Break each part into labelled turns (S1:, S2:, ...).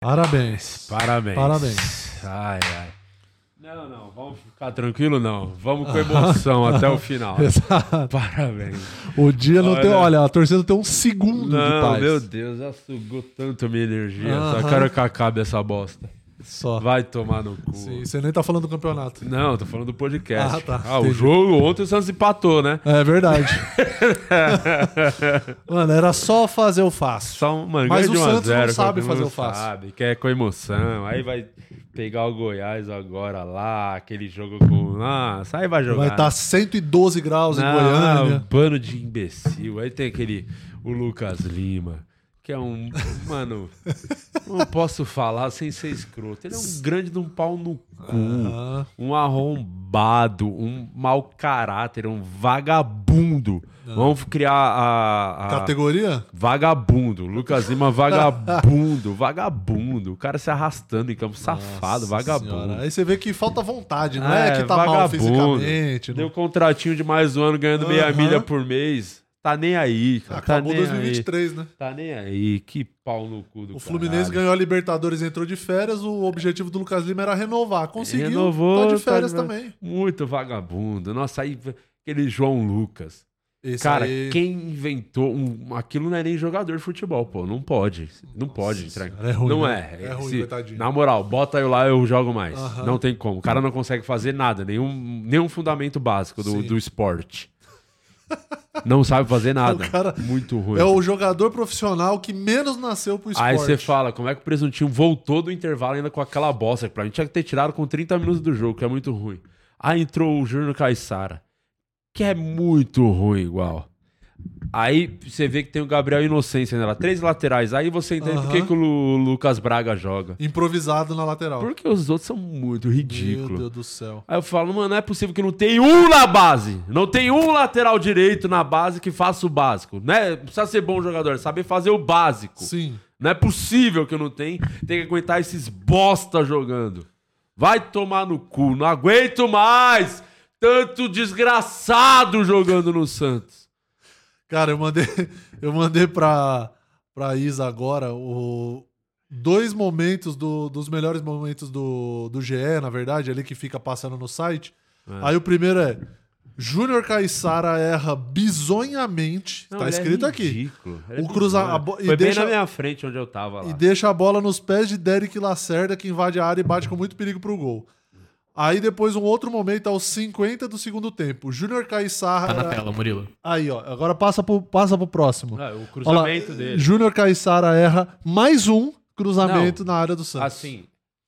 S1: Parabéns.
S2: Parabéns.
S1: Parabéns.
S2: Ai, ai. Não, não, vamos ficar tranquilo, não. Vamos com emoção até o final.
S1: Exato.
S2: Parabéns.
S1: O dia não
S2: Olha.
S1: tem. Olha, a torcida tem um segundo de
S2: Não,
S1: paz.
S2: meu Deus, já sugou tanto minha energia. Só
S1: Aham.
S2: quero que acabe essa bosta.
S1: Só.
S2: Vai tomar no cu.
S1: Sim, você nem tá falando do campeonato.
S2: Não, tô falando do podcast.
S1: Ah, tá.
S2: o
S1: Entendi.
S2: jogo ontem o Santos empatou, né?
S1: É verdade. Mano, era só fazer o fácil.
S2: Só um mano,
S1: Mas
S2: ganha de
S1: o
S2: 1 a
S1: Santos
S2: 0,
S1: não sabe
S2: cara,
S1: fazer
S2: não
S1: o fácil.
S2: Sabe, quer com emoção. Aí vai pegar o Goiás agora lá, aquele jogo com. Nossa, aí vai jogar.
S1: Vai tá estar 112 graus em
S2: Não, um
S1: Goiânia.
S2: bando de imbecil. Aí tem aquele. O Lucas Lima. Que é um. Mano, não posso falar sem ser escroto. Ele é um grande de um pau no cu.
S1: Ah,
S2: Um arrombado, um mau caráter, um vagabundo.
S1: Ah.
S2: Vamos criar a- a- a
S1: Categoria?
S2: Vagabundo, Lucas Lima, vagabundo, vagabundo. O cara se arrastando em campo, safado,
S1: Nossa
S2: vagabundo.
S1: senhora. Aí você vê que falta vontade, não é, que tá mal fisicamente. não-
S2: Deu contratinho de mais um ano ganhando meia
S1: Aham.
S2: milha por mês. Tá nem aí, cara.
S1: Acabou
S2: tá nem
S1: 2023, né?
S2: Aí. Tá nem aí. Que pau no cu do
S1: O Fluminense ganhou a Libertadores, entrou de férias. O objetivo do Lucas Lima era renovar. Conseguiu.
S2: Renovou,
S1: tá de férias
S2: tá de-
S1: também.
S2: Muito vagabundo. Nossa, aí aquele João Lucas.
S1: Esse
S2: Cara,
S1: aí-
S2: quem inventou um- aquilo não é nem jogador de futebol, pô. Não pode. Não pode. entrar.
S1: senhora, é ruim,
S2: não
S1: né?
S2: é.
S1: É ruim,
S2: Se-
S1: coitadinho.
S2: na moral, bota eu lá, eu jogo mais.
S1: Aham.
S2: Não tem como. O cara não consegue fazer nada, nenhum, nenhum fundamento básico do,
S1: Sim.
S2: do esporte. não sabe fazer nada.
S1: O cara-
S2: Muito ruim.
S1: É o jogador profissional que menos nasceu pro esporte.
S2: Aí você fala, como é que o presuntinho voltou do intervalo ainda com aquela bosta? Que pra mim tinha que ter tirado com 30 minutos do jogo, que é muito ruim. Aí entrou o Júnior Caissara, que é muito ruim igual. Aí você vê que tem o Gabriel Inocência ainda lá, três laterais. Aí você entende por que,
S1: Aham.
S2: que o Lu- Lucas Braga joga.
S1: Improvisado na lateral.
S2: Porque os outros são muito
S1: Meu
S2: ridículos.
S1: Deus do céu.
S2: Aí eu falo, mano, não é possível que não tem um na base. Não tem um lateral direito na base que faça o básico. Né? Precisa ser bom jogador, saber fazer o básico.
S1: Sim.
S2: Não é possível que eu não tenha. Tem que aguentar esses bosta jogando. Vai tomar no cu. Não aguento mais. Tanto desgraçado jogando no Santos.
S1: Cara, eu mandei, eu mandei pra, pra Isa agora o, dois momentos do- dos melhores momentos do, do GE, na verdade, ali que fica passando no site. Aí o primeiro é. Júnior Caissara erra bizonhamente.
S2: Não,
S1: tá
S2: ele é
S1: escrito aqui.
S2: ridículo, ele é
S1: O cruza-
S2: bizarro.
S1: a bo- e
S2: Foi
S1: deixa-
S2: bem na minha frente onde eu tava lá. Tá
S1: E deixa a bola nos pés de Derek Lacerda, que invade a área e bate com muito perigo pro gol. Aí depois um outro momento aos 50 do segundo tempo. Júnior Caissara.
S3: Tá na tela, Murilo.
S1: Aí, ó. Agora passa pro, passa pro próximo. Olha
S2: Ah, o
S1: lá, é,
S2: cruzamento dele.
S1: Júnior Caissara erra mais um cruzamento na área do Santos.
S2: Assim,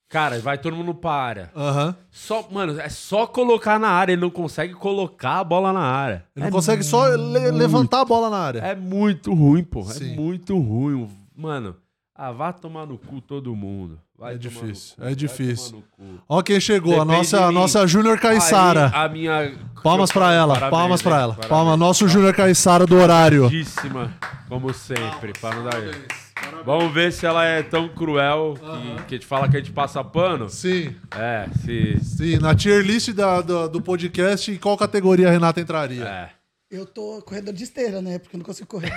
S2: cara, vai todo mundo pra área.
S1: Aham.
S2: Só, mano, é só colocar na área. Ele não consegue colocar a bola na área.
S1: Ele não
S2: É
S1: consegue só le- levantar a bola na área.
S2: É muito ruim, pô.
S1: Sim.
S2: É muito ruim. Mano, ah, vá tomar no cu todo mundo. Vai
S1: É
S2: tomar no
S1: difícil,
S2: cu,
S1: é
S2: vai
S1: difícil.
S2: tomar no cu.
S1: Ó quem chegou, a
S2: Depende
S1: nossa,
S2: de
S1: a
S2: mim.
S1: nossa Júnior
S2: Aí,
S1: Caissara.
S2: A minha.
S1: Palmas pra ela,
S2: Parabéns,
S1: palmas pra
S2: hein?
S1: ela.
S2: Parabéns.
S1: Palmas, nosso Júnior Caissara do horário.
S2: Lindíssima, como sempre. Para não dar erro. Vamos ver se ela é tão cruel que, que a gente fala que a gente passa pano.
S1: Sim,
S2: É, se.
S1: sim, na tier list da- da- do podcast, em qual categoria a Renata entraria?
S2: É.
S4: Eu tô corredor de esteira, né? Porque eu não consigo correr.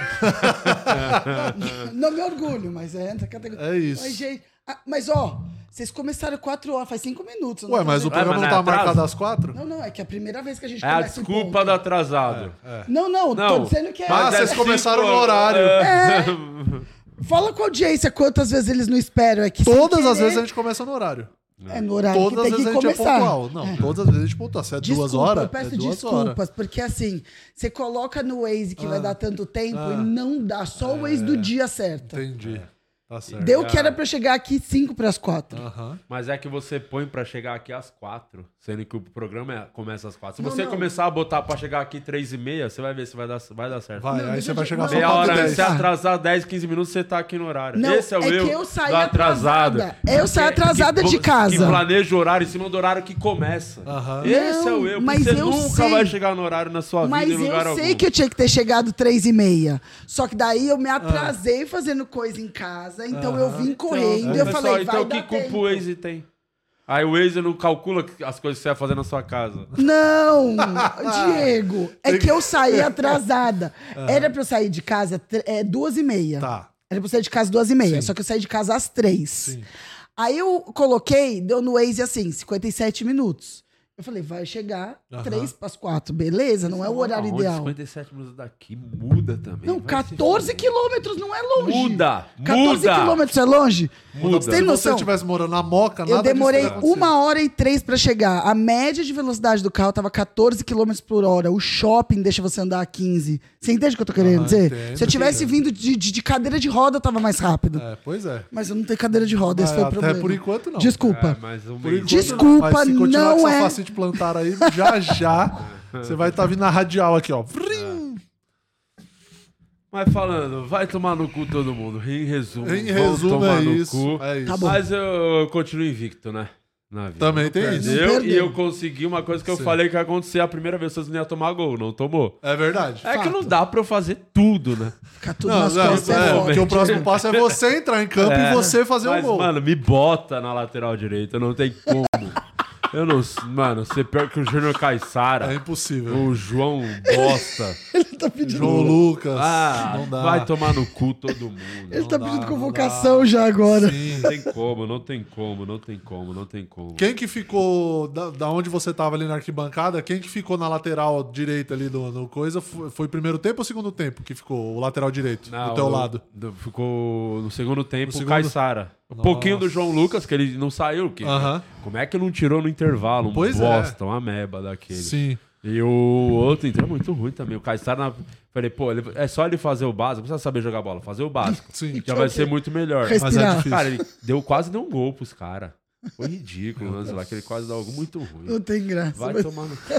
S4: não me orgulho, mas é essa categoria.
S1: É isso.
S4: Mas, gente, ah, mas, ó, vocês começaram quatro horas, faz cinco minutos. eu não
S1: Ué,
S4: tô
S1: mas o
S4: vendo.
S2: Ué, mas
S1: programa não
S2: não
S1: tá
S2: é atraso?
S1: marcado às quatro?
S4: Não, não, é que é a primeira vez que a gente
S2: É a
S4: começa em
S2: desculpa
S4: ponto.
S2: do atrasado.
S4: Não, não, tô
S2: Não.
S4: dizendo que é.
S1: É, Ah,
S2: Mas
S1: vocês
S2: é
S1: começaram
S2: cinco
S1: no horário.
S4: Fala com a audiência quantas vezes eles não esperam. É que sem
S1: Todas as
S4: querer-
S1: vezes a gente começa no horário.
S4: É no horário
S1: Todas as
S4: que tem
S1: vezes
S4: que
S1: a gente é
S4: começar.
S1: pontual. Não, todas as vezes a gente pontua. Se é duas
S4: Desculpa,
S1: horas,
S4: Eu
S1: é
S4: peço
S1: duas
S4: desculpas,
S1: horas.
S4: porque assim, você coloca no Waze que vai dar tanto tempo
S1: Ah. É.
S4: e não dá. Só o Waze do dia certo.
S1: Entendi. Tá certo.
S4: Deu que era pra eu chegar aqui 5 pras 4.
S1: Aham.
S2: Mas é que você põe pra chegar aqui às quatro, sendo que o programa é- começa às quatro. Se
S4: Não,
S2: você
S4: não.
S2: começar a botar pra chegar aqui três e meia, você vai ver se vai dar, vai dar certo.
S1: Vai,
S4: Não,
S1: aí
S4: deixa
S1: você
S4: eu
S1: vai
S4: te-
S1: chegar
S4: não,
S1: só
S2: Meia
S1: quatro e
S2: hora,
S1: dez. Ah.
S2: se atrasar 10, 15 minutos, você tá aqui no horário.
S4: Não,
S2: Esse é o
S4: é
S2: erro
S4: que eu saí
S2: do atrasado.
S4: atrasada. Eu saí atrasada
S2: que,
S4: de
S2: vo-
S4: casa.
S2: Que planeja o horário em cima do horário que começa.
S1: Aham.
S2: Esse é
S4: Não,
S2: o erro.
S4: mas
S2: Mas você
S4: eu
S2: nunca
S4: sei.
S2: vai chegar no horário na sua
S4: Mas
S2: vida em
S4: eu
S2: lugar
S4: sei
S2: algum. Ah.
S4: que eu tinha que ter chegado 3 e meia. Só que daí eu me atrasei fazendo coisa em casa, então eu vim correndo. eu
S2: Pessoal,
S4: falei,
S2: então
S4: vai
S2: que
S4: dar
S2: culpa
S4: tempo.
S2: o Waze tem? Aí o Waze não calcula as coisas que você vai fazer na sua casa.
S4: Não, Diego, é que eu saí atrasada. Era pra eu sair de casa tr- é, duas e meia.
S1: Tá.
S4: Era pra eu sair de casa às duas e meia,
S1: Sim.
S4: só que eu saí de casa às três.
S1: Sim.
S4: Aí eu coloquei, deu no Waze assim, 57 minutos. Eu falei, vai chegar
S1: Aham.
S4: três para as quatro, beleza? Não é o horário
S2: Aonde?
S4: ideal.
S2: 57 minutos daqui muda também.
S4: Não,
S2: vai se
S4: 14
S2: fuder.
S4: quilômetros não é longe.
S2: Muda!
S4: 14
S2: muda,
S4: quilômetros é longe?
S2: Muda!
S4: Tem
S1: Se você
S4: noção?
S1: estivesse morando na Moca, nada
S4: Eu demorei
S1: disso teria acontecido.
S4: uma hora e três para chegar. A média de velocidade do carro tava 14 km por hora. O shopping deixa você andar a 15. Você entende o que eu tô querendo
S1: Ah,
S4: dizer?
S1: entendo,
S4: Se eu tivesse
S1: entendo.
S4: vindo de, de- de cadeira de roda, eu tava mais rápido.
S1: É, pois é.
S4: Mas eu não tenho cadeira de roda, esse
S1: Mas
S4: foi o
S1: Ah, até
S4: problema.
S1: por enquanto, não.
S4: Desculpa.
S2: É, mas um
S1: Por
S2: mês-
S1: enquanto,
S4: Desculpa,
S1: Mas se continuar com
S4: não
S1: essa
S4: é.
S1: facite plantar aí, já já você vai estar vindo na radial aqui, ó. Vrim!
S2: Mas falando, vai tomar no cu todo mundo. Em resumo,
S1: Em
S2: vão
S1: resumo,
S2: tomar
S1: é
S2: no
S1: isso,
S2: cu.
S1: é isso.
S4: Tá bom.
S2: Mas eu continuo invicto, né? Na vida.
S1: Também tem isso.
S2: Entendeu?
S4: Não
S2: E
S4: perdeu.
S2: eu consegui uma coisa que eu
S1: Sim.
S2: falei que ia acontecer a primeira vez que vocês não ia tomar gol, não tomou.
S1: É verdade.
S2: É que
S4: Fato.
S2: não dá pra eu fazer tudo, né?
S4: Ficar tudo
S1: Não,
S4: nas
S1: não,
S4: costas é,
S1: é,
S4: foda.
S1: porque o próximo passo é você entrar em campo
S2: É,
S1: e você fazer o
S2: mas,
S1: gol.
S2: Mano, me bota na lateral direita, não tem como. eu não. Mano, você é pior que o Júnior
S1: é
S2: Caissara,
S1: impossível.
S2: o João Bosta.
S4: Ele tá pedindo,
S1: João Lucas,
S2: Ah,
S1: não dá.
S2: vai tomar no cu todo mundo.
S4: ele tá
S1: dá,
S4: pedindo
S1: não
S4: convocação
S1: dá.
S4: já agora.
S1: Sim.
S2: Não tem como, não tem como, não tem como, não tem como.
S1: Quem que ficou, da, da onde você tava ali na arquibancada, quem que ficou na lateral direita ali do, no coisa, foi, foi primeiro tempo ou segundo tempo que ficou o lateral direito,
S2: Não,
S1: do teu
S2: o-
S1: lado?
S2: do- ficou no segundo tempo
S1: segundo-
S2: o Caissara. Um
S1: Nossa.
S2: pouquinho do João Lucas, que ele não saiu. Que,
S1: Aham.
S2: Como é que não tirou no intervalo? Um
S1: Pois é.
S2: bosta, uma meba daquele.
S1: Sim.
S2: E o outro entrou muito ruim também. O Caissara, na... falei, pô, ele- é só ele fazer o básico. Não precisa saber jogar bola, fazer o básico.
S1: Sim.
S2: Já vai ser muito melhor.
S1: Mas é
S4: Respirar.
S1: difícil.
S2: Cara, ele deu, quase deu um gol pros caras. Foi ridículo, Anzela, lá, que ele quase deu algo muito ruim.
S4: Não tem graça.
S2: Vai
S4: mas-
S2: tomar no cu.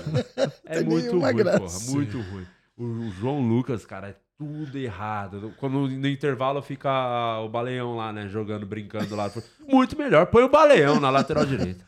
S2: É
S4: tem
S2: muito
S4: nenhuma
S2: ruim,
S4: graça.
S2: porra. Muito ruim. O, o João Lucas, cara, é tudo errado. Quando no intervalo fica o baleão lá, né? Jogando, brincando lá. Muito melhor. Põe o baleão na lateral direita.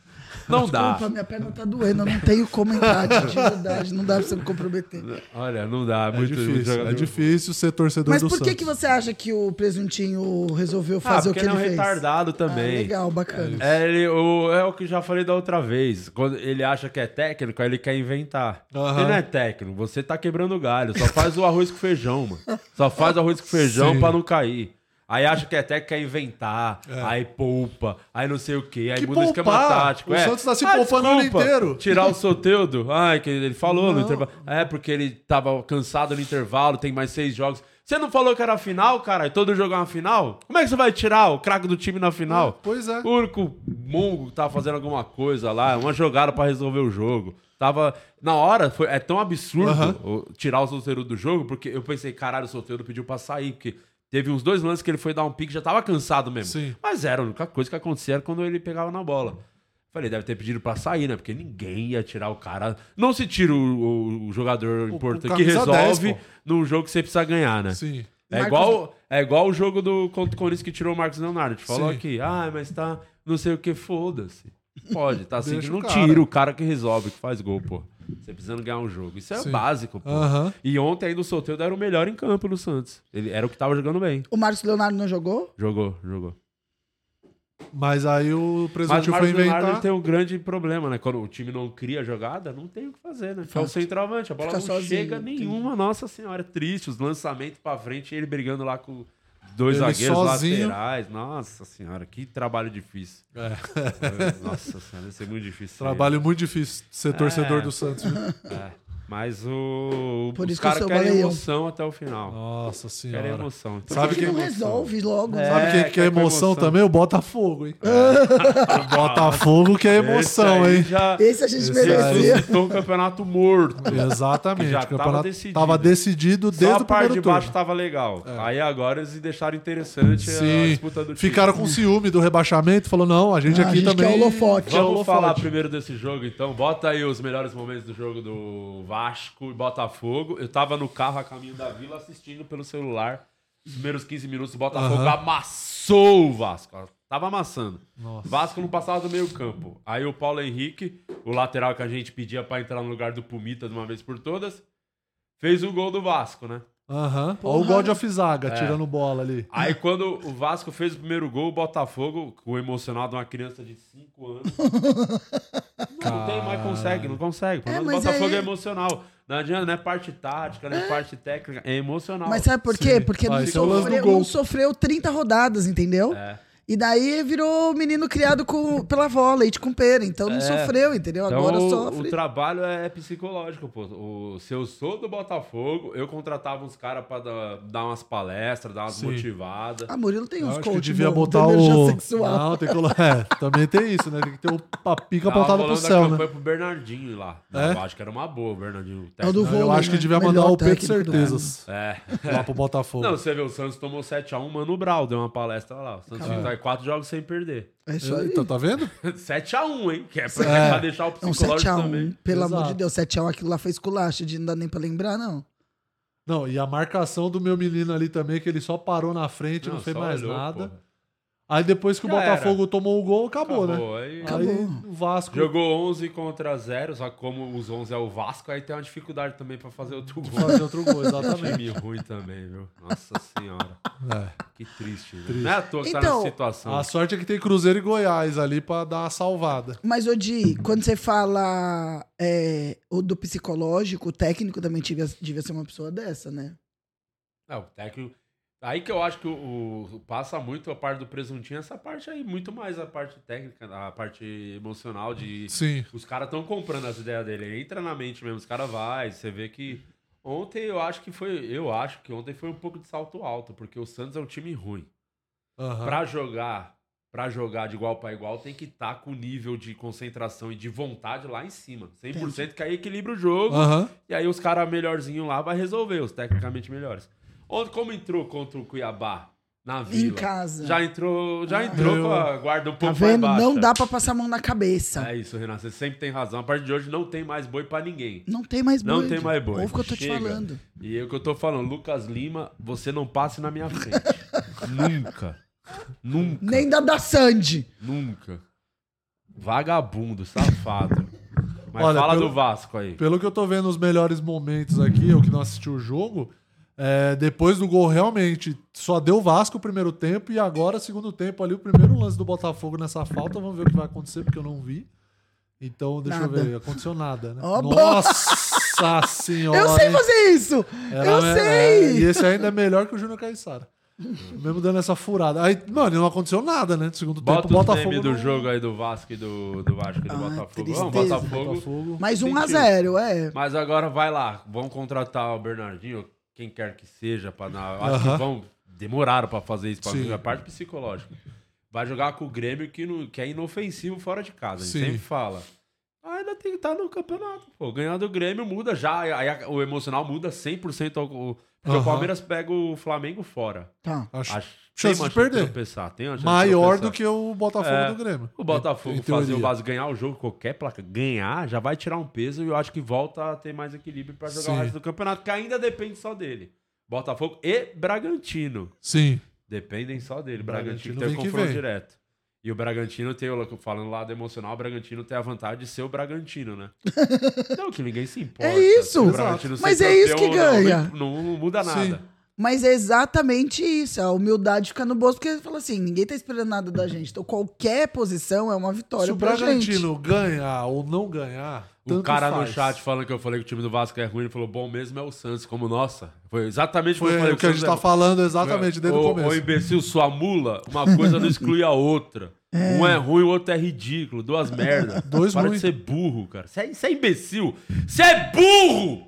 S2: Não dá.
S4: Opa, minha perna tá doendo, eu não tenho como entrar de de verdade, não dá pra você me comprometer.
S2: Olha, não dá.
S1: É
S2: muito muito
S1: difícil,
S2: jogador.
S1: é difícil ser torcedor
S4: Mas
S1: do
S4: por que,
S1: Santos.
S4: que você acha que o presuntinho resolveu
S2: Ah,
S4: fazer o
S2: porque
S4: que
S2: ele é
S4: ele
S2: um
S4: fez?
S2: retardado
S4: Ah,
S2: também.
S4: legal, bacana.
S2: É, ele- o, é o que eu já falei da outra vez. Quando ele acha que é técnico, aí ele quer inventar.
S1: Aham.
S2: Ele não é técnico, você tá quebrando galho. Só faz o arroz com feijão, mano. Só faz o arroz com feijão
S1: Sim. É.
S2: pra não cair. Aí acha que é técnico, quer inventar. Aí poupa. Aí não sei o quê. Aí
S1: Que
S2: muda o esquema
S1: poupar?
S2: tático.
S1: O
S2: é.
S1: Santos tá se poupando o ano inteiro.
S2: Tirar o Soteudo. Ai, que ele falou no intervalo. É, porque ele tava cansado no intervalo, tem mais seis jogos. Você não falou que era final, cara? E todo jogo é uma final? Como é que você vai tirar o craque do time na final?
S1: Pois é.
S2: O único mongo que tava fazendo alguma coisa lá, uma jogada pra resolver o jogo. Tava. Na hora, foi, é tão absurdo o- tirar o solteiro do jogo, porque eu pensei, caralho, o solteiro pediu pra sair, porque teve uns dois lances que ele foi dar um pique, já tava cansado mesmo.
S1: Sim.
S2: Mas era a única coisa que acontecia era quando ele pegava na bola. Falei, deve ter pedido pra sair, né? Porque ninguém ia tirar o cara. Não se tira o, o- o jogador importante que
S1: camisa 10,
S2: resolve
S1: pô.
S2: num jogo que você precisa ganhar, né?
S1: Sim.
S2: É
S4: Marcos-
S2: igual, é igual o jogo do contra o Corinthians que tirou o Marcos Leonardo. Te falou
S1: Sim.
S2: aqui, ah, mas tá não sei o que, foda-se. Pode, tá assim,
S1: Deixa o
S2: que não
S1: cara.
S2: tira o cara que resolve, que faz gol, pô. Você precisando ganhar um jogo. Isso é
S1: Sim.
S2: básico, pô.
S1: Aham.
S2: E ontem ainda o Soteldo era o melhor em campo no Santos. Ele era o que tava jogando bem.
S4: O Marcos Leonardo não jogou?
S2: Jogou, jogou.
S1: Mas aí o
S2: Mas o
S1: presuntinho foi
S2: Marcos Leonardo
S1: inventar.
S2: ele tem um grande problema, né? Quando o time não cria jogada, não tem o que fazer, né? É o centroavante, a bola
S4: Fica
S2: não
S4: sozinho,
S2: chega
S4: entendi.
S2: nenhuma, nossa senhora, é triste, os lançamentos pra frente, ele brigando lá com dois
S1: Ele
S2: zagueiros
S1: sozinho.
S2: laterais, nossa senhora, que trabalho difícil.
S1: É,
S2: nossa senhora, isso é muito difícil.
S1: trabalho muito difícil ser torcedor do Santos. viu?
S2: É, mas o,
S4: Por
S2: os
S4: isso que eu
S2: caras
S4: sou
S2: querem
S4: baleão.
S2: emoção até o final,
S1: Nossa
S2: querem
S1: senhora.
S2: emoção. Então,
S1: Sabe
S4: Por que
S1: quem
S4: não
S1: gostou?
S4: resolve logo? né?
S2: É.
S1: Sabe o que, que é
S2: quem com
S1: emoção,
S2: emoção.
S1: também? O Botafogo, hein? o Botafogo que é emoção,
S2: esse aí
S1: hein?
S2: Já
S4: Esse a gente
S1: Esse
S4: merecia.
S2: ressuscitou o campeonato morto.
S1: Exatamente.
S2: Que já
S1: o
S2: tava
S1: campeonato
S2: decidido.
S1: tava decidido
S2: Só
S1: desde
S2: a
S1: o
S2: parte
S1: primeiro
S2: de
S1: turno. É.
S2: baixo tava legal. Aí agora eles deixaram interessante a
S1: Sim.
S2: disputa do time.
S1: Ficaram com ciúme do rebaixamento, falou: não, a gente
S4: Ah, a
S1: aqui
S4: gente
S1: também.
S4: quer holofote.
S1: quer
S2: Vamos
S1: holofote.
S2: falar primeiro desse jogo, então. Bota aí os melhores momentos do jogo do Vasco e Botafogo. Eu tava no carro a caminho da vila assistindo pelo celular. Os primeiros 15 minutos, o Botafogo
S1: Aham.
S2: amassou o Vasco. Tava amassando.
S1: Nossa.
S2: Vasco não passava do meio campo. Aí o Paulo Henrique, o lateral que a gente pedia pra entrar no lugar do Pumita de uma vez por todas, fez o gol do Vasco, né?
S1: Aham. Ó o
S4: Porra.
S1: God of Zaga
S2: É.
S1: tirando bola ali.
S2: Aí quando o Vasco fez o primeiro gol, o Botafogo, com o emocionado de uma criança de 5 anos. não tem mais, consegue, não consegue. Pelo
S4: É,
S2: menos o
S4: mas
S2: Botafogo
S4: aí-
S2: é emocional. Não adianta, não é parte tática, não é parte técnica, é emocional.
S4: Mas sabe por quê?
S1: Sim.
S4: Porque
S1: Ah,
S4: não
S1: esse é o lance do
S4: sofreu,
S1: gol.
S4: não sofreu 30 rodadas, entendeu?
S2: É.
S4: E daí virou menino criado com, pela avó, leite com pera. Então não
S2: É.
S4: sofreu, entendeu?
S2: Então,
S4: Agora
S2: o,
S4: sofre.
S2: o trabalho é psicológico, pô. O, se eu sou do Botafogo, eu contratava uns caras pra dar, dar umas palestras, dar umas
S1: Sim.
S2: motivadas.
S4: Ah, Murilo tem
S1: Eu
S4: uns
S1: acho que
S4: coach
S1: devia
S4: bom,
S1: botar
S4: energia
S1: o.
S4: sexual.
S1: Não, tem que colo- É, também tem isso, né? Tem que ter o- a pica
S2: Tava
S1: apontada pro
S2: rolando a
S1: céu, né?
S2: campanha pro Bernardinho lá.
S1: É?
S2: Eu acho que era uma boa, o Bernardinho.
S4: É
S2: técnico.
S4: o do
S1: Não, eu
S4: vôlei,
S1: acho que
S4: né?
S1: devia
S4: Melhor
S1: mandar o Pedro
S4: técnico do
S1: Certezas
S2: É.
S1: lá pro Botafogo.
S2: Não, você vê, o Santos tomou 7x1, Mano Brau deu uma palestra lá. O Santos tá em 4 jogos sem perder.
S4: É isso aí.
S1: então, tá vendo?
S2: 7x1 hein? Que é pra,
S1: É.
S2: pra deixar o
S4: É um
S2: psicológico também.
S4: 7x1, pelo amor
S1: Exato.
S4: de Deus. 7x1, aquilo lá foi esculacho, de não dá nem pra lembrar, não.
S1: Não, e a marcação do meu menino ali também, que ele só parou na frente, não,
S2: Não, é
S1: fez
S2: só
S1: mais
S2: olhou,
S1: nada.
S2: porra.
S1: Aí depois que o
S2: Já
S1: Botafogo tomou o gol, acabou, né?
S2: Acabou, aí-
S1: Aí
S4: Acabou.
S1: o Vasco.
S2: Jogou 11 contra 0, só que como os 11 é o Vasco, aí tem uma dificuldade também pra fazer outro gol.
S1: Fazer outro gol, exatamente.
S2: Time ruim também, viu? Nossa senhora.
S1: É.
S2: Que triste, né? Não é à toa que tá
S4: Então,
S2: nessa situação.
S1: A sorte é que tem Cruzeiro e Goiás ali pra dar uma salvada.
S4: Mas, Odi, quando você fala é, o do psicológico, o técnico também devia, devia ser uma pessoa dessa, né?
S2: É, o técnico. Aí que eu acho que o, o- passa muito a parte do presuntinho, essa parte aí, muito mais a parte técnica, a parte emocional de.
S1: Sim.
S2: Os caras estão comprando as ideias dele. Entra na mente mesmo, os caras vai. Você vê que. Ontem eu acho que foi. Eu acho que ontem foi um pouco de salto alto, porque o Santos é um time ruim.
S1: Aham.
S2: Pra jogar, para jogar de igual pra igual, tem que estar com o nível de concentração e de vontade lá em cima. 100% que aí equilibra o jogo.
S1: Aham.
S2: E aí os caras melhorzinhos lá vai resolver, os tecnicamente melhores. Ontem, como entrou contra o Cuiabá na
S4: Em
S2: Vila,
S4: casa. Ah.
S2: já entrou, já entrou
S1: Eu-
S2: com a guarda um
S4: tá
S2: pouco mais
S4: vendo?
S2: baixa.
S4: Não dá pra passar a mão na cabeça.
S2: É isso, Renan, você sempre tem razão. A partir de hoje não tem mais boi pra ninguém.
S4: Não tem mais boi.
S2: Não tem mais boi.
S4: Ouve o que eu tô
S2: Chega.
S4: te falando.
S2: E é o que eu tô falando, Lucas Lima, você não passe na minha frente. nunca. Nunca.
S4: Nem da da Sandy.
S2: Nunca. Vagabundo, safado. Mas
S1: Olha,
S2: fala
S1: pelo-
S2: do Vasco aí.
S1: Pelo que eu tô vendo, os melhores momentos aqui, eu que não assisti o jogo, é, depois do gol, realmente, só deu Vasco o primeiro tempo e agora, segundo tempo, ali, o primeiro lance do Botafogo nessa falta. Vamos ver o que vai acontecer, porque eu não vi. Então, deixa eu
S4: Nada.
S1: ver, aconteceu nada, né?
S4: Ó, boa!
S1: Nossa senhora!
S4: eu sei
S1: hein?
S4: fazer isso!
S1: Era-
S4: eu
S1: é,
S4: sei!
S1: e esse ainda é melhor que o Júnior Caissara. Mesmo dando essa furada. Aí, mano, não aconteceu nada, né? No segundo
S2: Bota
S1: tempo,
S2: o
S1: Botafogo.
S2: time do
S1: não- é
S2: jogo aí do Vasco e do, do Vasco e do
S4: Ah,
S2: Botafogo.
S4: tristeza.
S2: Vamos, Botafogo.
S1: né? Botafogo.
S4: Mais
S2: Tem
S4: 1 a
S2: que-
S4: 0 é.
S2: Mas agora vai lá, vão contratar o Bernardinho, quem quer que seja, para dar. Acho
S1: Aham.
S2: que vão. Demoraram para fazer isso, pra
S1: Sim.
S2: vir a parte psicológica. Vai jogar com o Grêmio que, não- que é inofensivo fora de casa, a gente
S1: Sim.
S2: sempre fala. Ah, Ainda tem que estar no campeonato, pô. Ganhar do Grêmio muda já, aí a- o emocional muda 100%. Ao, o- porque
S1: Aham.
S2: o Palmeiras pega o Flamengo fora.
S4: Tá.
S1: Acho
S2: Acho-
S1: Chance
S2: tem uma
S1: de perder.
S2: tropeçar, tem uma chance de
S1: maior do
S2: tropeçar.
S1: que o Botafogo
S2: É.
S1: do Grêmio.
S2: O Botafogo
S1: Em- em
S2: fazer
S1: teoria.
S2: o Vasco ganhar o jogo, qualquer placa, ganhar, já vai tirar um peso e eu acho que volta a ter mais equilíbrio pra jogar
S1: Sim.
S2: o resto do campeonato, que ainda depende só dele. Botafogo e Bragantino
S1: Sim.
S2: dependem só dele.
S1: Bragantino
S2: Bragantino, tem o
S1: vem que
S2: confronto
S1: vem.
S2: direto. E o Bragantino tem, o- falando lá do emocional, o Bragantino tem a vantagem de ser o Bragantino, né? Então que ninguém se importa.
S4: É isso!
S2: se o
S1: Exato.
S2: Bragantino ser
S4: Mas é isso
S2: campeão
S4: que
S2: ou não,
S4: ganha.
S2: Não, não muda nada.
S1: Sim.
S4: Mas é exatamente isso. A humildade fica no bolso, porque fala assim: ninguém tá esperando nada da gente. Então qualquer posição é uma vitória.
S1: Se o
S4: pra gente.
S1: Bragantino ganhar ou não ganhar,
S2: O
S1: tanto
S2: cara
S1: faz.
S2: no chat falando que eu falei que o time do Vasco é ruim, ele falou, bom mesmo é o Santos, como nossa. Foi exatamente o que eu
S1: Foi
S2: falei.
S1: o que a
S2: o Santos
S1: gente
S2: é
S1: tá
S2: ruim.
S1: falando exatamente desde o
S2: Né? Ô- Ô
S1: começo.
S2: imbecil, sua mula, uma coisa não exclui a outra. Um é ruim, o outro é ridículo. Duas merdas.
S1: Dois
S2: Para
S1: ruim.
S2: de ser burro, cara. Você é, você é imbecil. Você é burro!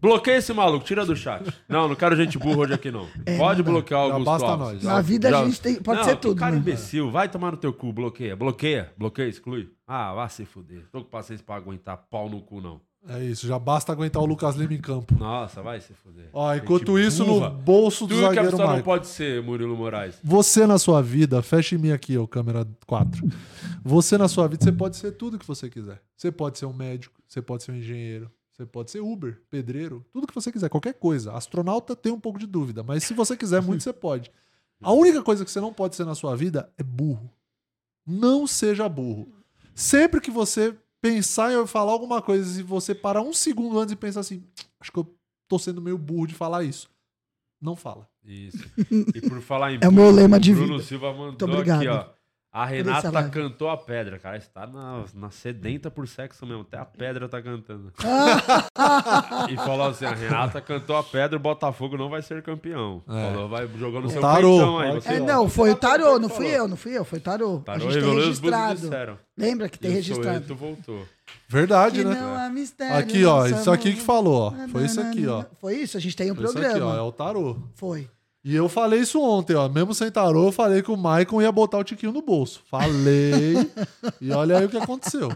S2: Bloqueia esse maluco, tira do chat. Não, não quero gente burra hoje aqui, não. Pode bloquear o
S1: É Já
S2: Augusto
S1: basta
S2: Alves.
S1: nós.
S4: Na vida
S2: Já-
S4: a gente tem. Pode
S2: Não,
S4: ser
S2: que
S4: tudo.
S2: Cara
S4: né?
S2: imbecil, vai tomar no teu cu, bloqueia. Bloqueia, bloqueia, exclui. Ah, vá se fuder. Tô com paciência pra aguentar pau no cu, não.
S1: É isso, já basta aguentar o Lucas Lima em campo.
S2: Nossa, vai se fuder.
S1: Ó,
S2: Gente
S1: enquanto isso,
S2: burra.
S1: no bolso do
S2: Tudo que a
S1: zagueiro
S2: pessoa não
S1: Michael.
S2: pode ser, Murilo Moraes.
S1: Você na sua vida, fecha em mim aqui, ô câmera 4. Você na sua vida, você pode ser tudo que você quiser. Você pode ser um médico, você pode ser um engenheiro, você pode ser Uber, pedreiro, tudo que você quiser, qualquer coisa. Astronauta tem um pouco de dúvida, mas se você quiser muito, você pode. A única coisa que você não pode ser na sua vida é burro. Não seja burro. Sempre que você pensar em eu falar alguma coisa, se você parar um segundo antes e pensar assim, acho que eu tô sendo meio burro de falar isso. Não fala.
S2: Isso. E por falar em
S4: É o meu lema de
S2: Bruno
S4: vida.
S2: Silva mandou
S4: Muito obrigado.
S2: aqui, ó. A
S4: essa
S2: Renata
S4: live.
S2: cantou a pedra, cara. Está na, na sedenta por sexo mesmo. Até a pedra tá cantando. e falou assim: a Renata cantou a pedra, o Botafogo não vai ser campeão.
S1: É.
S2: Falou, vai jogando seu
S1: Tarô.
S2: peitão aí.
S1: Olha
S2: Você,
S4: É,
S1: Sei lá.
S4: não, foi o
S1: tá
S4: Tarô, não
S2: Falou.
S4: fui eu, não fui eu, foi o Tarô.
S2: Tarô
S4: a gente tem
S2: revelou e os Búzios
S4: registrado.
S2: disseram.
S4: Lembra que tem
S2: Eu sou
S4: registrado.
S2: ele, tu voltou. É,
S1: Verdade,
S4: Que
S1: né?
S4: não há mistério,
S1: Aqui, ó.
S4: nosso
S1: Isso aqui
S4: amor.
S1: que falou, ó. Foi isso aqui, ó.
S4: Foi isso, a gente tem um
S1: Foi isso
S4: programa.
S1: aqui, ó. É o tarô.
S4: Foi.
S1: E eu falei isso ontem, ó. Mesmo sem tarô, eu falei que o Maicon ia botar o Tiquinho no bolso. Falei. e olha aí o que aconteceu.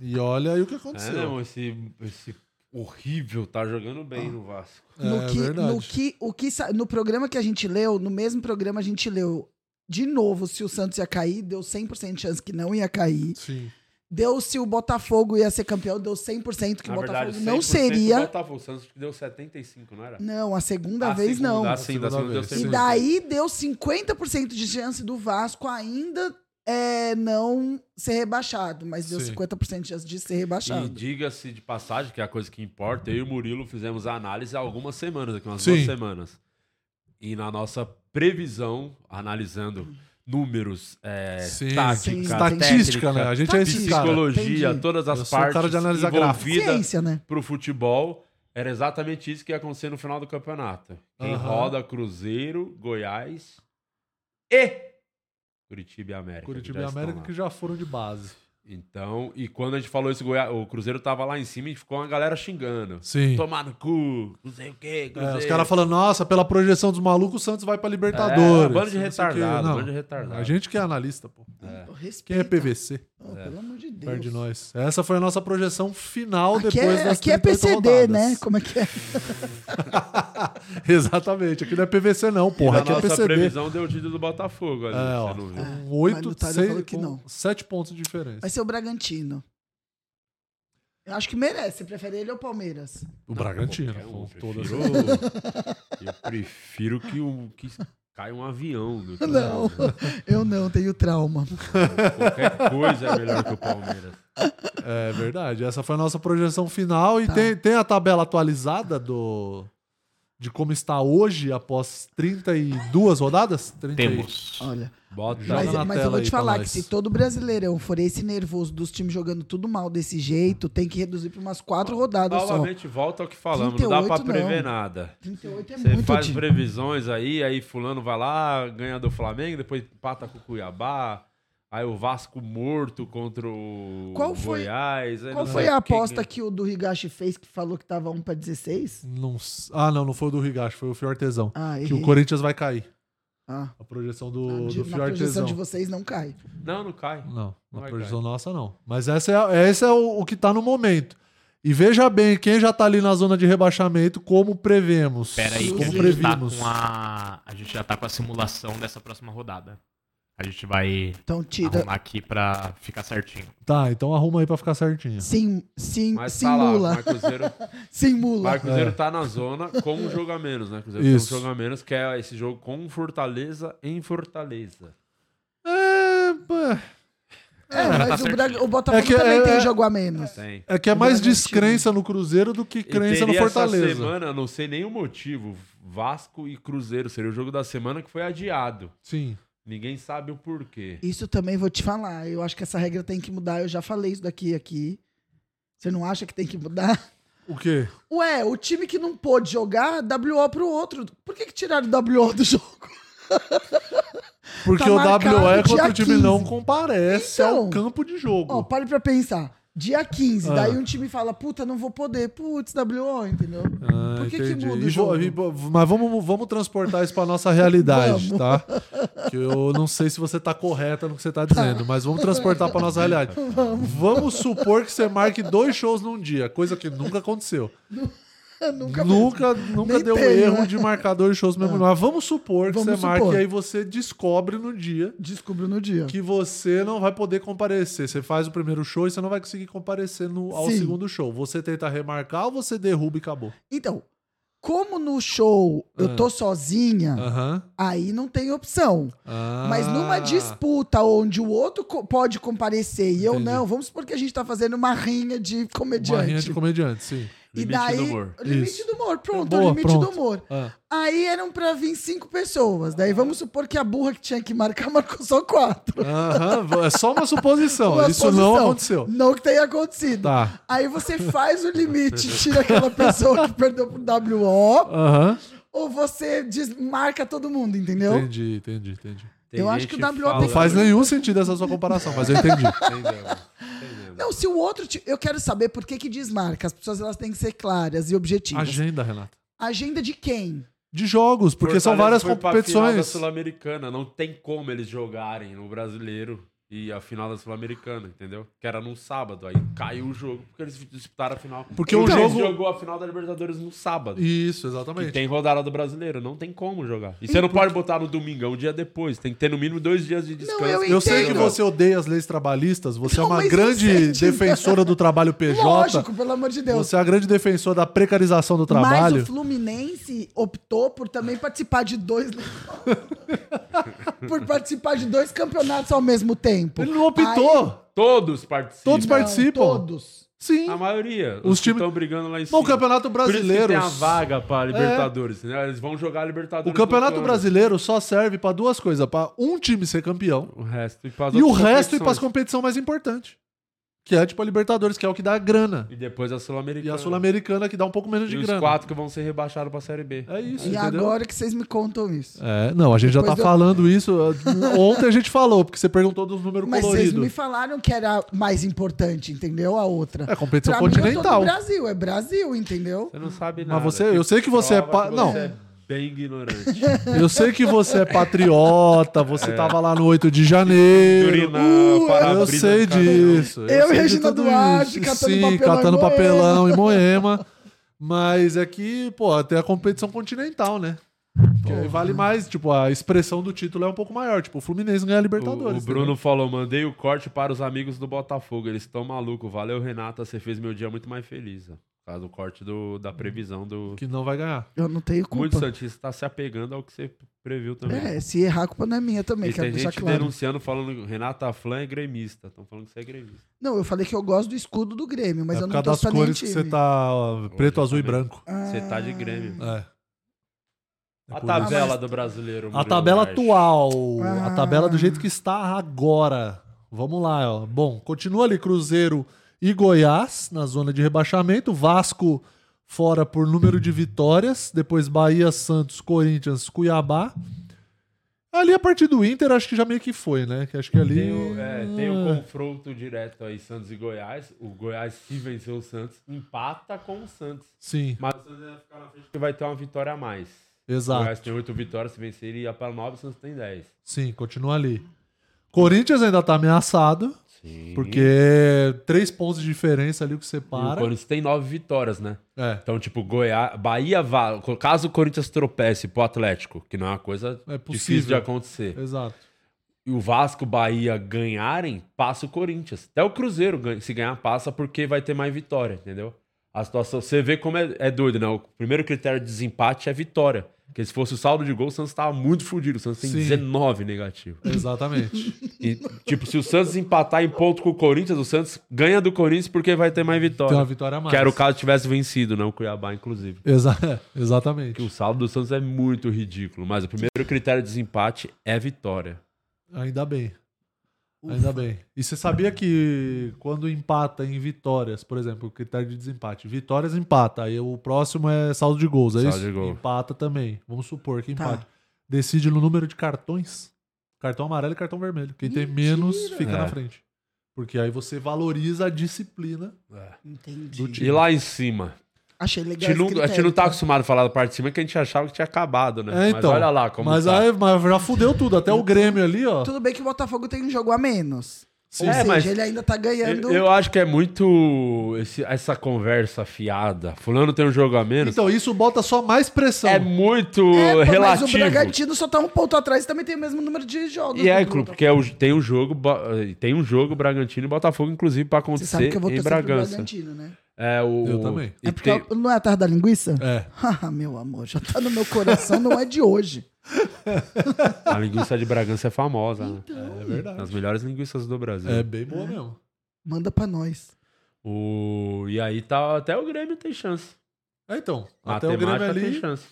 S1: E olha aí o que
S2: É,
S1: aconteceu.
S2: não, esse, esse horrível tá jogando
S4: Ah.
S2: bem no Vasco.
S4: no
S1: É,
S4: que,
S1: verdade.
S4: no que, o que, sa- no programa que a gente leu, no mesmo programa a gente leu de novo se o Santos ia cair, deu 100% de chance que não ia cair.
S1: Sim.
S4: Deu se o Botafogo ia ser campeão, deu 100% que o
S2: Na
S4: Botafogo
S2: verdade,
S4: não
S2: 100%
S4: seria.
S2: Botafogo, o Santos deu 75, não era?
S4: Não, a segunda
S2: A
S4: vez
S2: segunda,
S4: não.
S2: A segunda, a segunda deu
S1: E
S4: E
S2: 100%.
S4: daí deu 50% de chance do Vasco ainda é, não ser rebaixado, mas deu
S1: Sim.
S4: 50% de chance de ser
S2: E
S4: rebaixado.
S2: diga-se de passagem, que é a coisa que importa, eu e o Murilo fizemos a análise há algumas semanas, aqui umas
S1: Sim.
S2: duas semanas. E na nossa previsão, analisando números, é,
S1: Sim.
S2: tática,
S4: Sim.
S1: Estatística, né?
S2: técnica,
S1: A gente é esse cara.
S2: psicologia,
S4: Entendi.
S2: todas
S1: Eu
S2: as
S1: sou o cara
S2: partes
S1: de analisar gráfico.
S2: envolvidas
S4: Ciência, né?
S2: pro futebol, era exatamente isso que ia acontecer no final do campeonato. Quem
S1: Aham.
S2: roda Cruzeiro, Goiás e Curitiba e América. que
S1: Curitiba
S2: já
S1: e
S2: estão
S1: América
S2: lá.
S1: que já foram de base.
S2: Então, e quando a gente falou isso, Goi- o Cruzeiro tava lá em cima e ficou uma galera xingando.
S1: Sim.
S2: Tomar no cu, não sei o quê,
S1: É,
S2: Cruzeiro.
S1: os caras falando, nossa, pela projeção dos malucos, o Santos vai pra
S2: É,
S1: Libertadores.
S2: bando de
S1: não sei o quê.
S2: retardado,
S1: Não,
S2: bando de retardado.
S1: A gente que é analista, pô.
S4: Pô,
S1: Quem é
S4: Respeita.
S1: PVC?
S4: Oh, Pelo amor de Deus.
S1: Perde nós. Essa foi a nossa projeção final
S4: Aqui
S1: depois
S4: é,
S1: das
S4: aqui é
S1: 38
S4: PCD,
S1: rodadas.
S4: né? Como é que é?
S1: Exatamente. Aqui não é PVC, não,
S2: E
S1: porra.
S2: na
S1: Aqui é
S2: nossa
S1: PCD.
S2: previsão deu o título do Botafogo ali,
S1: É,
S2: você
S1: ó.
S2: não viu.
S1: Com
S4: Ah, mas o
S1: oito,
S4: Tyler
S1: seis-
S4: falou que
S1: com
S4: não.
S1: sete pontos de diferença.
S4: Vai ser o Bragantino. Eu acho que merece. Você prefere ele ou o Palmeiras?
S1: O Bragantino,
S2: Qualquer
S1: com
S2: um,
S1: toda
S2: prefiro-
S1: certeza.
S2: Eu prefiro que, um, que caia um avião. do que-
S4: Não, eu não, tenho trauma.
S2: Qualquer coisa é melhor que o Palmeiras.
S1: É verdade. Essa foi a nossa projeção final.
S4: Tá.
S1: E tem, tem a tabela atualizada do de como está hoje após 32 rodadas? 30 e-
S3: Temos.
S4: Olha,
S2: Bota
S1: Joga
S4: mas,
S1: na
S4: mas eu
S1: tela
S4: vou
S1: aí
S4: te
S1: pra
S4: falar
S1: nós.
S4: que se todo brasileirão for esse nervoso dos times jogando tudo mal desse jeito, tem que reduzir para umas quatro rodadas só.
S2: Novamente, volta ao que falamos. não dá pra
S4: 38
S2: prever
S4: não.
S2: nada.
S4: 38 é
S2: Você
S4: muito
S2: faz
S4: time.
S2: previsões aí, aí fulano vai lá, ganha do Flamengo, depois empata com o Cuiabá, aí o Vasco morto contra o
S4: Qual foi-
S2: Goiás. aí
S4: Qual
S2: não
S4: foi
S2: sei
S4: a
S2: o né? que-
S4: aposta que o do Higashi fez que falou que tava 1 para 16?
S1: Não s- ah, não, não foi o do Rigacho, foi o Fio Artesão.
S4: Ah,
S1: que o
S4: errei.
S1: Corinthians vai cair.
S4: Ah,
S1: A projeção do,
S4: na,
S1: do
S4: de,
S1: Fio
S4: na projeção
S1: Artesão.
S4: de vocês não cai.
S2: Não, não cai.
S1: Não,
S2: Não
S1: na
S2: vai
S1: projeção nossa não. Mas essa é, esse é o, o que tá no momento. E veja bem, quem já tá ali na zona de rebaixamento, como prevemos.
S3: Espera aí, que a
S1: como
S3: gente, tá
S1: previmos.
S3: com a... a gente já tá com a simulação dessa próxima rodada. A gente vai
S4: Então tira.
S2: Ah,
S3: arrumar aqui pra ficar certinho.
S1: Tá, então arruma aí pra ficar certinho.
S4: Sim, sim,
S2: Mas tá lá, o
S4: simula.
S2: Marco Cruzeiro,
S4: simula.
S2: Marco Cruzeiro tá na zona com um jogo a menos, né? Cruzeiro
S1: É. Isso.
S2: tem um jogo a menos, que é esse jogo com o Fortaleza em Fortaleza.
S1: É, pá,
S4: É,
S3: Tá
S4: mas o,
S3: certinho.
S4: Braga- o Botafogo
S1: É que
S4: também
S1: é-
S4: tem
S1: é-
S4: jogo a menos.
S2: Tem.
S1: é que é
S4: O
S1: mais
S4: Bragantino.
S1: descrença no Cruzeiro do que crença no
S2: teria Essa
S1: Fortaleza.
S2: semana, não sei nem o motivo, Vasco e Cruzeiro seria o jogo da semana que foi adiado.
S1: Sim.
S2: Ninguém sabe o porquê.
S4: Isso também vou te falar. Eu acho que essa regra tem que mudar. Eu já falei isso daqui aqui. Você não acha que tem que mudar?
S1: O quê?
S4: Ué, o time que não pôde jogar, WO pro outro. Por que, que tiraram o WO do jogo?
S1: Porque
S4: Tá
S1: o
S4: marcado
S1: WE contra
S4: dia
S1: o time não
S4: 15.
S1: comparece ao
S4: Então.
S1: campo de jogo.
S4: Ó, pare pra pensar. Dia 15,
S1: Ah.
S4: daí um time fala, puta, não vou poder. Putz, WO, entendeu?
S1: Ah,
S4: Por que, que
S1: entendi.
S4: muda
S1: E
S4: o
S1: vo-
S4: jogo?
S1: e vo- mas vamos, vamos transportar isso pra nossa realidade,
S4: Vamos.
S1: tá? Que eu não sei se você tá correta no que você tá dizendo, mas vamos transportar pra nossa realidade. Vamos. supor que você marque dois shows num dia, coisa que nunca aconteceu.
S4: Nunca
S1: Nunca,
S4: mesmo.
S1: nunca,
S4: Nem
S1: deu
S4: teve,
S1: erro
S4: né? É.
S1: de marcar dois shows no mesmo. Mas vamos supor que
S4: Vamos
S1: você marque
S4: supor.
S1: e aí você descobre no dia
S4: Descobriu no dia.
S1: que você não vai poder comparecer. Você faz o primeiro show e você não vai conseguir comparecer no, ao
S4: Sim.
S1: segundo show. Você tenta remarcar ou você derruba e acabou.
S4: Então, como no show eu tô sozinha,
S1: Aham.
S4: aí não tem opção. Mas numa
S1: Ah.
S4: disputa onde o outro co- pode comparecer e eu
S1: Entendi.
S4: não, vamos supor que a gente tá fazendo uma rinha de
S1: Uma rinha
S4: comediante.
S1: de comediante, sim.
S4: e
S2: Limite
S4: daí,
S2: do humor.
S4: Limite
S1: Isso.
S4: do humor, pronto, é
S1: Boa,
S4: o limite
S1: pronto.
S4: do humor.
S1: Ah.
S4: Aí eram pra vir cinco pessoas. Daí vamos supor que a burra que tinha que marcar marcou só quatro.
S1: Aham, é só uma suposição.
S4: Uma
S1: Isso não
S4: posição.
S1: aconteceu.
S4: Não que tenha acontecido.
S1: Tá.
S4: Aí você faz o limite, tira aquela pessoa que perdeu pro WO,
S1: Aham.
S4: ou você desmarca todo mundo, entendeu?
S1: Entendi, entendi, entendi.
S2: Tem
S4: Eu acho que o
S2: gente
S4: WO
S1: Não
S4: tem
S2: falando-
S1: faz nenhum sentido essa sua comparação, mas eu entendi.
S2: Entendemos, entendemos.
S4: Não, se o outro. ti- Eu quero saber por que, que desmarca. As pessoas elas têm que ser claras e objetivas.
S1: Agenda, Renata.
S4: Agenda de quem?
S1: De jogos, porque são várias
S2: Fortaleza foi pra final da
S1: competições.
S2: Sul-Americana, não tem como eles jogarem no brasileiro e a final da Sul-Americana, entendeu? Que era num sábado, aí caiu o jogo porque eles disputaram a final.
S1: Porque um
S2: Então,
S1: jogo-
S2: Eles jogou a final da Libertadores no sábado.
S1: Isso,
S2: Que
S1: exatamente.
S2: tem rodada do brasileiro, não tem como jogar. E você não pode botar no domingão, um dia depois. Tem que ter no mínimo dois dias de descanso.
S4: eu
S1: Eu sei que
S4: Entendo.
S1: você odeia as leis trabalhistas, você é
S4: Não,
S1: uma
S4: mas
S1: grande
S4: incentivo.
S1: defensora do trabalho PJ.
S4: Lógico, pelo amor de Deus.
S1: Você é a grande defensora da precarização do
S4: Mas
S1: trabalho.
S4: o Fluminense optou por também participar de dois. por participar de dois campeonatos ao mesmo tempo.
S1: Ele não optou.
S2: Todos participam.
S1: Todos
S4: Não,
S1: participam.
S4: Todos.
S1: Sim.
S2: A maioria.
S1: Os
S2: Os, que
S1: times-
S2: estão brigando lá em cima.
S1: Bom, o Campeonato
S2: Ah, Por
S1: Brasileiro. É.
S2: isso que tem a vaga pra Libertadores, né? Eles vão jogar a
S1: O
S2: Libertadores.
S1: Campeonato
S2: todo ano.
S1: Brasileiro só serve pra duas coisas: Pra um time ser campeão
S2: O resto e, pras
S1: e o
S2: outras
S1: resto ir para as competições
S2: competições.
S1: mais importantes. Que é tipo a Libertadores, que é o que dá a grana.
S2: E depois a Sul-Americana.
S1: E a Sul-Americana, que dá um pouco menos de
S2: Então. E os
S1: grana.
S2: quatro que vão ser rebaixados pra Série B.
S1: É isso,
S4: E
S1: entendeu?
S4: agora que vocês me contam isso.
S1: É, não, a gente já tá
S4: Depois eu-
S1: falando isso. Ontem a gente falou, porque você perguntou dos números
S4: Mas vocês
S1: coloridos.
S4: me falaram que era mais importante, entendeu? A outra.
S1: É competição
S4: Pra mim, eu tô
S1: continental.
S4: no Brasil, é Brasil, entendeu?
S2: Você não sabe nada.
S1: Mas você, eu sei que você é.
S2: Prova
S1: pa-
S2: que
S1: Não,
S2: Você é bem ignorante.
S1: eu sei que você é patriota, você tava lá no 8 de janeiro.
S2: Turina,
S1: Eu
S2: para-brisa,
S1: sei
S2: cara.
S1: disso.
S4: Eu e
S1: sei de
S4: Regina
S1: tudo
S4: Duarte,
S1: isso.
S4: catando
S1: Sim,
S4: papelão em
S1: catando
S4: Moema.
S1: papelão em Moema. Mas é que, pô, tem a competição continental, né? Que aí vale mais, tipo, a expressão do título é um pouco maior. Tipo, o Fluminense ganha a
S2: O, o
S1: Libertadores.
S2: Bruno falou: mandei o corte para os amigos do Botafogo. Eles estão malucos. Valeu, Renata. Você fez meu dia muito mais feliz. ó. Por causa do corte do, da previsão do.
S1: entendeu? Que não vai ganhar.
S4: Eu não tenho
S2: Muito
S4: culpa.
S2: Santista está se apegando ao que você previu também.
S4: É, se errar, a culpa não é minha também,
S2: E
S4: quero
S2: tem
S4: deixar
S2: gente
S4: claro.
S2: denunciando, falando Renata Flan é gremista. Estão falando que você é gremista.
S4: Não, eu falei que eu gosto do escudo do Grêmio, mas
S1: é
S4: eu
S1: por
S4: não
S1: causa das
S4: torço pra nenhum
S1: cores que
S4: time. Ah.
S1: você tá ó, preto,
S2: Hoje
S1: azul e
S2: também.
S1: branco.
S2: Você tá de Grêmio.
S1: É. É
S2: a
S1: por
S2: tabela
S4: mas-
S2: do brasileiro.
S1: A
S2: Murilo
S1: tabela
S2: Reis.
S1: atual. A
S4: Ah.
S1: tabela do jeito que está agora. Vamos lá, ó. Bom, continua ali Cruzeiro e Goiás na zona de rebaixamento. Vasco fora por número de vitórias. Depois Bahia, Santos, Corinthians, Cuiabá. Ali a partir do Inter acho que já meio que foi, né? Que acho que ali. Ah.
S2: Tem o, é, tem o confronto direto aí, Santos e Goiás. O Goiás, se vencer o Santos, empata com o Santos.
S1: Sim,
S2: Mas o Santos vai ficar na frente porque vai ter uma vitória a mais. O
S1: exato.
S2: Goiás tem oito vitórias, se vencer iria para nove, o Santos tem dez.
S1: Sim, continua ali. Corinthians ainda tá ameaçado,
S2: Sim.
S1: porque é três pontos de diferença ali o que
S2: E o
S1: separa.
S2: Corinthians tem nove vitórias, né?
S1: É.
S2: Então, tipo, Goiás, Bahia, va- caso o Corinthians tropece pro Atlético, que não é uma coisa
S1: É possível.
S2: difícil de acontecer,
S1: É, Exato.
S2: e o Vasco, Bahia ganharem, passa o Corinthians. Até o Cruzeiro, ganha- se ganhar, passa porque vai ter mais vitória, entendeu? A situação, você vê como é, é doido, né? O primeiro critério de desempate é vitória. Porque se fosse o saldo de gol, o Santos tava muito fodido. O Santos tem
S1: Sim.
S2: 19 negativo.
S1: Exatamente.
S2: E, tipo, se o Santos empatar em ponto com o Corinthians, o Santos ganha do Corinthians porque vai ter mais
S1: Tem uma
S2: vitória.
S1: vitória a mais.
S2: Que era o caso que tivesse vencido, né? O Cuiabá, inclusive.
S1: Exa- exatamente.
S2: Que o saldo do Santos é muito ridículo, mas o primeiro critério de desempate é vitória.
S1: Ainda bem. Ainda bem. E você sabia que quando empata em vitórias, por exemplo, o critério de desempate, vitórias empata, aí o próximo é saldo de gols, é
S2: Saldo
S1: isso?
S2: de gol.
S1: Empata também. Vamos supor que
S4: Tá.
S1: empate. Decide no número de cartões. Cartão amarelo e cartão vermelho. Quem tem menos fica
S2: É.
S1: na frente. Porque aí você valoriza a disciplina.
S4: Entendi.
S2: E lá em cima,
S4: Achei
S2: a
S4: legal
S2: gente, não,
S4: esse
S2: a gente não tá
S4: critério.
S2: acostumado a falar da parte de cima que a gente achava que tinha acabado, né?
S1: É, então.
S2: Mas olha lá como
S1: mas,
S2: tá.
S1: aí, mas já fudeu tudo. Até o Grêmio ali, ó.
S4: Tudo bem que o Botafogo tem um jogo a menos.
S1: Sim.
S4: Ou
S2: É,
S4: seja,
S2: mas-
S4: ele ainda tá ganhando.
S2: Eu, eu acho que é muito esse- essa conversa fiada. Fulano tem um jogo a menos.
S1: Então, isso bota só mais pressão.
S2: é muito
S4: então. É, pô, Mas o
S2: relativo.
S4: Bragantino só tá um ponto atrás e também tem o mesmo número de jogos.
S2: e é,
S4: do
S2: porque é o- tem um jogo, ba- tem um jogo Bragantino e Botafogo inclusive pra
S4: Você sabe
S2: acontecer
S4: que eu vou
S2: em
S4: torcer pro
S2: é Bragança.
S4: Bragantino, né?
S2: É o
S1: Eu também.
S2: e
S4: É porque
S2: tem-
S4: eu- não é a tarde da linguiça?
S1: É.
S4: Ah, meu amor, já tá no meu coração, não é de hoje.
S2: a linguiça de Bragança é famosa, né?
S4: Então.
S1: É verdade.
S2: As melhores linguiças do Brasil.
S1: É bem boa É mesmo.
S4: Manda pra nós.
S2: O... E aí tá, até o Grêmio tem chance.
S1: É, então, até o
S2: Matemática
S1: Grêmio
S2: tem
S1: ali.
S2: chance.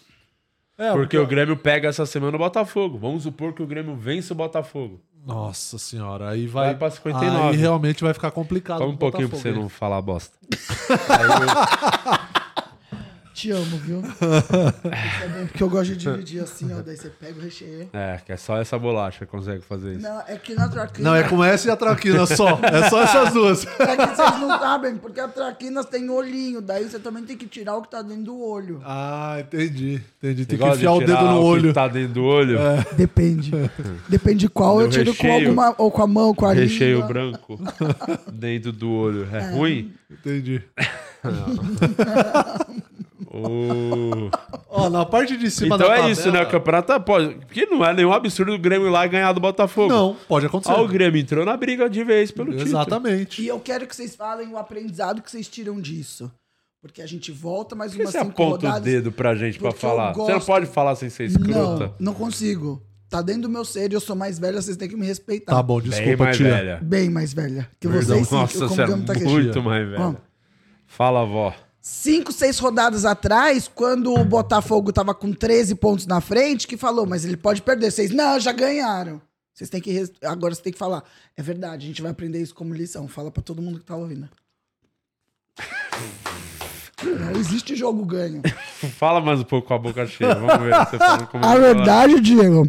S1: É,
S2: Porque o Grêmio pega essa semana o Botafogo. Vamos supor que o Grêmio vence o Botafogo.
S1: Nossa senhora, aí vai.
S2: Vai pra 59.
S1: Aí realmente vai ficar complicado.
S2: Fala um
S1: pro
S2: pouquinho pra você
S1: Ah, Botafogo,
S2: não
S1: hein?
S2: falar bosta.
S4: Te amo, viu? Isso é bom, porque eu gosto de dividir assim, ó. Daí você pega o recheio.
S2: É, que é só essa bolacha que consegue fazer isso.
S4: Não, é que na traquina.
S1: Não, é com essa e a traquina só. É só essas duas.
S4: É que vocês não sabem, porque a traquinas tem olhinho. Daí você também tem que tirar o que tá dentro do olho.
S1: Ah, entendi. Entendi. Tem
S2: Você
S1: que
S2: gosta de
S1: enfiar o
S2: tirar
S1: dedo no
S2: que
S1: olho. É.
S2: Tá dentro do olho.
S4: Depende. Depende de qual.
S2: Do
S4: eu tiro com
S2: recheio.
S4: alguma. Ou com a mão, ou com a
S2: Recheio
S4: língua.
S2: branco dentro do olho. É ruim?
S1: Entendi.
S2: Ô.
S1: Ó, na parte de cima da
S2: Então é
S1: tabela-
S2: isso, né? O campeonato tá- pode. Porque não é nenhum absurdo o Grêmio ir lá e ganhar do Botafogo.
S1: Não, pode acontecer.
S2: Ó, o Grêmio entrou na briga de vez pelo título.
S1: Exatamente.
S4: E eu quero que vocês falem o aprendizado que vocês tiram disso. Porque a gente volta mais
S2: Por que
S4: umas
S2: você
S4: cinco
S2: aponta o
S4: rodadas.
S2: dedo pra gente pra
S4: Porque eu
S2: falar? Você não
S4: gosto.
S2: pode falar sem ser escrota?
S4: Não, não consigo. Tá dentro do meu ser e eu sou mais velha, vocês têm que me respeitar.
S1: Tá bom,
S2: Bem
S1: desculpa,
S2: mais
S1: tia.
S2: velha.
S4: Bem mais velha. Que
S2: Perdão.
S4: vocês sim,
S2: Nossa,
S4: eu
S2: você é
S4: como tá
S2: muito mais velha.
S4: Vamos.
S2: Fala, vó.
S4: Cinco, seis rodadas atrás, quando o Botafogo tava com 13 pontos na frente, que falou, mas ele pode perder. Vocês, não, já ganharam. Vocês têm que. res- Agora você tem que falar. É verdade, a gente vai aprender isso como lição. Fala pra todo mundo que tá ouvindo. Não existe jogo ganho.
S2: Fala mais um pouco com a boca cheia. Vamos ver você falando como
S1: Ah,
S2: é.
S4: A verdade, Diego,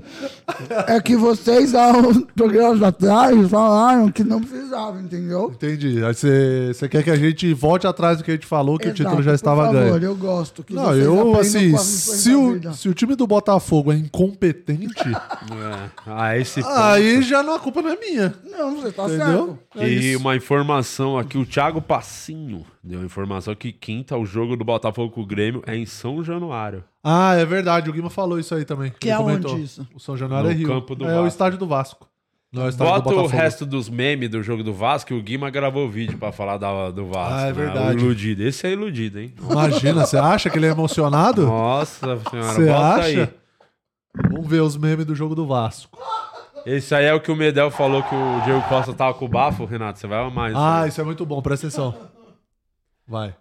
S4: é que vocês, há uns programas atrás, falaram que não precisava, entendeu?
S1: Entendi. Aí você você quer que a gente volte atrás do que a gente falou, que
S4: Exato,
S1: o título já estava
S4: por
S1: ganho.
S4: favor, eu gosto. Que
S1: Não,
S4: vocês
S1: eu,
S4: aprendam
S1: assim,
S4: com a
S1: se
S4: lições da
S1: o,
S4: vida.
S1: se o time do Botafogo é incompetente,
S2: É. Ah, esse
S1: aí já não, a culpa não é minha.
S4: Não, você tá
S1: Entendeu?
S4: certo.
S1: É
S2: e
S1: isso.
S2: uma informação aqui, o Thiago Passinho deu a informação que quinta o jogo do Botafogo com o Grêmio é em São Januário.
S1: Ah, é verdade. O Guima falou isso aí também.
S4: Que
S1: Ele
S4: é
S1: comentou.
S4: onde isso?
S1: O São Januário
S2: No
S1: é Rio.
S2: campo do
S1: é o
S2: Vasco.
S1: estádio do Vasco. Não é o estádio do
S2: Bota o
S1: Botafogo.
S2: resto dos memes do jogo do Vasco, e o Guima gravou vídeo pra falar da- do Vasco.
S1: Ah, é
S2: né?
S1: verdade.
S2: O iludido. Esse é iludido, hein?
S1: Imagina, você acha que ele é emocionado?
S2: Nossa senhora,
S1: Você
S2: bota
S1: acha?
S2: aí.
S1: Vamos ver os memes do jogo do Vasco.
S2: Esse aí é o que o Medel falou que o Diego Costa tava com o bafo, Renato. Você vai amar isso.
S1: Ah,
S2: aí.
S1: isso é muito bom, presta atenção. Vai.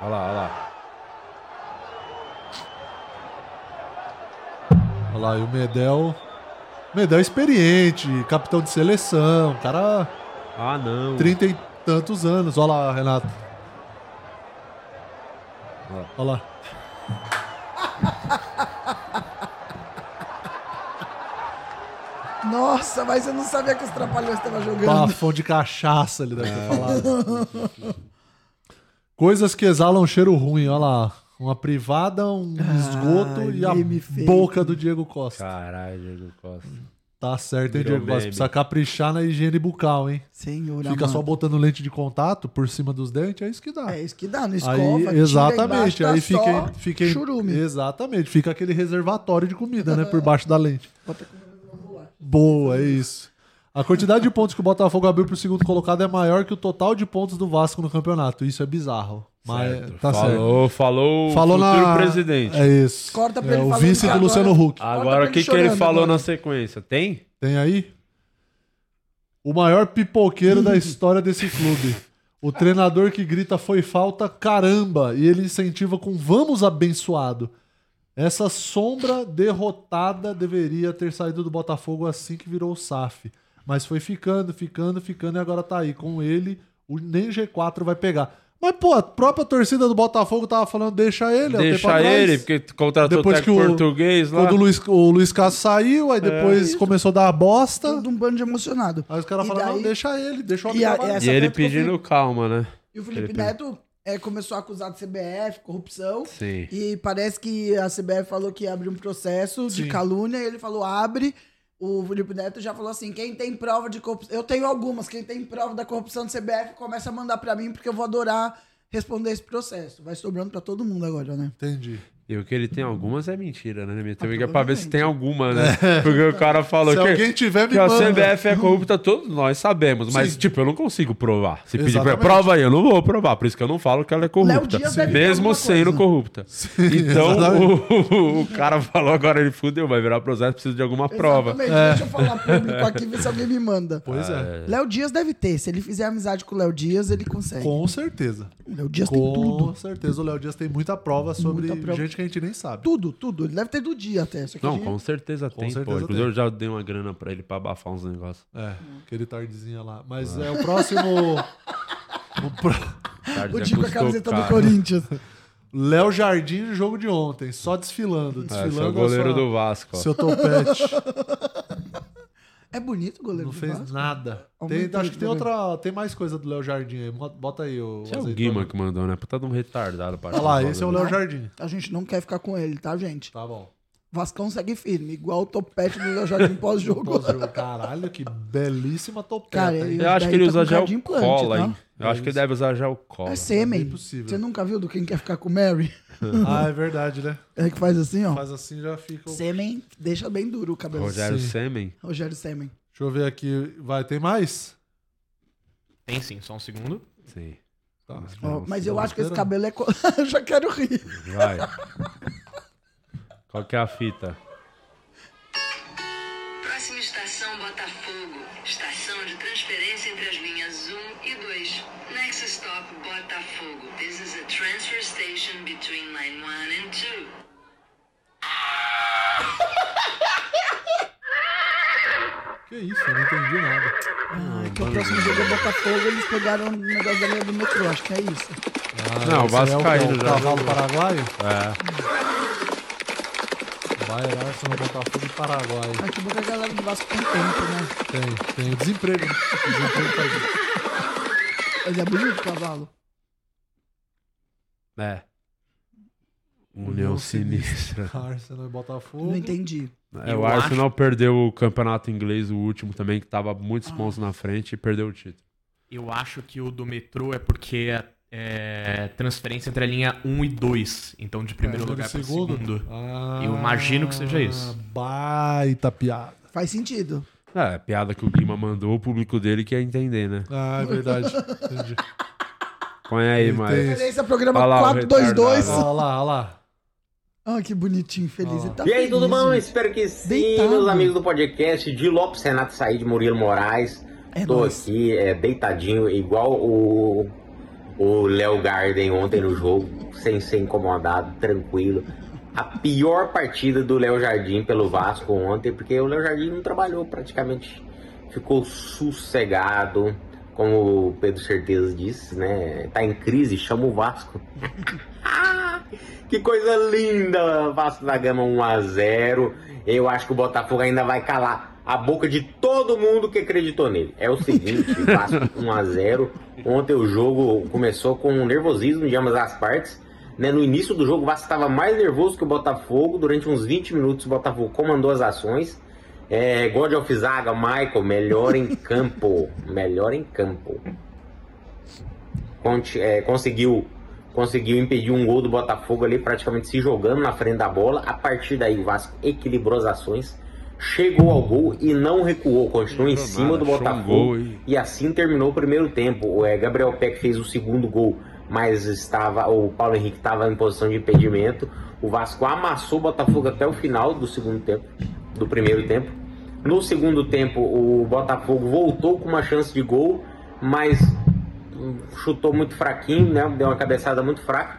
S2: Olha lá, olha lá.
S1: Olha lá, e o Medel. Medel é experiente, capitão de seleção, cara,
S2: Ah, não.
S1: trinta e tantos anos. Olha lá, Renato. Olha lá.
S4: Nossa, mas eu não sabia que os trapalhões estavam jogando.
S1: Bafão de cachaça, ele deve ter falado. Coisas que exalam cheiro ruim, olha lá. Uma privada, um esgoto e a
S4: Ah, meme feio.
S1: boca do Diego Costa.
S2: Caralho, Diego Costa.
S1: Tá certo, hein,
S2: Virou
S1: Diego Costa?
S2: meme.
S1: Precisa caprichar na higiene bucal, hein?
S4: Senhor,
S1: Fica
S4: amado.
S1: só botando lente de contato por cima dos dentes, é isso que dá.
S4: É isso que dá, não escova. tira
S1: Aí,
S4: embaixo,
S1: exatamente,
S4: tá
S1: aí
S4: só
S1: fica, fica
S4: Churume.
S1: Exatamente, fica aquele reservatório de comida, né, por baixo da lente. Boa, é isso. A quantidade de pontos que o Botafogo abriu pro segundo colocado é maior que o total de pontos do Vasco no campeonato. Isso é bizarro. Mas
S2: Certo.
S1: tá certo.
S2: falou, falou, o
S1: Falou
S2: futuro
S1: na
S2: presidente.
S1: É isso.
S4: Corta pra
S1: É
S4: ele
S1: o
S4: falando
S1: vice
S4: que
S1: do
S4: agora-
S1: Luciano Huck.
S4: Corta pra
S2: Agora, o
S4: ele
S2: que, que ele
S4: chorando
S2: falou
S4: agora.
S2: na sequência? Tem?
S1: Tem aí? O maior pipoqueiro da história desse clube. O treinador que grita foi falta, caramba, e ele incentiva com vamos abençoado. Essa sombra derrotada deveria ter saído do Botafogo assim que virou o SAF. Mas foi ficando, ficando, ficando e agora tá aí. Com ele, o nem G4 vai pegar. Mas, pô, a própria torcida do Botafogo tava falando, deixa ele, ó, tempo
S2: Deixa
S1: atrás.
S2: ele, porque contratou
S1: Depois
S2: o
S1: que
S2: técnico
S1: o-
S2: português lá. É.
S1: Quando o Luiz, o Luiz Castro saiu, aí depois começou a dar a bosta.
S4: Todo um bando de emocionado.
S1: Aí os caras
S4: E
S1: falaram, não,
S4: daí-
S1: deixa ele, deixa o
S4: E
S1: homem
S4: a-
S1: trabalhar.
S4: essa-
S2: E ele
S4: tanto que eu
S2: pedindo calma, né?
S4: E o Felipe
S2: Felipe.
S4: Neto é, começou a acusar de CBF, corrupção.
S2: Sim.
S4: E parece que a CBF falou que ia abrir um processo
S1: Sim.
S4: de calúnia. E ele falou, abre. O Felipe Neto já falou assim, quem tem prova de corrupção... Eu tenho algumas. Quem tem prova da corrupção do CBF, começa a mandar pra mim, porque eu vou adorar responder esse processo. Vai sobrando pra todo mundo agora, né?
S1: Entendi.
S2: E o que ele tem algumas é mentira, né? Minha teoria é pra ver
S4: provavelmente.
S2: se tem alguma, né? Porque o cara falou
S1: Se
S2: que,
S1: alguém tiver, me
S2: que a
S1: manda.
S2: CBF é corrupta, todos nós sabemos. Mas,
S1: Sim.
S2: tipo, eu não consigo provar. Se pedir pra
S1: Exatamente.
S2: prova aí, eu não vou provar. Por isso que eu não falo que ela é corrupta.
S4: Dias deve ter
S2: Mesmo
S4: alguma
S2: sendo
S4: coisa.
S2: corrupta.
S1: exatamente.
S2: então, o, o cara falou agora, ele fudeu, vai virar processo, precisa de alguma prova. É.
S4: Exatamente, deixa eu falar público aqui, ver se alguém me manda.
S1: Pois é.
S2: Ah.
S4: Léo Dias deve ter. Se ele fizer amizade com o Léo Dias, ele consegue.
S1: Com certeza.
S4: O Léo Dias tem tudo.
S1: Com certeza. O Léo Dias tem muita prova sobre
S4: Muita prova.
S1: gente que a gente nem sabe.
S4: Tudo, tudo. Ele deve ter do dia até. Só que a
S2: Não,
S4: gente-
S2: com certeza tem, pô.
S1: certeza
S2: Inclusive, eu já dei uma grana pra ele pra abafar uns negócios.
S1: É, aquele tardezinha lá. Mas
S2: Ah.
S1: é o próximo. o pró-
S2: Tarde
S4: O
S2: já
S4: Dico com a
S2: é custou
S4: camiseta do
S2: caro.
S4: Corinthians.
S1: Léo Jardim, jogo de ontem. Só desfilando.
S2: É, esse é
S1: Desfilando
S2: o goleiro
S1: a sua-
S2: do Vasco. ó.
S1: seu topete.
S4: É bonito o goleiro
S1: Não
S4: do
S1: fez
S4: Vasco.
S1: nada. Tem,
S4: Aumentou
S1: acho que tem
S4: o
S1: outra. Tem mais coisa do Léo Jardim aí. Bota aí o.
S2: Esse é o
S1: azeitona.
S2: Guima que mandou, né? Puta de um retardado.
S1: Olha lá, esse é o
S4: né?
S1: Léo Jardim.
S4: A gente não quer ficar com ele, tá, gente?
S1: Tá bom.
S4: Vascão segue firme, igual o topete do Léo Jardim pós-jogo.
S1: Pós-jogo. Caralho, que belíssima topeta.
S4: Cara,
S1: hein?
S2: Eu acho que ele
S4: Daí
S2: usa
S4: tá com
S2: gel
S4: cara de implante,
S2: cola,
S4: tá?
S2: hein? Eu acho que ele deve usar gel cola.
S4: É sêmen.
S1: impossível.
S4: Você nunca viu do quem quer ficar com Mary?
S1: Ah, é verdade, né?
S4: É que faz assim, ó.
S1: Faz assim já fica. o-
S4: Sêmen deixa bem duro o cabelo. Rogério,
S2: Rogério
S1: Sim.
S2: Semen.
S4: Sêmen.
S1: Deixa eu ver aqui. Vai, tem mais?
S3: Tem sim, só um segundo.
S2: Sim.
S1: Tá.
S4: Ó,
S2: Nossa,
S4: mas eu acho que esse
S1: esperando.
S4: cabelo é. co- eu já quero rir.
S2: Vai. Qual que é a fita?
S5: Próxima estação Botafogo. Estação de transferência entre as linhas 1 e 2. Next stop Botafogo. This is a transfer station between line 1 and 2.
S1: Que é isso? Eu não entendi nada.
S4: Ai, que o próximo jogo é Botafogo, eles pegaram o negócio da linha do metrô, acho que é isso.
S1: Ah,
S2: Não, o
S1: esse aí é
S2: Vascaíno
S1: o
S2: já
S1: Cavalo
S2: jogou.
S1: paraguaio?
S2: É.
S1: Bayern, Arsenal, Botafogo e Paraguai.
S4: Aqui bota a galera do Vasco tem tempo, né?
S1: Tem, tem o desemprego. né? Desemprego faz isso.
S4: Mas é bonito o cavalo.
S2: É. União Sinistra.
S1: Arsenal e Botafogo.
S4: Não entendi.
S2: É,
S3: Eu
S2: o Arsenal perdeu o campeonato inglês, o último também, que tava muitos pontos na frente e perdeu o título.
S3: Eu acho que o do metrô é porque é, é transferência entre a linha 1 e 2. Então, de primeiro
S1: Primeiro
S3: lugar para
S1: É, segundo.
S3: segundo. segundo.
S1: Ah,
S3: Eu imagino que seja isso.
S1: Baita piada.
S4: Faz sentido.
S2: É, a piada que o Guima mandou, o público dele quer entender, né?
S1: Ah, é verdade. Entendi.
S2: Põe aí,
S1: Ele
S2: mas.
S1: tem-
S4: Esse é o programa
S2: Olha lá, o
S4: 422.
S2: retardado.
S1: Olha lá, olha lá.
S4: Ah, que bonitinho, feliz. Ele tá
S6: E aí,
S4: feliz,
S6: tudo bom?
S4: gente.
S6: Espero que sim,
S4: Deitado.
S6: meus amigos do podcast de Lopes, Renato Said, Murilo Moraes.
S4: É
S6: Tô
S4: nóis.
S6: aqui é, deitadinho, igual o o Léo Garden ontem no jogo, sem ser incomodado, tranquilo. A pior partida do Léo Jardim pelo Vasco ontem, porque o Léo Jardim não trabalhou praticamente. Ficou sossegado, como o Pedro Certeza disse, né? Tá em crise, chama o Vasco. Ah! Que coisa linda! Vasco da Gama 1 a 0. Eu acho que o Botafogo ainda vai calar a boca de todo mundo que acreditou nele. É o seguinte, Vasco 1 a 0. Ontem o jogo começou com um nervosismo de ambas as partes. né? No início do jogo, o Vasco estava mais nervoso que o Botafogo. Durante uns 20 minutos, o Botafogo comandou as ações. É, God of Zaga, Michael, melhor em campo. Melhor em campo. Conte- é, conseguiu conseguiu impedir um gol do Botafogo ali, praticamente se jogando na frente da bola. A partir daí, o Vasco equilibrou as ações, chegou ao gol e não recuou, continuou em
S2: Não
S6: cima
S2: nada,
S6: do
S2: achou um
S6: Botafogo.
S2: gol, hein?
S6: e assim terminou o primeiro tempo. O, é, Gabriel Peck fez o segundo gol, mas estava o Paulo Henrique estava em posição de impedimento. O Vasco amassou o Botafogo até o final do segundo tempo, do primeiro tempo. No segundo tempo, o Botafogo voltou com uma chance de gol, mas hum, chutou muito fraquinho, né? Deu uma cabeçada muito fraca.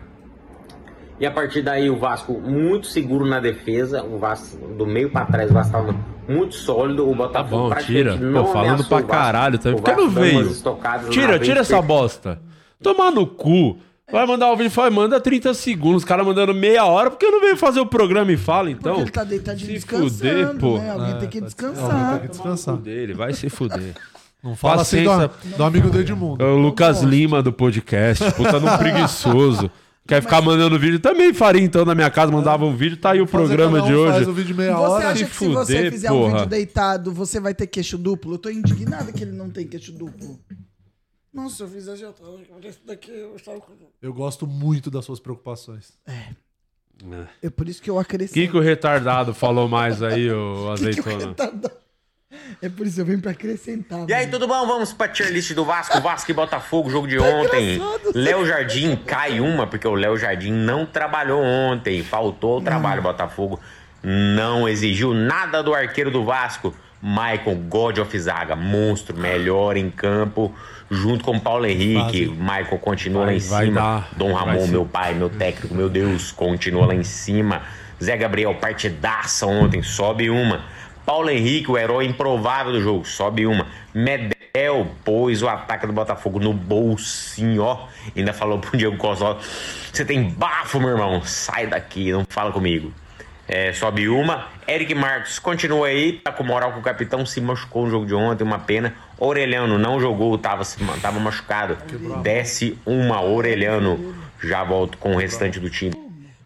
S6: E a partir daí o Vasco muito seguro na defesa, o Vasco do meio pra trás o Vasco tava muito sólido, o
S2: Tá
S6: Botafogo
S2: bom, tira.
S6: praticamente
S2: Pô, falando
S6: ameaçou
S2: pra
S6: o Vasco.
S2: caralho, tá
S6: O
S2: ficando
S6: Vasco dando
S2: veio.
S6: umas estocadas na
S2: Tira,
S6: frente,
S2: tira essa bosta. Tomar no cu. Vai mandar o vídeo, fala, manda 30 segundos. Os caras mandando meia hora, porque não veio fazer o programa e fala, então.
S4: Porque ele tá deitadinho
S2: se
S4: descansando,
S2: fuder, pô.
S4: né? Alguém
S1: É,
S4: tem que
S1: tá-
S4: descansar.
S1: tem que
S2: Tomar no
S1: descansar.
S2: cu dele, vai se fuder.
S1: Não fala assim do,
S2: Paciência.
S1: do amigo do Edmundo.
S2: É o Lucas
S4: gosto.
S2: Lima do podcast, puta num preguiçoso. Quer ficar mandando vídeo? Também faria então na minha casa, mandava um vídeo, tá aí o
S1: Fazer
S2: programa
S1: cada um
S2: de
S1: Faz o
S2: hoje.
S1: vídeo meia
S4: Você
S1: hora.
S4: acha
S2: se
S4: que se você
S2: fuder,
S4: fizer um
S2: porra.
S4: vídeo deitado, você vai ter queixo duplo? Eu tô indignado que ele não tem queixo duplo. Nossa, eu fiz esse daqui, eu estava com...
S1: Eu gosto muito das suas preocupações.
S4: É por isso que eu acrescento.
S2: Que que o retardado falou mais aí, o
S4: assim. Que que eu
S2: azeitona?
S4: retardado? É por isso que eu venho pra acrescentar.
S6: E aí,
S4: mano.
S6: tudo bom? Vamos pra tier list do Vasco, Vasco e Botafogo, jogo de ontem.
S4: engraçado.
S6: Léo Jardim cai uma, porque o Léo Jardim não trabalhou ontem. Faltou o trabalho, Botafogo. Não exigiu nada do arqueiro do Vasco. Michael, God of Zaga, monstro, melhor em campo, junto com Paulo Henrique. Michael continua lá
S2: Vai-
S6: em
S2: vai
S6: cima.
S2: dar.
S6: Dom
S2: Vai
S6: Ramon,
S2: sim.
S6: meu pai, meu técnico, meu Deus, continua lá em cima. Zé Gabriel, partidaça ontem, sobe uma. Paulo Henrique, o herói improvável do jogo, sobe uma. Medel pôs o ataque do Botafogo no bolsinho, ó. Ainda falou pro Diego Costa, ó, você tem bafo, meu irmão, sai daqui, não fala comigo. É, sobe uma. Eric Marcos continua aí, tá com moral com o capitão, se machucou no jogo de ontem, uma pena. Orelhano não jogou, tava, se- tava machucado. Desce uma, Orelhano. Já volto com o restante do time.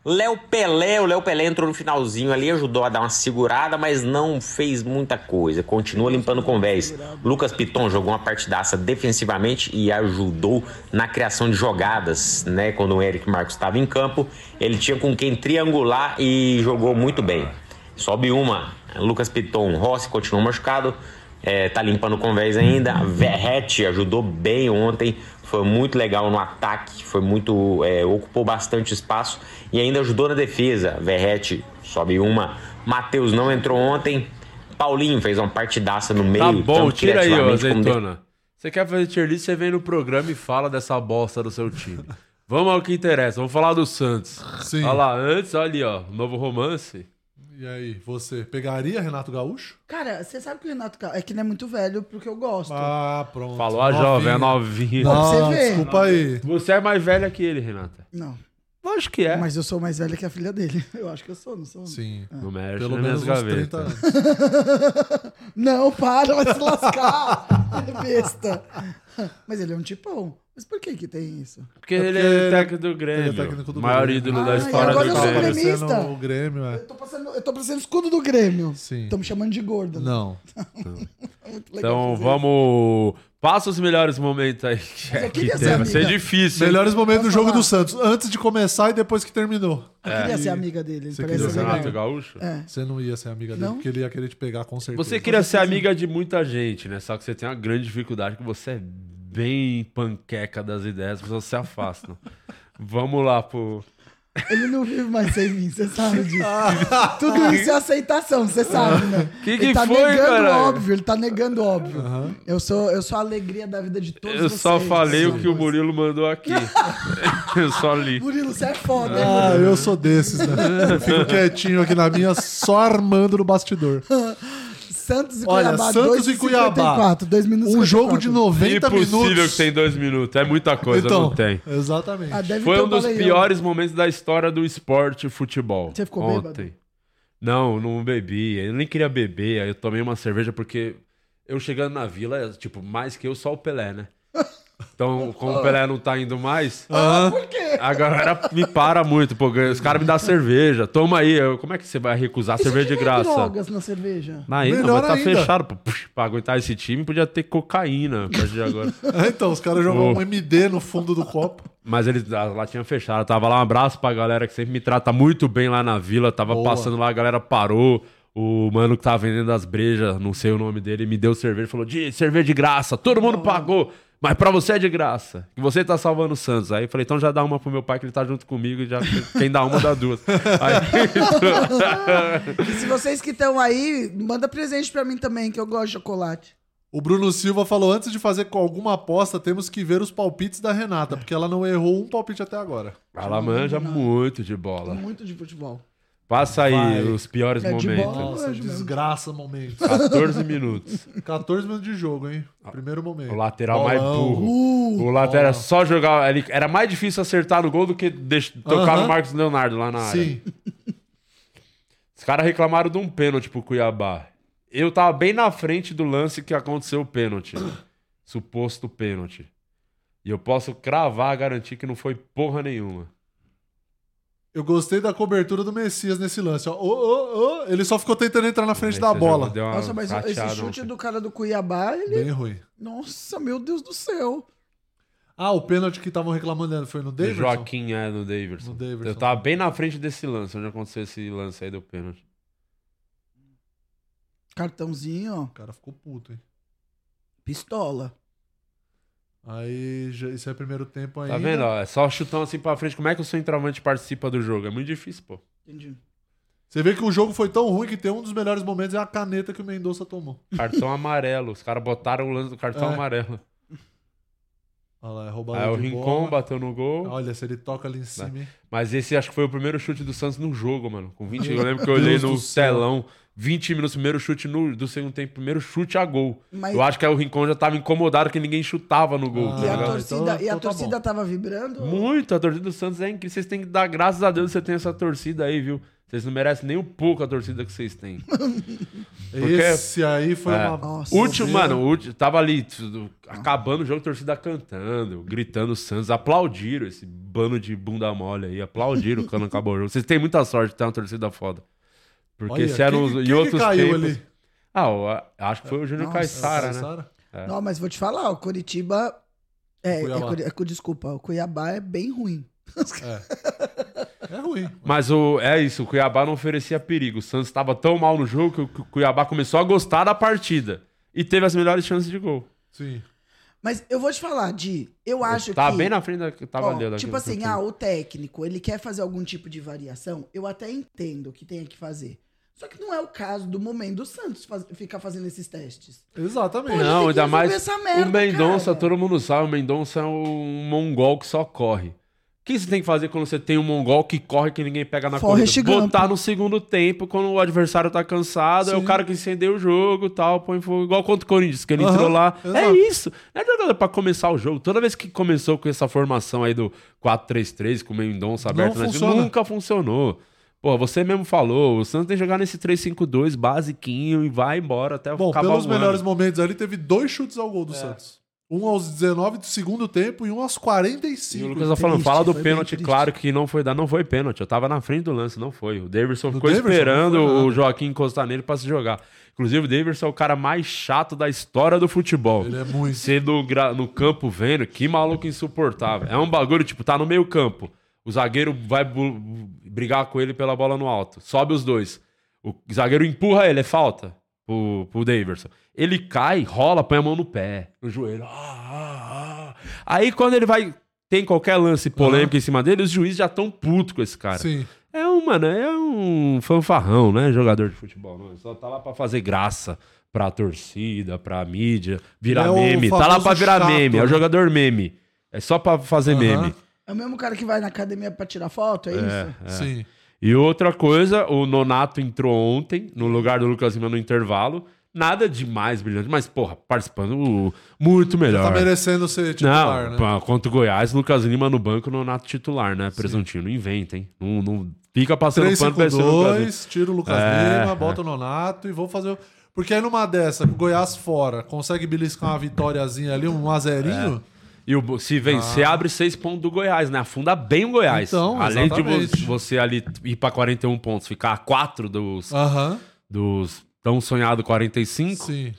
S6: Léo Pelé, o Léo Pelé entrou no finalzinho ali, ajudou a dar uma segurada, mas não fez muita coisa. Continua limpando convés. Lucas Piton jogou uma partidaça defensivamente e ajudou na criação de jogadas, né? Quando o Eric Marcos estava em campo, ele tinha com quem triangular e jogou muito bem. Sobe uma, Lucas Piton, Rossi continua machucado, é, tá limpando o convés ainda. Verrete ajudou bem ontem, foi muito legal no ataque, foi muito. é, ocupou bastante espaço e ainda ajudou na defesa. Verrete sobe uma. Matheus não entrou ontem. Paulinho fez uma partidaça no meio.
S2: Tá bom,
S6: tanto
S2: tira aí, ô
S6: criativamente como
S2: azeitona. Você quer fazer tier list, você vem no programa e fala dessa bosta do seu time. Vamos ao que interessa, vamos falar do Santos.
S1: Sim.
S2: Olha lá, antes, olha ali, ó, novo romance.
S1: E aí, você pegaria Renato Gaúcho?
S4: Cara, você sabe que o Renato Ca- é que não é muito velho porque eu gosto.
S1: Ah, pronto.
S2: Falou a
S1: Novinho.
S2: jovem, é a novinha.
S1: Não,
S4: Pra você ver.
S1: desculpa aí.
S2: Você é mais velha que ele, Renata.
S4: Não,
S2: Lógico que é.
S4: mas eu sou mais velha que a filha dele. Eu acho que eu sou, não sou?
S1: Sim.
S2: Não mexe
S1: Pelo
S2: nas
S1: menos
S2: minhas
S1: uns 30
S2: gavetas.
S1: anos.
S4: Não, para, vai se lascar. É besta. Mas ele é um tipão. Mas por que que tem isso?
S2: Porque,
S1: É
S2: ele
S1: porque
S2: é
S1: ele-
S2: técnico do Grêmio.
S1: ele é técnico do
S2: maior
S1: Grêmio.
S2: ídolo
S4: Ah,
S2: da
S4: e
S2: história
S4: agora eu
S2: do
S4: sou
S2: Grêmio.
S1: né,
S4: gremista.
S1: Sendo o Grêmio, é.
S4: Eu tô passando, eu tô parecendo escudo do Grêmio.
S1: Sim.
S4: Estão me chamando de gordo. né?
S1: Não.
S4: Muito legal
S2: Então
S4: fazer
S2: vamos. Passa os melhores momentos aí que, é
S1: é
S4: Mas eu
S2: que
S4: queria
S2: tem.
S4: ser
S2: Vai ser
S4: amiga.
S2: difícil. hein?
S1: Melhores momentos do jogo
S4: falar?
S1: do Santos. Antes de começar e depois que terminou.
S4: isso. Eu queria ser amiga dele. Ele
S1: É. Você
S4: parece
S2: do
S1: queria ser
S4: ser legal.
S2: Renato Gaúcho.
S1: Você não ia ser amiga dele,
S4: Não?
S1: porque ele ia querer te pegar com certeza.
S2: Você queria ser amiga de muita gente, né? Só que você tem uma grande dificuldade que você é bem panqueca das ideias, as pessoas se afastam. Vamos lá pro.
S4: Ele não vive mais sem mim, você sabe disso. Tudo isso é aceitação, você sabe, né?
S2: Que que
S4: ele tá
S2: foi,
S4: negando
S2: caralho?
S4: o óbvio, ele tá negando o óbvio. Eu, sou, eu sou a alegria da vida de todos
S2: Eu
S4: vocês.
S2: só falei o que o
S4: Sim.
S2: Murilo mandou aqui. Eu só li.
S4: Murilo, você é foda, hein,
S1: Ah, eu sou desses, né? Eu fico quietinho aqui na minha, só armando no bastidor.
S4: Santos e
S1: Olha,
S4: Cuiabá.
S1: Santos e
S4: 2,54,
S1: Cuiabá.
S4: 2 minutos
S1: Um jogo de 90
S2: Impossível
S1: minutos.
S2: que tem dois minutos. É muita coisa,
S1: então,
S2: não tem.
S1: Exatamente.
S4: Ah, então
S2: Foi um dos piores momentos da história do esporte e futebol.
S4: Você ficou
S2: ontem.
S4: bêbado?
S2: Não, não bebi. Eu nem queria beber. Aí eu tomei uma cerveja porque eu chegando na vila, tipo, mais que eu, só o Pelé, né? Então, como o Pelé não tá indo mais,
S4: Ah,
S2: a galera me para muito. Pô, os caras me dão cerveja. Toma aí. Eu, como é que você vai recusar cerveja de
S4: é
S2: graça?
S4: drogas na cerveja.
S2: Não, ainda,
S1: Melhor
S2: mas tá
S1: ainda.
S2: fechado. Pô, Puxa, pra aguentar esse time, podia ter cocaína a partir de agora.
S1: Ah, Então, os caras jogam
S2: Oh.
S1: um MD no fundo do copo.
S2: Mas eles, ah, a latinha fechada, tava lá, um abraço pra galera que sempre me trata muito bem lá na vila, tava
S1: Boa.
S2: passando lá, a galera parou, o mano que tava vendendo as brejas, não sei o nome dele, me deu cerveja, falou, de cerveja de graça, todo mundo pagou, mas pra você é de graça, que você tá salvando o Santos. Aí eu falei, então já dá uma pro meu pai que ele tá junto comigo, e já, quem dá uma dá duas. Aí,
S4: E se vocês que estão aí, manda presente pra mim também, que eu gosto de chocolate.
S1: O Bruno Silva falou: antes de fazer com alguma aposta, temos que ver os palpites da Renata, porque ela não errou um palpite até agora.
S2: ela manja muito de bola.
S4: Muito de futebol.
S2: Passa aí
S1: Vai.
S2: os piores
S4: É de
S2: momentos.
S4: bola.
S1: Nossa,
S4: Hoje mesmo.
S1: desgraça, momento.
S2: 14 minutos.
S1: 14 minutos de jogo, hein? Primeiro momento.
S2: O lateral mais
S1: Bolão. Uh,
S2: burro. o lateral é era só jogar. ele- era mais difícil acertar no gol do que deix- tocar
S1: Aham.
S2: no Marcos Leonardo lá na área.
S1: Sim.
S2: Os caras reclamaram de um pênalti pro Cuiabá. Eu tava bem na frente do lance que aconteceu o pênalti. Suposto pênalti. E eu posso cravar, garantir que não foi porra nenhuma.
S1: Eu gostei da cobertura do Messias nesse lance. Ó. Ô, ô, ô, ele só ficou tentando entrar na frente
S2: Esse
S1: da
S2: jogo
S1: bola.
S2: deu uma
S4: Nossa, mas esse
S2: rateada
S4: chute é
S2: ontem.
S4: do cara do Cuiabá, ele.
S1: Bem ruim.
S4: Nossa, meu Deus do céu.
S1: Ah, o pênalti que estavam reclamando né, foi no
S2: Do
S1: Davidson?
S2: Joaquim é no Davidson.
S1: No Davidson.
S2: Eu tava bem na frente desse lance, onde aconteceu esse lance aí do pênalti.
S4: Cartãozinho,
S1: O cara ficou puto, hein?
S4: ó. Pistola.
S1: Aí, já- isso é primeiro tempo ainda.
S2: Tá vendo? ó? É só chutão assim pra frente. Como é que o centroavante participa do jogo? É muito difícil, pô.
S4: Entendi.
S1: Você vê que o jogo foi tão ruim que tem um dos melhores momentos é a caneta que o Mendonça tomou.
S2: Cartão amarelo. Os caras botaram o lance do cartão
S1: É.
S2: amarelo.
S1: Olha lá, é roubado
S2: Aí o
S1: de
S2: Rincon
S1: bola.
S2: bateu Né. no gol.
S1: Olha, se ele toca ali em cima, hein?
S2: Mas esse acho que foi o primeiro chute do Santos no jogo, mano. Com 20, eu lembro que eu olhei
S1: Deus
S2: no
S1: do céu.
S2: telão. 20 minutos, primeiro chute no, do segundo tempo, primeiro chute a gol.
S4: Mas-
S2: Eu acho que aí o Rincon já tava incomodado que ninguém chutava no gol.
S1: Ah,
S2: tá
S4: E a
S2: ligado?
S1: então-
S4: torcida, e a
S1: então tá
S4: torcida
S1: bom.
S4: tava vibrando?
S2: Muito, a torcida do Santos é incrível. Vocês têm que dar graças a Deus que você tem essa torcida aí, viu? Vocês não merecem nem um pouco a torcida que vocês têm. Porque-
S1: Esse aí foi
S2: É.
S1: uma.
S4: Nossa.
S2: Último,
S1: bobeira.
S2: mano, último, tava ali, tudo- acabando o jogo, torcida cantando, gritando o Santos, aplaudiram esse bando de bunda mole aí, aplaudiram quando acabou o jogo. Vocês têm muita sorte de ter uma torcida foda. Porque
S1: Olha,
S2: se eram
S1: quem-
S2: os-
S1: quem
S2: em
S1: que
S2: outros
S1: caiu
S2: tempos...
S1: ali?
S2: Ah, eu acho que foi o Júnior
S4: Nossa.
S2: Caissara, né?
S1: Sara?
S4: Não, mas vou te falar, o Curitiba. É, é,
S1: Cuiabá.
S4: Curi- é, Cu- desculpa, o Cuiabá é bem ruim.
S1: É ruim.
S2: Mas o, é isso, o Cuiabá não oferecia perigo. O Santos estava tão mal no jogo que o Cu- Cuiabá começou a gostar da partida. E teve as melhores chances de gol.
S1: Sim.
S4: Mas eu vou te falar, Di, eu acho
S2: tava
S4: que.
S2: tá bem na frente da que tava
S4: ó,
S2: ali.
S4: tipo assim, ah, o técnico, ele quer fazer algum tipo de variação, eu até entendo que tenha que fazer. Só que não é o caso do momento do Santos faz- ficar fazendo esses testes.
S1: Exatamente.
S4: Pô, tem que
S2: Não, ainda
S4: resolver
S2: mais
S4: essa merda,
S2: o Mendonça,
S4: cara.
S2: todo mundo sabe, o Mendonça é um mongol que só corre. O que você tem que fazer quando você tem um mongol que corre que ninguém pega na
S4: Forrest
S2: corrida?
S4: Gump.
S2: Botar no segundo tempo, quando o adversáário tá cansado, é o
S1: Sim.
S2: cara que incendeu o jogo e tal, põe fogo. Igual contra o Corinthians, que ele
S1: Aham,
S2: entrou lá. É
S1: exato.
S2: isso. Não é jogada pra começar o jogo. Toda vez que começou com essa formação aí do 4-3-3, com o Mendonça aberto, na
S1: funciona.
S2: nunca funcionou. Pô, você mesmo falou, o Santos tem que jogar nesse 3-5-2 basiquinho e vai embora até
S1: Bom,
S2: acabar
S1: pelos
S2: o ano. É.
S1: melhores momentos ali, teve dois chutes ao gol do Santos. Um aos 19 do segundo tempo e um aos
S2: E
S1: 45.
S2: o Lucas tá
S4: triste,
S2: falando, fala do
S4: foi bem
S2: pênalti,
S4: triste.
S2: claro que não foi dado, não foi pênalti. Eu tava na frente do lance, não foi. O Davidson
S1: Do
S2: ficou
S1: Davidson,
S2: esperando
S1: não foi nada.
S2: o Joaquim encostar nele pra se jogar. Inclusive, o Davidson é o cara mais chato da história do futebol.
S1: Ele é muito.
S2: Você no, gra- no campo vendo, que maluco insuportável. É um bagulho, tipo, tá no meio campo. O zagueiro vai bu- brigar com ele pela bola no alto. Sobe os dois. O zagueiro empurra ele, é falta pro, pro Davidson. Ele cai, rola, põe a mão no pé, no joelho. Ah, ah, ah. Aí quando ele vai. Tem qualquer lance polêmico em cima dele, os juízes já estão putos com esse cara.
S1: Sim.
S2: É um, mano, é um fanfarrão, né? Jogador de futebol, não. Ele Só tá lá pra fazer graça pra torcida, pra mídia, virar
S1: É o
S2: meme. Tá lá
S1: famoso
S2: pra virar
S1: chato,
S2: meme, é o
S1: né?
S2: jogador meme. É só pra fazer
S1: Aham.
S2: meme.
S4: É o mesmo cara que vai na academia pra tirar foto, é, isso?
S1: Sim.
S2: E outra coisa, o Nonato entrou ontem no lugar do Lucas Lima no intervalo. Nada demais brilhante, mas, porra, participando uh, muito melhor.
S1: Tá merecendo ser titular,
S2: não,
S1: né?
S2: pá, contra o Goiás, Lucas Lima no banco, Nonato titular, né? Presuntinho, não inventa, hein? Não, não fica passando pano pra esse Lucas Lima.
S1: 3-5-2, tira o Lucas
S2: É,
S1: Lima, bota o Nonato e vou fazer. o- Porque aí numa dessa, com o Goiás fora, consegue beliscar uma vitóriazinha ali, um azerinho.
S2: E o, se vencer, abre seis pontos do Goiás, né? Afunda bem o Goiás.
S1: Ah. Então,
S2: Além de
S1: exatamente.
S2: vo- você ali ir pra 41 pontos, ficar a 4 dos,
S1: Aham,
S2: dos tão sonhado 45,
S1: Ah. sim.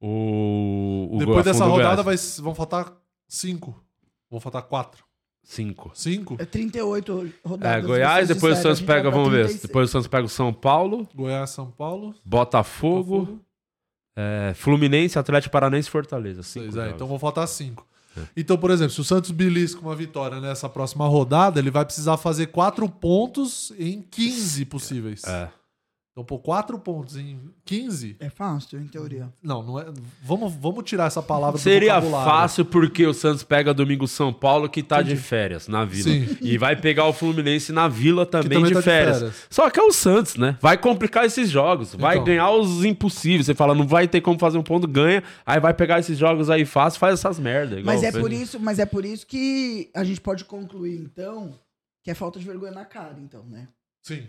S2: o, o
S1: Depois
S2: Go-
S1: dessa
S2: afunda o
S1: rodada
S2: Goiás.
S1: vai, vão faltar cinco. Vão faltar quatro.
S2: 5.
S1: Cinco?
S4: É 38 rodadas.
S2: É, Goiás,
S4: vocês
S2: depois o
S4: disseram,
S2: Santos
S4: a gente vai
S2: pega,
S4: pra
S2: vamos ver.
S4: 36.
S2: Depois o Santos pega o São Paulo,
S1: Goiás, São Paulo.
S2: Botafogo,
S1: Botafogo.
S2: é, Fluminense, Atlético Paranaense e Fortaleza. Cinco
S1: Seis, é,
S2: jogos.
S1: então vão faltar cinco. Então, por exemplo, se o Santos belisca uma vitória nessa próxima rodada, ele vai precisar fazer quatro pontos em 15 possíveis.
S2: É.
S1: Então, pô, quatro pontos em 15.
S4: É fácil, em teoria.
S1: Não, não é. Vamos, vamos tirar essa palavra
S2: Seria
S1: do vocabulário.
S2: fácil porque o Santos pega domingo São Paulo, que tá de férias na vila.
S1: Sim.
S2: E vai pegar o Fluminense na vila também,
S1: também
S2: de,
S1: tá de
S2: férias.
S1: férias.
S2: Só que é o Santos, né? Vai complicar esses jogos. Vai
S1: Então.
S2: ganhar os impossíveis. Você fala, não vai ter como fazer um ponto, ganha. Aí vai pegar esses jogos aí fácil, faz essas merdas.
S4: Mas é,
S2: né?
S4: por isso, mas é por isso que a gente pode concluir, então, que é falta de vergonha na cara, então, né?
S1: Sim.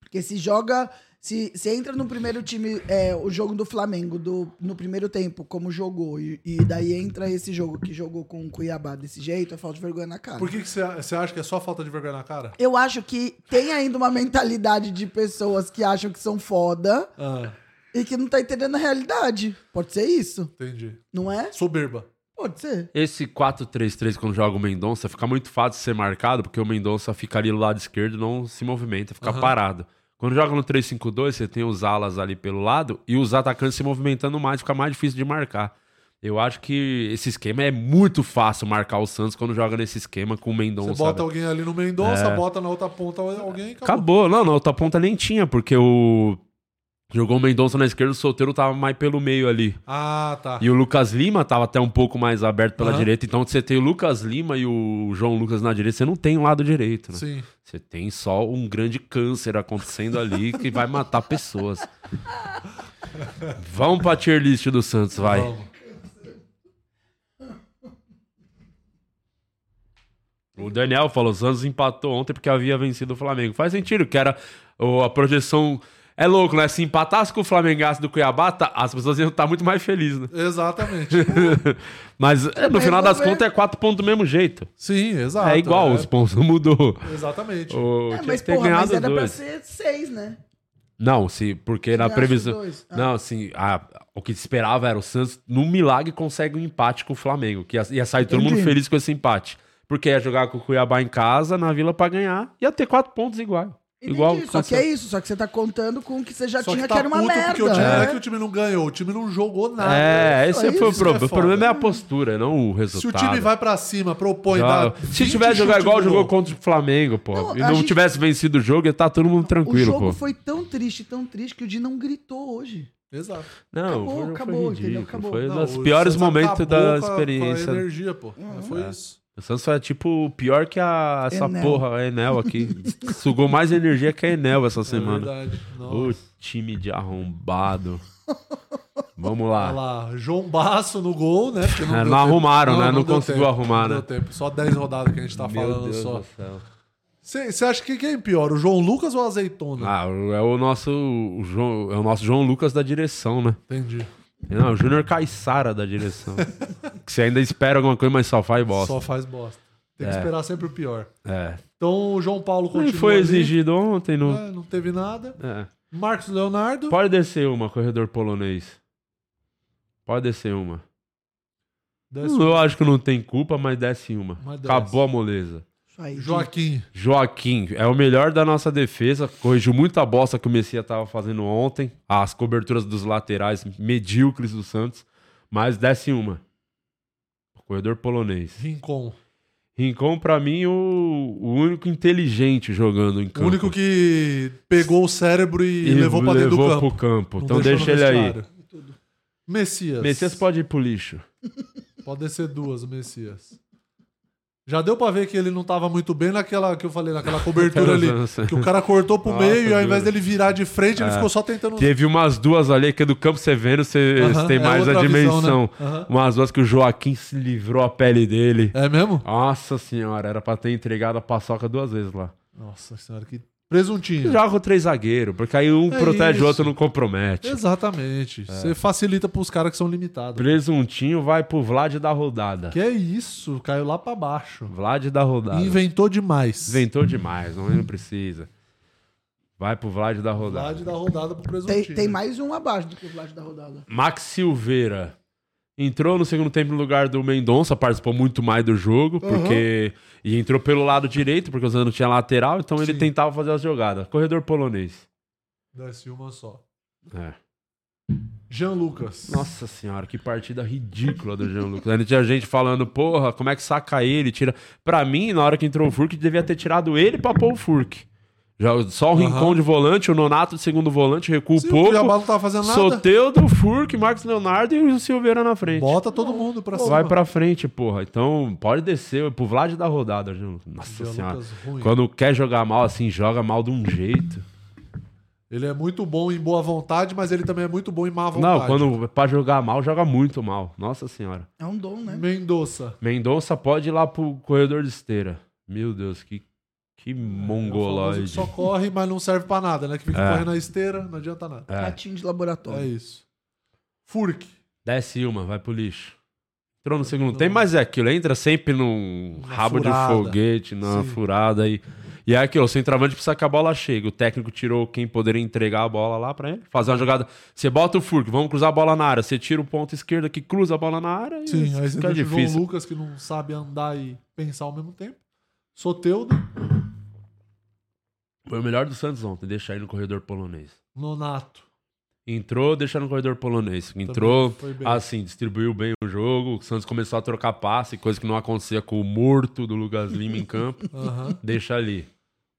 S4: Porque se joga. Se, se entra no primeiro time, é, o jogo do Flamengo do, no primeiro tempo, como jogou, e, e daí entra esse jogo que jogou com o Cuiabá desse jeito, é falta de vergonha na cara.
S1: Por que que você você acha que é só falta de vergonha na cara?
S4: Eu acho que tem ainda uma mentalidade de pessoas que acham que são foda
S1: Ah,
S4: e que não tá entendendo a realidade. Pode ser isso,
S1: entendi.
S4: não é?
S1: Soberba.
S4: Pode ser.
S2: Esse 4-3-3 quando joga o Mendonça fica muito fácil de ser marcado, porque o Mendonça fica ali do lado esquerdo, não se movimenta, fica
S1: Aham.
S2: parado. Quando joga no 3-5-2, você tem os alas ali pelo lado e os atacantes se movimentando mais, fica mais difícil de marcar. Eu acho que esse esquema é muito fácil marcar o Santos quando joga nesse esquema com o Mendonça.
S1: Você bota
S2: né?
S1: alguém ali no Mendonça, bota na outra ponta alguém e acabou.
S2: É. Acabou. Não, na outra ponta nem tinha, porque o. Jogou o Mendonça na esquerda, o solteiro tava mais pelo meio ali.
S1: Ah, tá.
S2: E o Lucas Lima tava até um pouco mais aberto pela
S1: Aham.
S2: direita. Então você tem o Lucas Lima e o João Lucas na direita, você não tem um lado direito, né?
S1: Sim.
S2: Você tem só um grande câncer acontecendo ali que vai matar pessoas. Vamos pra tier list do Santos, vai.
S1: Vamos.
S2: O Daniel falou: o Santos empatou ontem porque havia vencido o Flamengo. Faz sentido, que era o- a projeção. É louco, né? Se empatasse com o Flamengaço do Cuiabá, tá- as pessoas iam estar muito mais felizes, né?
S1: Exatamente.
S2: Mas é, no
S4: Mas
S2: final das
S4: vamos ver.
S2: contas é quatro pontos do mesmo jeito.
S1: Sim, exato.
S2: é igual, os pontos não mudou.
S1: Exatamente.
S2: O,
S4: É,
S2: tinha
S4: mas
S2: que ter
S4: porra, mas
S2: ganhado
S4: era pra
S2: dois.
S4: ser seis, né?
S2: Não, se, porque na
S4: Ganhasse
S2: previsão.
S4: dois. Ah.
S2: Não, assim, a- o que se esperava era o Santos, num milagre, consegue um empate com o Flamengo. Que ia, ia sair todo mundo
S4: Entendi.
S2: feliz com esse empate. Porque ia jogar com o Cuiabá em casa, na vila, pra ganhar. Ia ter quatro pontos igual.
S4: Entendi,
S2: Igual
S4: só que é isso, só que você tá contando com o que você já
S1: Só
S4: tinha, que,
S1: que tá
S4: era uma
S1: puto
S4: merda.
S1: porque o time, não é
S4: né?
S1: que o time não ganhou, o time não jogou nada.
S2: É, esse
S4: Ah, Isso aí,
S2: foi o
S1: isso que é
S2: problema. o
S1: foda.
S2: problema é a postura, não o
S1: Se
S2: resultado.
S1: o time vai pra cima, propõe,
S2: Joga.
S1: dá
S2: Se
S1: 20
S2: tiver jogar
S1: chutes
S2: igual
S1: no
S2: jogou
S1: gol.
S2: contra o Flamengo, pô.
S4: um Não,
S2: e
S4: a
S2: não
S4: gente-
S2: tivesse vencido o jogo, ia estar todo mundo
S4: O
S2: tranquilo,
S4: jogo
S2: pô.
S4: foi tão triste, tão triste, que o Di não gritou hoje.
S1: Exato.
S2: Não,
S4: Acabou,
S2: o jogo foi
S4: acabou,
S2: ridículo,
S4: entendeu? Acabou.
S2: Foi um
S1: Não,
S2: dos
S1: o
S2: piores
S1: Santos
S4: tá
S2: momentos
S1: acabou
S2: da
S1: com a-
S2: experiência. Uhum.
S1: Com a energia, pô. Foi isso.
S2: O Santos foi tipo pior que a, essa
S4: Enel.
S2: porra, a Enel aqui. Sugou mais energia que a Enel essa semana.
S1: É verdade. Nossa.
S2: Ô time de arrombado. Vamos
S1: Olha
S2: lá.
S1: lá, João Basso no gol, né? Porque
S2: ah. É,
S1: deu
S2: não
S1: tempo.
S2: arrumaram, né? Não
S1: deu
S2: conseguiu
S1: tempo,
S2: arrumar,
S1: não
S2: né?
S1: Deu tempo. Só 10 rodadas que a gente tá falando só.
S2: do céu.
S1: Você acha que quem é pior, o João Lucas ou a Azeitona?
S2: Ah, é o nosso o João, é o nosso João Lucas da direção, né?
S1: Entendi.
S2: Não, é o Júnior Caissara da direção. que você ainda espera alguma coisa, mas só faz bosta.
S1: Só faz bosta. Tem que esperar sempre o pior.
S2: É.
S1: Então o João Paulo
S2: Nem
S1: continua.
S2: foi
S1: ali,
S2: exigido ontem, não.
S1: né? Não teve nada.
S2: É.
S1: Marcos Leonardo.
S2: Pode descer uma, corredor polonês. Pode descer uma.
S1: Desce-
S2: Eu acho que não tem culpa, mas desce uma.
S1: Mas desce.
S2: Acabou a moleza.
S4: Isso aí.
S1: Joaquim.
S2: Joaquim é o melhor da nossa defesa. Corrigiu muita bosta que o Messias estava fazendo ontem. As coberturas dos laterais medíocres do Santos. Mas desce uma. Corredor polonês.
S1: Rincon.
S2: Rincon, pra mim, o, o único inteligente jogando em
S1: O
S2: campo.
S1: único que pegou o cérebro e,
S2: E
S1: levou pra dentro do
S2: levou
S1: campo.
S2: pro campo.
S1: Não
S2: Então
S1: deixou
S2: deixa
S1: no
S2: ele aí.
S1: vestiário. Messias.
S2: Messias pode ir pro lixo.
S1: Pode descer duas, o Messias. Já deu pra ver que ele não tava muito bem naquela que eu falei, naquela cobertura ali. Que o cara cortou pro
S2: Nossa,
S1: meio e ao
S2: duro.
S1: invés dele virar de frente, ele
S2: É.
S1: ficou só tentando.
S2: Teve umas duas ali que é do campo você vendo, você
S1: Aham,
S2: você tem
S1: é
S2: mais a
S1: outra
S2: dimensão.
S1: visão, né? Aham.
S2: Umas duas que o Joaquim se livrou a pele dele.
S1: É mesmo?
S2: Nossa senhora, era pra ter entregado a paçoca duas vezes lá.
S1: Nossa senhora, que presuntinho.
S2: Joga o três zagueiro, porque aí um
S1: É
S2: protege o
S1: isso.
S2: outro não compromete. É.
S1: Exatamente. Você facilita pros caras que são limitados.
S2: Presuntinho vai pro Vlad da rodada.
S1: Que é isso, caiu lá pra baixo.
S2: Vlad da rodada.
S1: Inventou demais.
S2: Inventou demais, não, não precisa. Vai pro Vlad da rodada.
S1: Verdade da rodada pro presuntinho.
S4: Tem, tem mais um abaixo do que o Vlad da rodada.
S2: Max Silveira entrou no segundo tempo no lugar do Mendonça, participou muito mais do jogo, porque e entrou pelo lado direito, porque o Zé não tinha lateral, então ele
S1: Sim.
S2: tentava fazer as jogadas. Corredor polonês.
S1: Desce uma só.
S2: É.
S1: Jean Lucas.
S2: Nossa senhora, que partida ridícula do Jean Lucas. Ainda tinha gente falando, porra, como é que saca ele? Tira. Pra mim, na hora que entrou o Furk, devia ter tirado ele pra pôr o Furk. Já, só o
S1: Aham.
S2: Rincon de volante, o Nonato de segundo volante, recua
S1: Se
S2: um
S1: o Cuiabá
S2: pouco.
S1: não tava fazendo nada,
S2: Soteudo, Furk, Marcos Leonardo e o Silveira na frente.
S1: bota todo mundo pra cima.
S2: Vai pra frente, porra. Então, pode descer pro Vlad da rodada, Jean Lucas. Nossa
S1: Jean
S2: senhora.
S1: Lucas ruim.
S2: Quando quer jogar mal assim, joga mal de um jeito.
S1: Ele é muito bom em boa vontade, mas ele também é muito bom em má vontade.
S2: Não, quando pra jogar mal, joga muito mal. Nossa senhora.
S4: É um dom, né?
S1: Mendonça.
S2: Mendonça pode ir lá pro corredor de esteira. Meu Deus, que, que
S1: É
S2: Um
S1: o famoso que
S2: mongoloide.
S1: Só corre, mas não serve pra nada, né? Que fica
S2: É.
S1: correndo na esteira, não adianta nada.
S2: É.
S4: Ratinho de
S1: É
S4: laboratório.
S1: isso. Furk.
S2: Desce uma, vai pro lixo. Entrou no segundo tempo, mas é aquilo. Entra sempre num
S1: Na
S2: rabo
S1: furada.
S2: de foguete, na
S1: Sim.
S2: furada. E, E é aquilo, o centroavante precisa que a bola chegue. O técnico tirou quem poderia entregar a bola lá pra ele. Fazer uma jogada. Você bota o Furco, vamos cruzar a bola na área. Você tira o ponto esquerdo que cruza a bola na área. e
S1: Sim, aí você
S2: fica
S1: deixa o João
S2: é difícil.
S1: Lucas, que não sabe andar e pensar ao mesmo tempo. Soteudo,
S2: Foi o melhor do Santos ontem, deixar ele no corredor polonês.
S1: Nonato.
S2: Entrou, deixar no corredor polonês. Entrou,
S1: foi bem.
S2: assim, distribuiu bem o jogo. O Santos começou a trocar passe, coisa que não acontecia com o morto do Lucas Lima em campo.
S1: Aham.
S2: Deixa ali.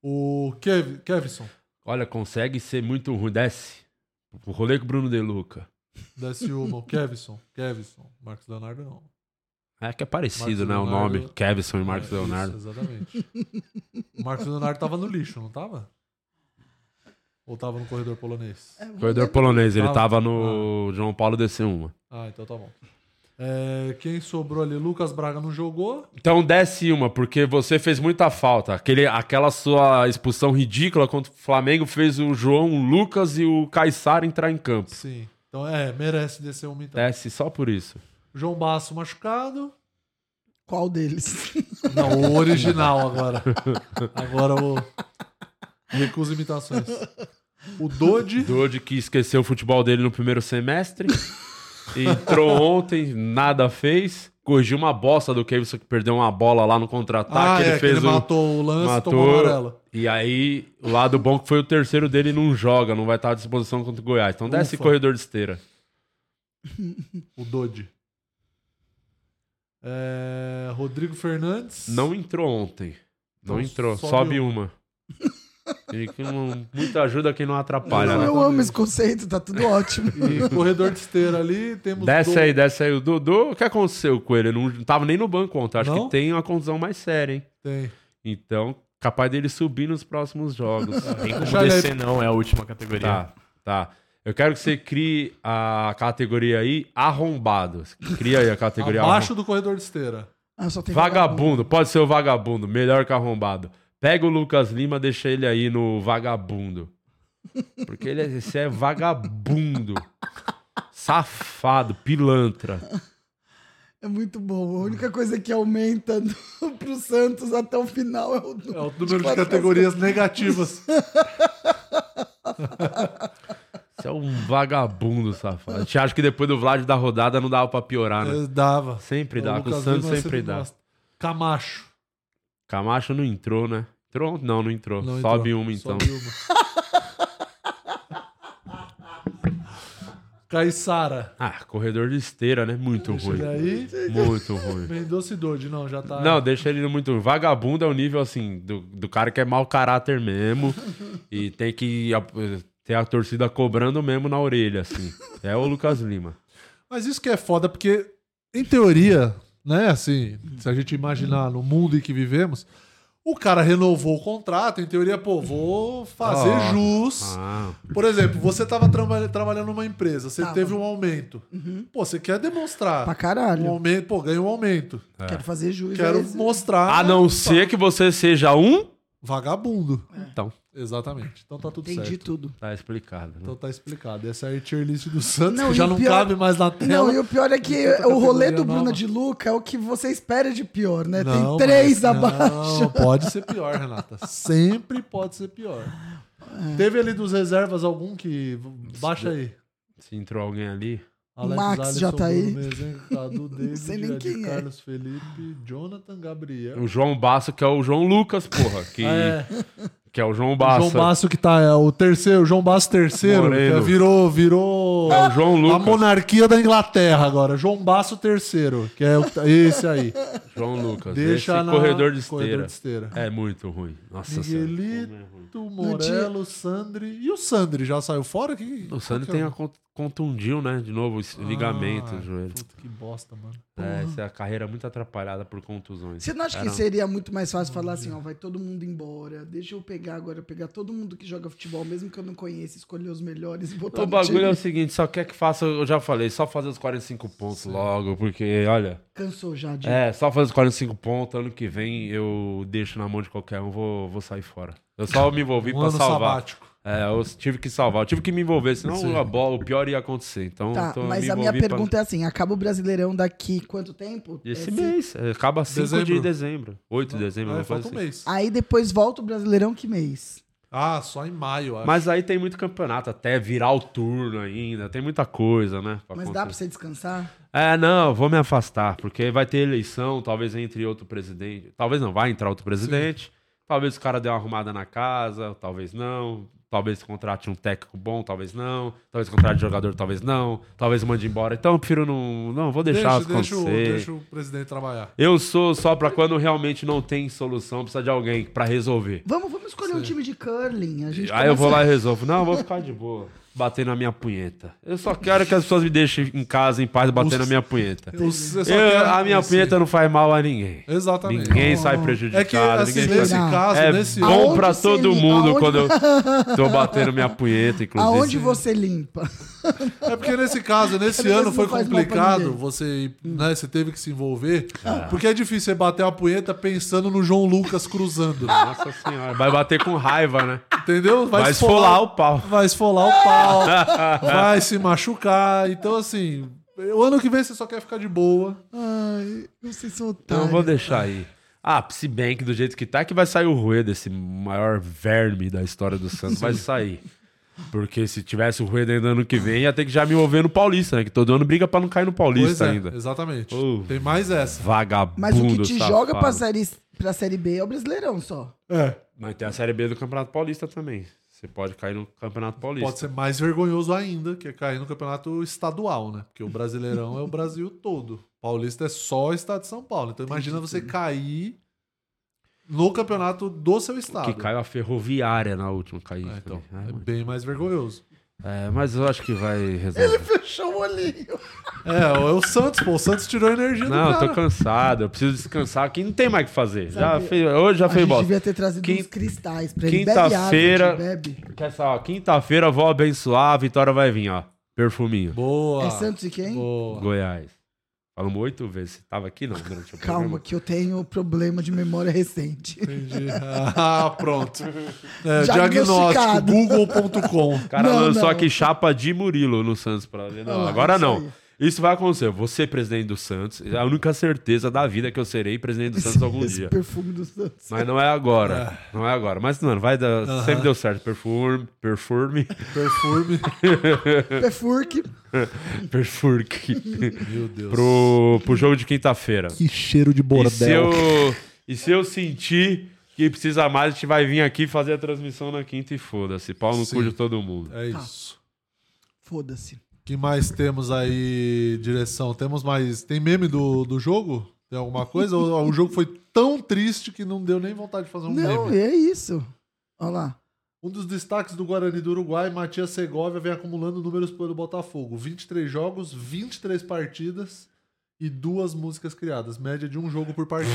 S1: O Kev, Kevson,
S2: Olha, consegue ser muito ruim. Desce. O rolê com o Bruno De Luca.
S1: desce uma. O Kevson, Kevson. Marcos Leonardo não.
S2: É que é parecido,
S1: Marcos
S2: né? O
S1: Leonardo.
S2: nome. Kevson e Marcos
S1: É, isso,
S2: Leonardo.
S1: exatamente. O Marcos Leonardo tava no lixo, não tava? Ou tava no corredor polonês?
S4: É,
S2: Corredor polonês, ele
S1: Tava.
S2: tava no João Paulo DC1.
S1: Ah, então tá bom. É, quem sobrou ali? Lucas Braga não jogou.
S2: Então desce uma, porque você fez muita falta. Aquele, aquela sua expulsão ridícula contra o Flamengo fez o João o Lucas e o Caissara entrar em campo.
S1: Sim. Então é, merece descer uma então.
S2: Desce só por isso.
S1: João Basso machucado.
S4: Qual deles?
S1: Não, o original agora. Agora o. Recusa imitações. O Dodi.
S2: Dodi que esqueceu o futebol dele no primeiro semestre. Entrou ontem, nada fez. Corrigiu uma bosta do Kevson que perdeu uma bola lá no
S1: Ah, é,
S2: contra-ataque. Tá, ele
S1: que
S2: fez
S1: ele
S2: o-
S1: matou o lance e
S2: matou.
S1: tomou amarelo.
S2: E aí, o lado bom é que foi o terceiro dele não joga, não vai estar à disposição contra o Goiás. Então desce
S1: Ufa.
S2: corredor de esteira.
S1: O Dodi. É, Rodrigo Fernandes.
S2: Não entrou ontem. Não
S1: Então,
S2: entrou.
S1: sobe
S2: Sobe, uma. E que não- muita ajuda quem não atrapalha,
S4: Não,
S2: né?
S4: eu amo esse conceito, tá tudo ótimo.
S1: E corredor de esteira ali. Temos
S2: Desce
S1: do-
S2: aí, desce aí. O Dudu, o que aconteceu com ele? Não tava nem no banco ontem. Acho
S1: Não?
S2: que tem uma condição mais séria, hein?
S1: Tem.
S2: Então, capaz dele subir nos próximos jogos.
S3: Tem como
S1: Deixa ele aí.
S3: descer, não, é a última categoria.
S2: tá, tá. Eu quero que você crie a categoria aí arrombado. Cria aí a categoria
S1: Abaixo do corredor de esteira.
S4: Ah, só tem
S2: Vagabundo, pode ser o vagabundo, melhor que arrombado. Pega o Lucas Lima, deixa ele aí no vagabundo. Porque ele é, esse é vagabundo. Safado, pilantra.
S4: É muito bom. A única coisa que aumenta do, pro Santos até o final é o
S1: É
S4: número.
S1: o número de categorias negativas.
S2: Você é um vagabundo, safado. A gente acha que depois do Vlad da rodada não dava pra piorar, né?
S1: É, Dava.
S2: Sempre dá,
S1: O
S2: com o
S1: Lucas
S2: Santos
S1: Lima
S2: sempre dá.
S1: gosta. Camacho.
S2: Camacho não entrou, né? Entrou? ontem? Não, não entrou.
S1: Não
S2: Sobe
S1: entrou.
S2: uma então.
S1: Sobe uma. Caissara.
S2: Ah, corredor de esteira, né? Muito
S1: Deixa
S2: ruim.
S1: ele aí.
S2: Muito ruim.
S1: Mendonça e Dodi. Não, já tá.
S2: Não, deixa ele no muito ruim. Vagabundo é o nível, assim, do, do cara que é mau caráter mesmo. e tem que a- ter a torcida cobrando mesmo na orelha, assim. É o Lucas Lima.
S1: Mas isso que é foda, porque, em teoria, né, assim, se a gente imaginar no mundo em que vivemos, o cara renovou o contrato, em teoria, pô, vou fazer
S2: Ah.
S1: jus.
S2: Ah,
S1: Por exemplo, você tava traba- trabalhando numa empresa, você
S4: Tava. Uhum.
S1: teve um aumento. Pô, você quer demonstrar.
S4: Pra
S1: Um
S4: caralho.
S1: aumento, pô, ganhei um aumento.
S4: Quero fazer juiz.
S1: Quero
S4: a esse.
S1: mostrar.
S2: a Ah, não ser que você seja um.
S1: Vagabundo.
S2: Então,
S1: Exatamente. Então tá tudo
S4: É. Entendi
S1: certo.
S4: tudo.
S2: tá explicado. Né?
S1: Então tá explicado. Essa é a tier list do Santos,
S4: Não,
S1: que já
S4: e
S1: não
S4: pior-
S1: cabe mais na
S4: Não,
S1: tela.
S4: e o pior é que
S1: Muita
S4: o rolê do
S1: categoria
S4: Bruna
S1: nova.
S4: de Luca é o que você espera de pior, né?
S1: Não,
S4: tem três
S1: mas-
S4: abaixo.
S1: Não, pode ser pior, Renata. Sempre pode ser pior.
S4: É.
S1: Teve ali dos reservas algum que. Baixa aí.
S2: Se entrou alguém ali.
S4: Max já tá aí.
S1: Bruno Mezenga, Cadu, David,
S4: sei nem
S1: Ed
S4: quem é.
S1: Carlos Felipe, Jonathan Gabriel.
S2: O João Basso, que é o João Lucas, porra. Que,
S1: É,
S2: que é o João
S1: o
S2: Basso.
S1: João Basso que tá. É, o terceiro, o João Basso terceiro.
S2: Moreno.
S1: que é virou. virou...
S2: É o João
S1: A
S2: Lucas.
S1: monarquia da Inglaterra agora. João Basso terceiro, que é o- esse aí.
S2: João Lucas.
S1: Deixa
S2: Deixa esse
S1: na-
S2: corredor de
S1: corredor
S2: esteira.
S1: de esteira.
S2: É muito ruim. Nossa senhora.
S1: Miguelito, Morelo, Sandri. E o Sandri já saiu fora? Que,
S2: O Sandro
S1: que
S2: tem
S1: é?
S2: a con- contundiu, né? De novo, esse ligamento,
S1: Ah,
S2: o joelho.
S1: Puta, que bosta, mano.
S2: É, essa é a carreira muito atrapalhada por contusões.
S4: Você não acha que
S1: um
S2: Era-
S4: seria muito mais fácil falar assim, ó, vai todo mundo embora, deixa eu pegar agora, pegar todo mundo que joga futebol, mesmo que eu não conheça, escolher os melhores e botar
S1: tá
S2: O
S4: no
S2: bagulho é o
S4: time?
S2: seguinte, só quer que faça, eu já falei, só fazer os 45 pontos logo, porque, olha,
S4: Cansou já de...
S2: é, só fazer os 45 pontos, ano que vem eu deixo na mão de qualquer um, vou, vou sair fora. Eu só me envolvi
S1: Um
S2: pra
S1: ano
S2: salvar.
S1: sabático.
S2: É, eu tive que salvar, eu tive que me envolver, senão
S1: Sim.
S2: a bola, o pior ia acontecer. Então,
S4: Tá,
S2: eu tô-
S4: mas
S2: me
S4: a minha
S2: envolvi pra-
S4: pergunta é assim: acaba o Brasileirão daqui quanto tempo?
S2: Esse
S4: Esse-
S2: mês, é, acaba 5 de
S1: Dezembro.
S2: dezembro. 8 de dezembro,
S1: É,
S2: uma coisa
S1: falta um
S2: assim.
S1: mês.
S4: Aí depois volta o Brasileirão que mês?
S1: Ah, só em maio, acho.
S2: Mas aí tem muito campeonato, até virar o turno ainda, tem muita coisa, né? pra
S4: Mas dá pra
S2: acontecer.
S4: você descansar?
S2: É, não, eu vou me afastar, porque vai ter eleição, talvez entre outro presidente. Talvez não, vai entrar outro presidente. Talvez o cara dê uma arrumada na casa, talvez não. Talvez contrate um técnico bom, talvez não. Talvez contrate jogador, talvez não. Talvez mande embora. Então eu prefiro não. Não, vou deixar
S1: deixa, o,
S2: acontecer.
S1: deixa o presidente trabalhar.
S2: Eu sou só pra quando realmente não tem solução, precisa de alguém pra resolver.
S4: Vamos, vamos escolher um time de curling. A gente
S2: Aí Ah, eu
S4: começa-
S2: vou lá e resolvo. Não, eu vou ficar de boa. Batendo na minha punheta. Eu só quero que as pessoas me deixem em casa, em paz, batendo na minha punheta.
S1: Eu- eu só
S2: Eu-
S1: quero
S2: a minha
S1: conhecer.
S2: punheta não faz mal a ninguém.
S1: Exatamente.
S2: Ninguém sai
S1: É que,
S2: prejudicado.
S1: assim,
S2: ninguém
S1: nesse
S2: sai...
S4: Não.
S1: caso,
S2: É
S1: nesse...
S2: bom
S4: Aonde
S2: pra
S4: você
S2: todo
S4: li-
S2: mundo
S4: aonde-
S2: quando eu tô batendo minha punheta, inclusive.
S4: Aonde você limpa?
S1: É porque nesse caso, nesse
S4: Quero ver
S1: ano
S4: se
S1: foi
S4: não faz mal pra
S1: complicado,
S4: ninguém.
S1: você, né, você teve que se envolver,
S2: Ah.
S1: porque é difícil você bater a punheta pensando no João Lucas cruzando,
S2: Nossa senhora. Vai bater com raiva, né?
S1: entendeu?
S2: Vai esfolar o pau.
S1: vai esfolar o pau, vai se machucar, então assim, o ano que vem você só quer ficar de boa.
S4: Ai, vocês são
S2: Então
S4: otários.
S2: eu vou deixar aí. Ah, se bem que do jeito que tá, que vai sair o Rueda, esse maior verme da história do Santos, vai sair. Porque se tivesse o Rueda ainda ano que vem, ia ter que já me envolver no Paulista, né? Que todo ano briga pra não cair no Paulista
S1: é,
S2: ainda.
S1: exatamente.
S2: Oh.
S1: Tem mais essa.
S2: Vagabundo,
S4: Mas o que te
S2: safado.
S4: joga pra série, pra série B é o Brasileirão só.
S1: É,
S2: Mas tem a Série B do Campeonato Paulista também. Você pode cair no Campeonato Paulista.
S1: pode ser mais vergonhoso ainda, que é cair no campeonato estadual, né? Porque o Brasileirão é o Brasil todo. Paulista é só o estado de São Paulo. Então imagina você cair no campeonato do seu
S4: um
S1: estado.
S2: Que caiu a Ferroviária na última, caiu.
S4: Ah,
S1: É, então,
S2: também. Ai,
S1: é
S2: mano.
S1: bem mais vergonhoso.
S2: É, mas eu acho que vai
S4: é
S2: resolver.
S4: Fechou o olhinho.
S1: É, é o Santos, pô. O Santos tirou a energia
S2: Não,
S1: do
S2: eu
S1: cara.
S2: tô cansado, eu preciso descansar aqui, não tem mais o que fazer. Já
S4: Sabe,
S2: fez, hoje já
S4: A
S2: fez
S4: gente
S2: Tá bosta.
S4: devia ter trazido
S2: Quin-
S4: uns cristais pra ele. Bebe água,
S2: quinta-feira-
S4: gente, Bebe.
S2: Que essa, ó, quinta-feira eu vou abençoar, a vitória vai vir, ó. Perfuminho.
S1: Boa.
S2: Ah,
S4: É Santos e quem?
S1: Boa.
S2: Goiás. Falamos oito vezes. Você tava aqui, não, durante o
S4: Calma,
S2: programa?
S4: que eu tenho problema de memória recente.
S1: Entendi. Ah, pronto. É, diagnóstico,
S4: Diagnosticado.
S1: google.com.
S2: O cara
S4: Não,
S2: lançou
S4: não.
S2: aqui chapa de Murilo no Santos pra ver.
S4: Olha
S2: Não,
S4: lá,
S2: agora
S4: isso
S2: não.
S4: aí.
S2: Isso vai acontecer. Você, presidente do Santos, é a única certeza da vida que eu serei presidente do Santos algum
S4: Esse Ah.
S2: dia.
S4: perfume do Santos.
S2: Mas não é agora. Não é agora. Mas, mano, vai dar. Sempre deu certo. Perfume, perfume,
S1: Perfume.
S2: É.
S4: Perfurque.
S2: perfurque.
S1: Meu Deus.
S2: pro, pro jogo de quinta-feira.
S1: Que cheiro de
S2: E se, eu, e se eu sentir que precisa mais, a gente vai vir aqui fazer a transmissão na quinta e foda-se. Pau no cu
S1: Sim.
S2: de todo mundo.
S1: É isso.
S4: Foda-se.
S1: O que mais temos aí, direção? Temos mais. Tem meme do, do jogo? Tem alguma coisa? Ou o jogo foi tão triste que não deu nem vontade de fazer um
S4: Não,
S1: meme?
S4: é isso. Olha lá.
S1: Um dos destaques do Guarani do Uruguai, Matias Segovia, vem acumulando números pelo Botafogo. 23 jogos, 23 partidas e duas músicas criadas. Média de um jogo por partida.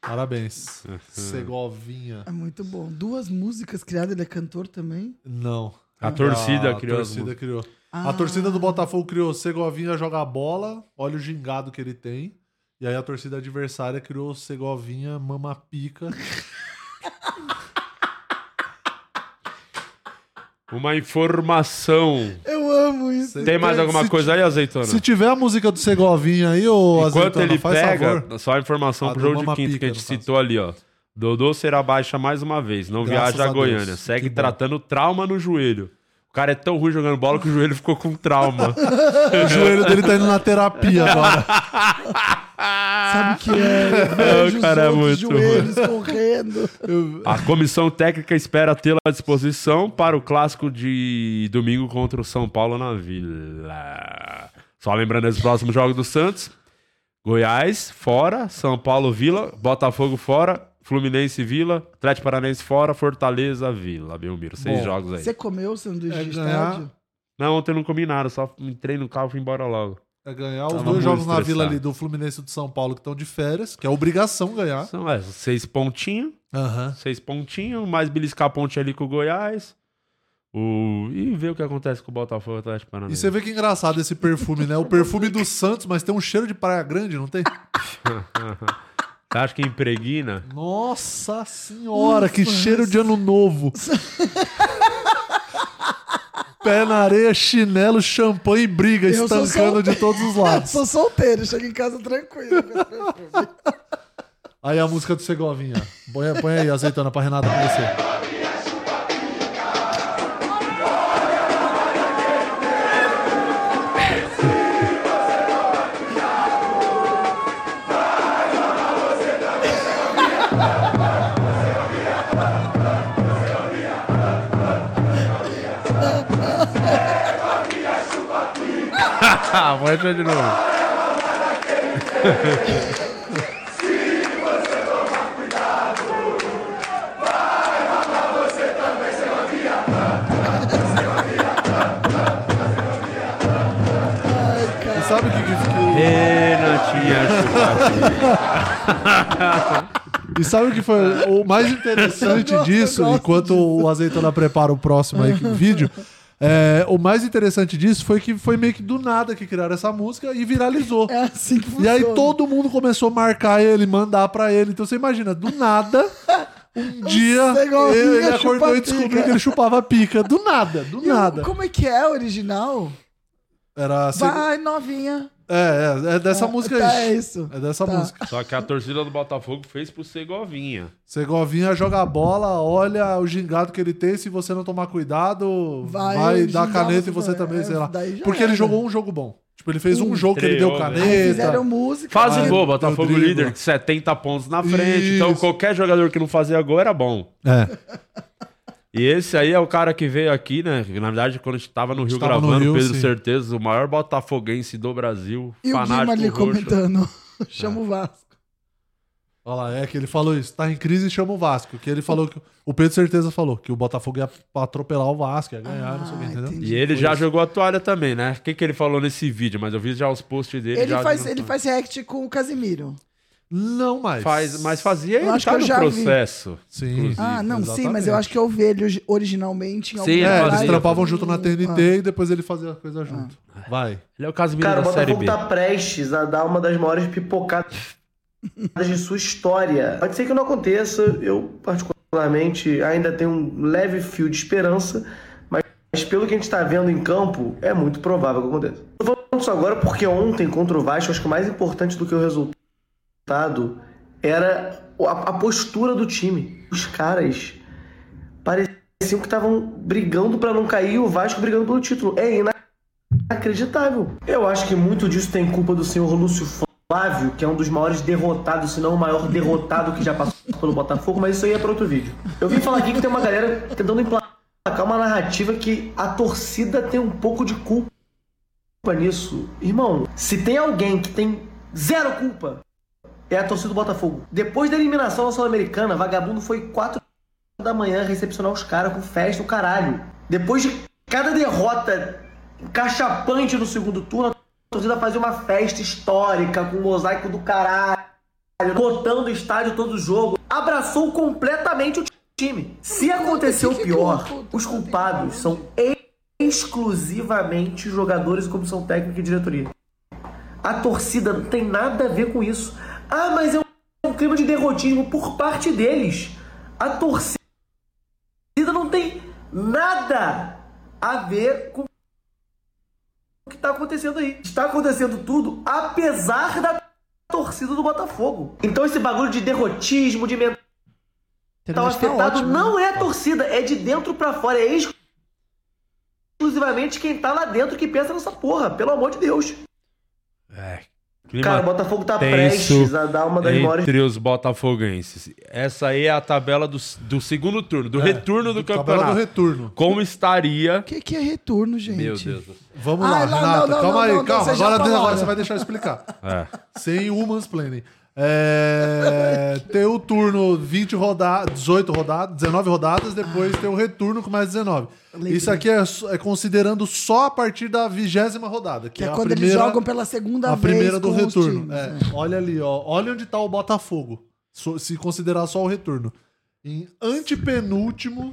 S1: Parabéns. Segovinha.
S4: É muito bom. Duas músicas criadas, ele é cantor também.
S1: Não.
S2: A torcida
S1: a
S2: criou as
S1: torcida
S2: músicas.
S1: criou.
S4: Ah.
S1: A torcida do Botafogo criou Segovinha joga a bola, olha o gingado que ele tem. E aí a torcida adversária criou Segovinha mama pica.
S2: Uma informação.
S4: Eu amo isso.
S2: Tem mais alguma
S1: É, se,
S2: coisa aí, azeitona?
S1: Se tiver a música do Segovinha aí, ô
S2: Enquanto
S1: Azeitona,
S2: ele
S1: faz
S2: pega,
S1: favor.
S2: só a informação
S1: Ah,
S2: pro
S1: do
S2: jogo de
S1: Mama
S2: quinta que
S1: Pica,
S2: a gente
S1: no caso.
S2: citou ali, ó. Dodô será baixa mais uma vez. Não
S1: Graças
S2: viaja a
S1: a
S2: Goiânia.
S1: Deus.
S2: Segue
S1: Que bom.
S2: tratando trauma no joelho. O cara é tão ruim jogando bola que o joelho ficou com trauma.
S1: O joelho dele tá indo na terapia agora.
S4: Sabe o que é? Eu vejo
S2: o
S4: os
S2: cara Ah, é muito
S4: outros joelhos correndo.
S2: A comissão técnica espera tê-la à disposição para o clássico de domingo contra o São Paulo na Vila. Só lembrando os próximos jogos do Santos: Goiás fora, São Paulo Vila, Botafogo fora, Fluminense Vila, Atlético Paranense fora, Fortaleza Vila. Belmiro, seis
S1: Bom,
S2: jogos aí.
S4: Você comeu o sanduíche
S1: É
S4: de
S1: ganhar-
S4: estádio?
S2: Não, ontem eu não comi nada, só entrei no carro e fui embora logo.
S1: É ganhar os
S2: Tava
S1: dois
S2: muito
S1: jogos na vila
S2: estressado.
S1: ali do Fluminense e do São Paulo que estão de férias, que é obrigação ganhar.
S2: São é, seis pontinhos,
S1: Aham.
S2: seis pontinhos, mais beliscar a ponte ali com o Goiás. O... E ver o que acontece com o Botafogo e o Atlético
S1: E
S2: Paranaense.
S1: você vê que é engraçado esse perfume, né? O perfume do Santos, mas tem um cheiro de Praia Grande, não tem?
S2: Você acha que é impregna?
S1: Nossa senhora, que cheiro de ano novo. Pé na areia, chinelo, champanhe e briga,
S4: Eu sou um
S1: estancando de
S4: solteiro.
S1: todos os lados.
S4: Sou solteiro, chego em casa tranquilo.
S1: Aí a música do Segovinha. Põe, põe aí, azeitona, pra Renata com você.
S2: Ah, vou entrar de novo.
S1: E sabe o que, que-
S2: É, Renatinha,
S1: que- e sabe o que foi o mais interessante
S4: Eu gosto,
S1: disso,
S4: eu gosto
S1: enquanto o azeitona prepara o próximo aí, que- vídeo? é, o mais interessante disso foi que foi meio que do nada que criaram essa música e viralizou.
S4: É assim que funciona.
S1: E aí todo mundo começou a marcar ele, mandar pra ele. Então você imagina, do nada, um dia
S4: Segovinha
S1: ele, ele
S4: chupa
S1: acordou e
S4: pica.
S1: descobriu que ele chupava pica. Do nada, do
S4: E o-
S1: nada.
S4: Como é que é o original?
S1: Era assim-
S4: Vai, novinha.
S1: é, é, é dessa
S4: Ah,
S1: música
S4: tá,
S1: aí.
S4: é isso.
S1: É dessa
S4: Tá.
S1: música.
S2: Só que a torcida do Botafogo fez pro Segovinha.
S1: Segovinha joga a bola, olha o gingado que ele tem. Se você não tomar cuidado, vai,
S4: Vai
S1: dar
S4: gingar
S1: caneta
S4: você
S1: e você também,
S4: também. É,
S1: sei lá.
S4: daí já
S1: Porque ele
S4: era.
S1: jogou um jogo bom. Tipo, ele fez um, jogo que ele
S2: Estreou,
S1: deu
S2: né?
S1: caneta.
S4: Fizeram um música.
S2: Fase
S1: Ah,
S2: boa, Botafogo
S1: eu driblo.
S2: líder, de 70 pontos na frente. Então
S1: Isso.
S2: qualquer jogador que não fazia gol era bom.
S1: É.
S2: E esse aí é o cara que veio aqui, né? Na verdade, quando a gente tava no Rio
S1: tava no
S2: gravando,
S1: Rio,
S2: Pedro
S1: sim.
S2: Certeza, o maior botafoguense do Brasil.
S4: E o Guima
S2: fanático
S4: ali
S2: roxo.
S4: comentando. Chama o Vasco.
S1: Olha lá, é que ele falou isso. Tá em crise e chama o Vasco. Que ele falou que. O Pedro Certeza falou que o Botafogo ia atropelar o Vasco, ia ganhar, não sei o que,
S4: Ah,
S1: entendeu?
S4: entendi.
S2: E ele já jogou a toalha também, né? O que, que ele falou nesse vídeo? Mas eu vi já os posts dele.
S4: Ele
S2: já tá.
S4: faz,
S2: de-
S4: ele faz react com o Casimiro.
S1: Não mais.
S2: Faz- mas fazia
S4: Eu
S2: ele
S4: acho
S2: tá
S4: que eu
S2: no
S4: já vi.
S2: processo.
S1: Sim.
S2: inclusive.
S4: Ah, não, sim, mas
S1: exatamente.
S4: eu acho que eu vi ele orig- originalmente em
S2: Sim,
S4: algum
S2: ele
S1: É,
S4: lugar. Ah,
S1: eles
S2: fazia.
S1: trampavam junto na TNT e depois ele fazia a coisa junto. Vai.
S2: Ele é o Casimiro
S7: Cara, o
S2: da Série
S7: Botafogo
S2: B.
S7: tá prestes a dar uma das maiores pipocadas de sua história. Pode ser que não aconteça, eu particularmente ainda tenho um leve fio de esperança, mas pelo que a gente tá vendo em campo, é muito provável que aconteça. Eu tô falando isso agora porque ontem contra o Vasco, acho que o mais importante do que o resultado era a, a postura do time. Os caras pareciam que estavam brigando pra não cair e o Vasco brigando pelo título. É inacreditável. Inacreditável. Eu acho que muito disso tem culpa do senhor Lúcio Flávio, que é um dos maiores derrotados, se não o maior derrotado que já passou pelo Botafogo, mas isso aí é para outro vídeo. Eu vim falar aqui que tem uma galera tentando emplacar uma narrativa que a torcida tem um pouco de culpa nisso. Irmão, se tem alguém que tem zero culpa, é a torcida do Botafogo. Depois da eliminação da Sul-Americana, vagabundo foi 4 da manhã recepcionar os caras com festa, o caralho. Depois de cada derrota cachapante no segundo turno, a torcida fazia uma festa histórica com mosaico do caralho, botando o estádio todo jogo. Abraçou completamente o time. Se aconteceu o tá pior, os culpados são exclusivamente jogadores, comissão técnica e diretoria. A torcida não tem nada a ver com isso. Ah, mas é um clima de derrotismo por parte deles. A torcida não tem nada a ver com o que está acontecendo aí. Está acontecendo tudo apesar da torcida do Botafogo. Então esse bagulho de derrotismo, de mental
S4: Internet tá
S7: afetado,
S4: ótimo, né?
S7: não é a torcida, é de dentro pra fora, é exclusivamente quem tá lá dentro que pensa nessa porra, pelo amor de Deus.
S2: É, clima
S7: Cara, o Botafogo tá
S2: tenso
S7: prestes a dar uma das maiores
S2: entre os botafoguenses. Essa aí é a tabela do, do segundo turno, do retorno do
S1: Tabela É, do
S2: campeonato.
S1: retorno.
S2: Como estaria...
S4: O que, que é retorno, gente?
S2: Meu Deus do céu.
S1: Vamos
S4: Ah,
S1: lá,
S4: não, não,
S1: Renata.
S4: não,
S1: calma
S4: não,
S1: aí,
S4: não,
S1: calma.
S4: você já tá
S1: Agora,
S4: falou.
S1: agora você vai deixar eu explicar.
S2: É.
S1: Sem humans planning. É, tem o turno 20 rodadas, 18 rodadas, 19 rodadas,
S4: Ah.
S1: depois tem o retorno com mais 19.
S4: Lembrei.
S1: Isso aqui é, só- é considerando só a partir da vigésima rodada, que,
S4: Que é,
S1: é a
S4: quando
S1: primeira,
S4: eles jogam pela segunda
S1: a
S4: vez.
S1: primeira do
S4: com os
S1: retorno.
S4: times,
S1: É,
S4: né?
S1: Olha ali, ó, olha onde está o Botafogo, so- se considerar só o retorno. Em antepenúltimo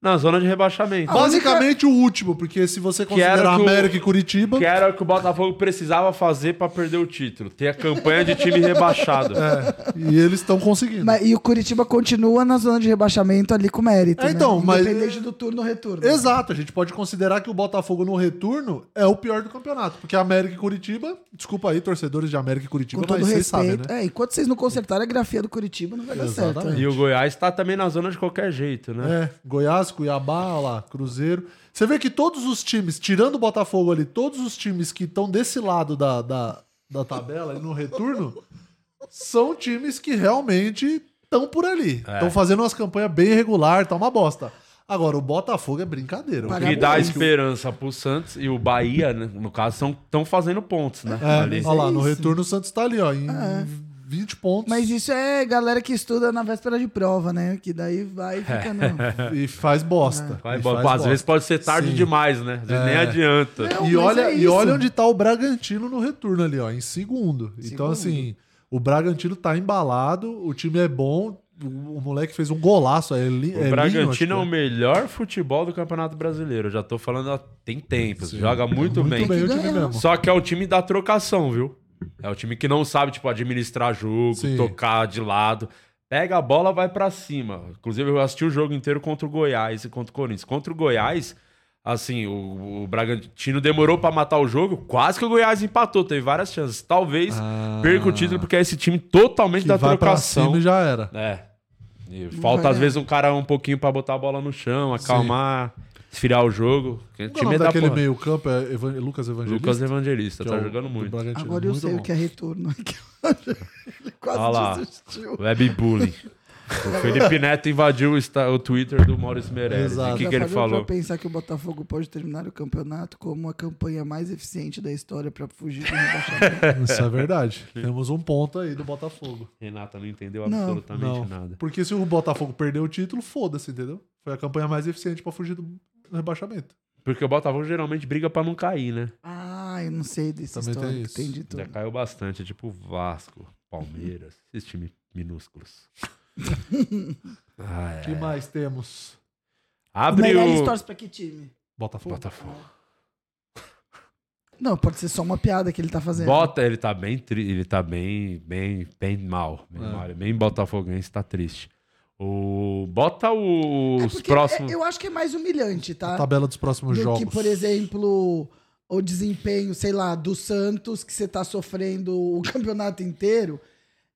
S2: na zona de rebaixamento.
S4: única-
S1: Basicamente o último, porque se você
S2: era
S1: considerar
S2: que o-
S1: América e Curitiba,
S2: Que era o que o Botafogo precisava fazer pra perder o título. Ter a campanha de time rebaixado.
S1: É. e eles estão conseguindo.
S4: Mas- e o Curitiba continua na zona de rebaixamento ali com mérito.
S1: É, então,
S4: né?
S1: mas-
S4: Independente do turno ou retorno.
S1: Exato, a gente pode considerar que o Botafogo no retorno é o pior do campeonato, porque América e Curitiba, desculpa aí, torcedores de América e
S4: Com
S1: Curitiba,
S4: todo
S1: mas vocês
S4: respeito.
S1: sabem, né?
S4: É, enquanto vocês não consertarem a grafia do Curitiba, não vai dar certo.
S1: Exatamente.
S4: né?
S2: E o Goiás tá também na zona de qualquer jeito,
S1: É,
S2: né?
S1: Goiás, Cuiabá, olha lá, Cruzeiro. Você vê que todos os times, tirando o Botafogo ali, todos os times que estão desse lado da, da, da tabela e no retorno, são times que realmente estão por ali. Estão fazendo umas campanhas bem regular, tá uma bosta. Agora, o Botafogo é brincadeira.
S2: O
S4: Paga
S2: que dá
S4: bom.
S2: esperança pro Santos e o Bahia, né, no caso, estão fazendo pontos, né?
S1: É,
S2: Ali.
S1: olha lá, no
S4: isso. É.
S1: retorno o Santos tá ali, ó, em 20 pontos.
S4: Mas isso é galera que estuda na véspera de prova, né? Que daí
S2: É.
S4: vai e fica não.
S2: Tipo,
S1: E faz bosta.
S2: Vai,
S1: E
S2: bom,
S1: faz
S2: às vezes pode ser tarde
S1: Sim. É.
S2: demais, né? Às vezes nem adianta.
S4: Não,
S1: E
S4: mas
S1: olha,
S4: é
S1: e
S4: isso.
S1: olha onde tá o Bragantino no retorno ali, ó, em segundo. Então,
S4: Segundo.
S1: assim, o Bragantino tá embalado, o time é bom, o, o moleque fez um golaço. É, li, é
S2: O
S1: Linho, acho que
S2: Bragantino é
S1: é.
S2: o melhor futebol do Campeonato Brasileiro. Eu já tô falando há tem tempos. Joga muito, bem.
S1: Muito bem o time
S4: ganhar.
S1: mesmo.
S2: Só que é o time da trocação, viu? É o time que não sabe, tipo, administrar jogo,
S1: Sim.
S2: tocar de lado. Pega a bola, vai pra cima. Inclusive, eu assisti o jogo inteiro contra o Goiás e contra o Corinthians. Contra o Goiás, assim, o, o Bragantino demorou pra matar o jogo. Quase que o Goiás empatou. Teve várias chances. Talvez
S4: Ah.
S2: perca o título, porque é esse time totalmente
S1: Ah. Que
S2: da
S1: vai pra
S2: trocação.
S1: cima e já era.
S2: É. E
S4: Não
S2: falta
S4: vai
S2: às
S4: dar.
S2: vezes um cara um pouquinho pra botar a bola no chão, acalmar, esfriar o jogo. Porque
S1: Qual é
S2: o
S1: o
S2: time é
S1: nome
S2: da
S1: daquele
S2: porra.
S1: meio campo é Evan- Lucas Evangelista.
S2: Lucas Evangelista,
S1: que é
S4: um
S2: tá
S1: o-
S2: jogando
S1: do
S2: muito.
S1: Bragantino,
S4: Agora eu
S1: muito
S4: sei
S1: bom.
S4: o que é retorno. Ele
S2: Olha lá.
S4: quase desistiu.
S2: Webbullying. o Felipe Neto invadiu o, sta- o Twitter do Maurício Meirelles.
S1: Exato.
S2: O que,
S4: Já
S2: que ele
S4: parou
S2: falou?
S4: Pra pensar que o Botafogo pode terminar o campeonato como a campanha mais eficiente da história pra fugir do rebaixamento.
S1: Isso é verdade. Temos um ponto aí do Botafogo.
S2: Renata não entendeu
S4: Não,
S2: absolutamente
S1: Não,
S2: nada.
S1: porque se o Botafogo perdeu o título, foda-se, entendeu? Foi a campanha mais eficiente pra fugir do rebaixamento.
S2: Porque o Botafogo geralmente briga pra não cair, né?
S4: ah, eu não sei desse
S1: Também tem
S4: história.
S1: isso.
S4: Entendi
S2: Já
S4: tudo.
S2: caiu bastante, é tipo Vasco, Palmeiras, esses times minúsculos. ah,
S1: O que
S2: é.
S1: mais temos?
S4: O
S2: Abre
S4: Meirelles
S2: o...
S4: torce pra que time?
S1: Botafogo.
S2: Botafogo.
S4: Não, pode ser só uma piada que ele tá fazendo.
S2: Bota, ele tá bem tri- ele tá bem, bem, bem mal, bem,
S1: É.
S2: mal, ele é bem botafoguense, tá triste. O bota
S4: É
S2: os
S4: porque
S2: próximos.
S4: é- eu acho que é mais humilhante, tá?
S1: Tabela dos próximos
S4: do
S1: jogos.
S4: que, por exemplo, o desempenho, sei lá, do Santos, que você tá sofrendo o campeonato inteiro,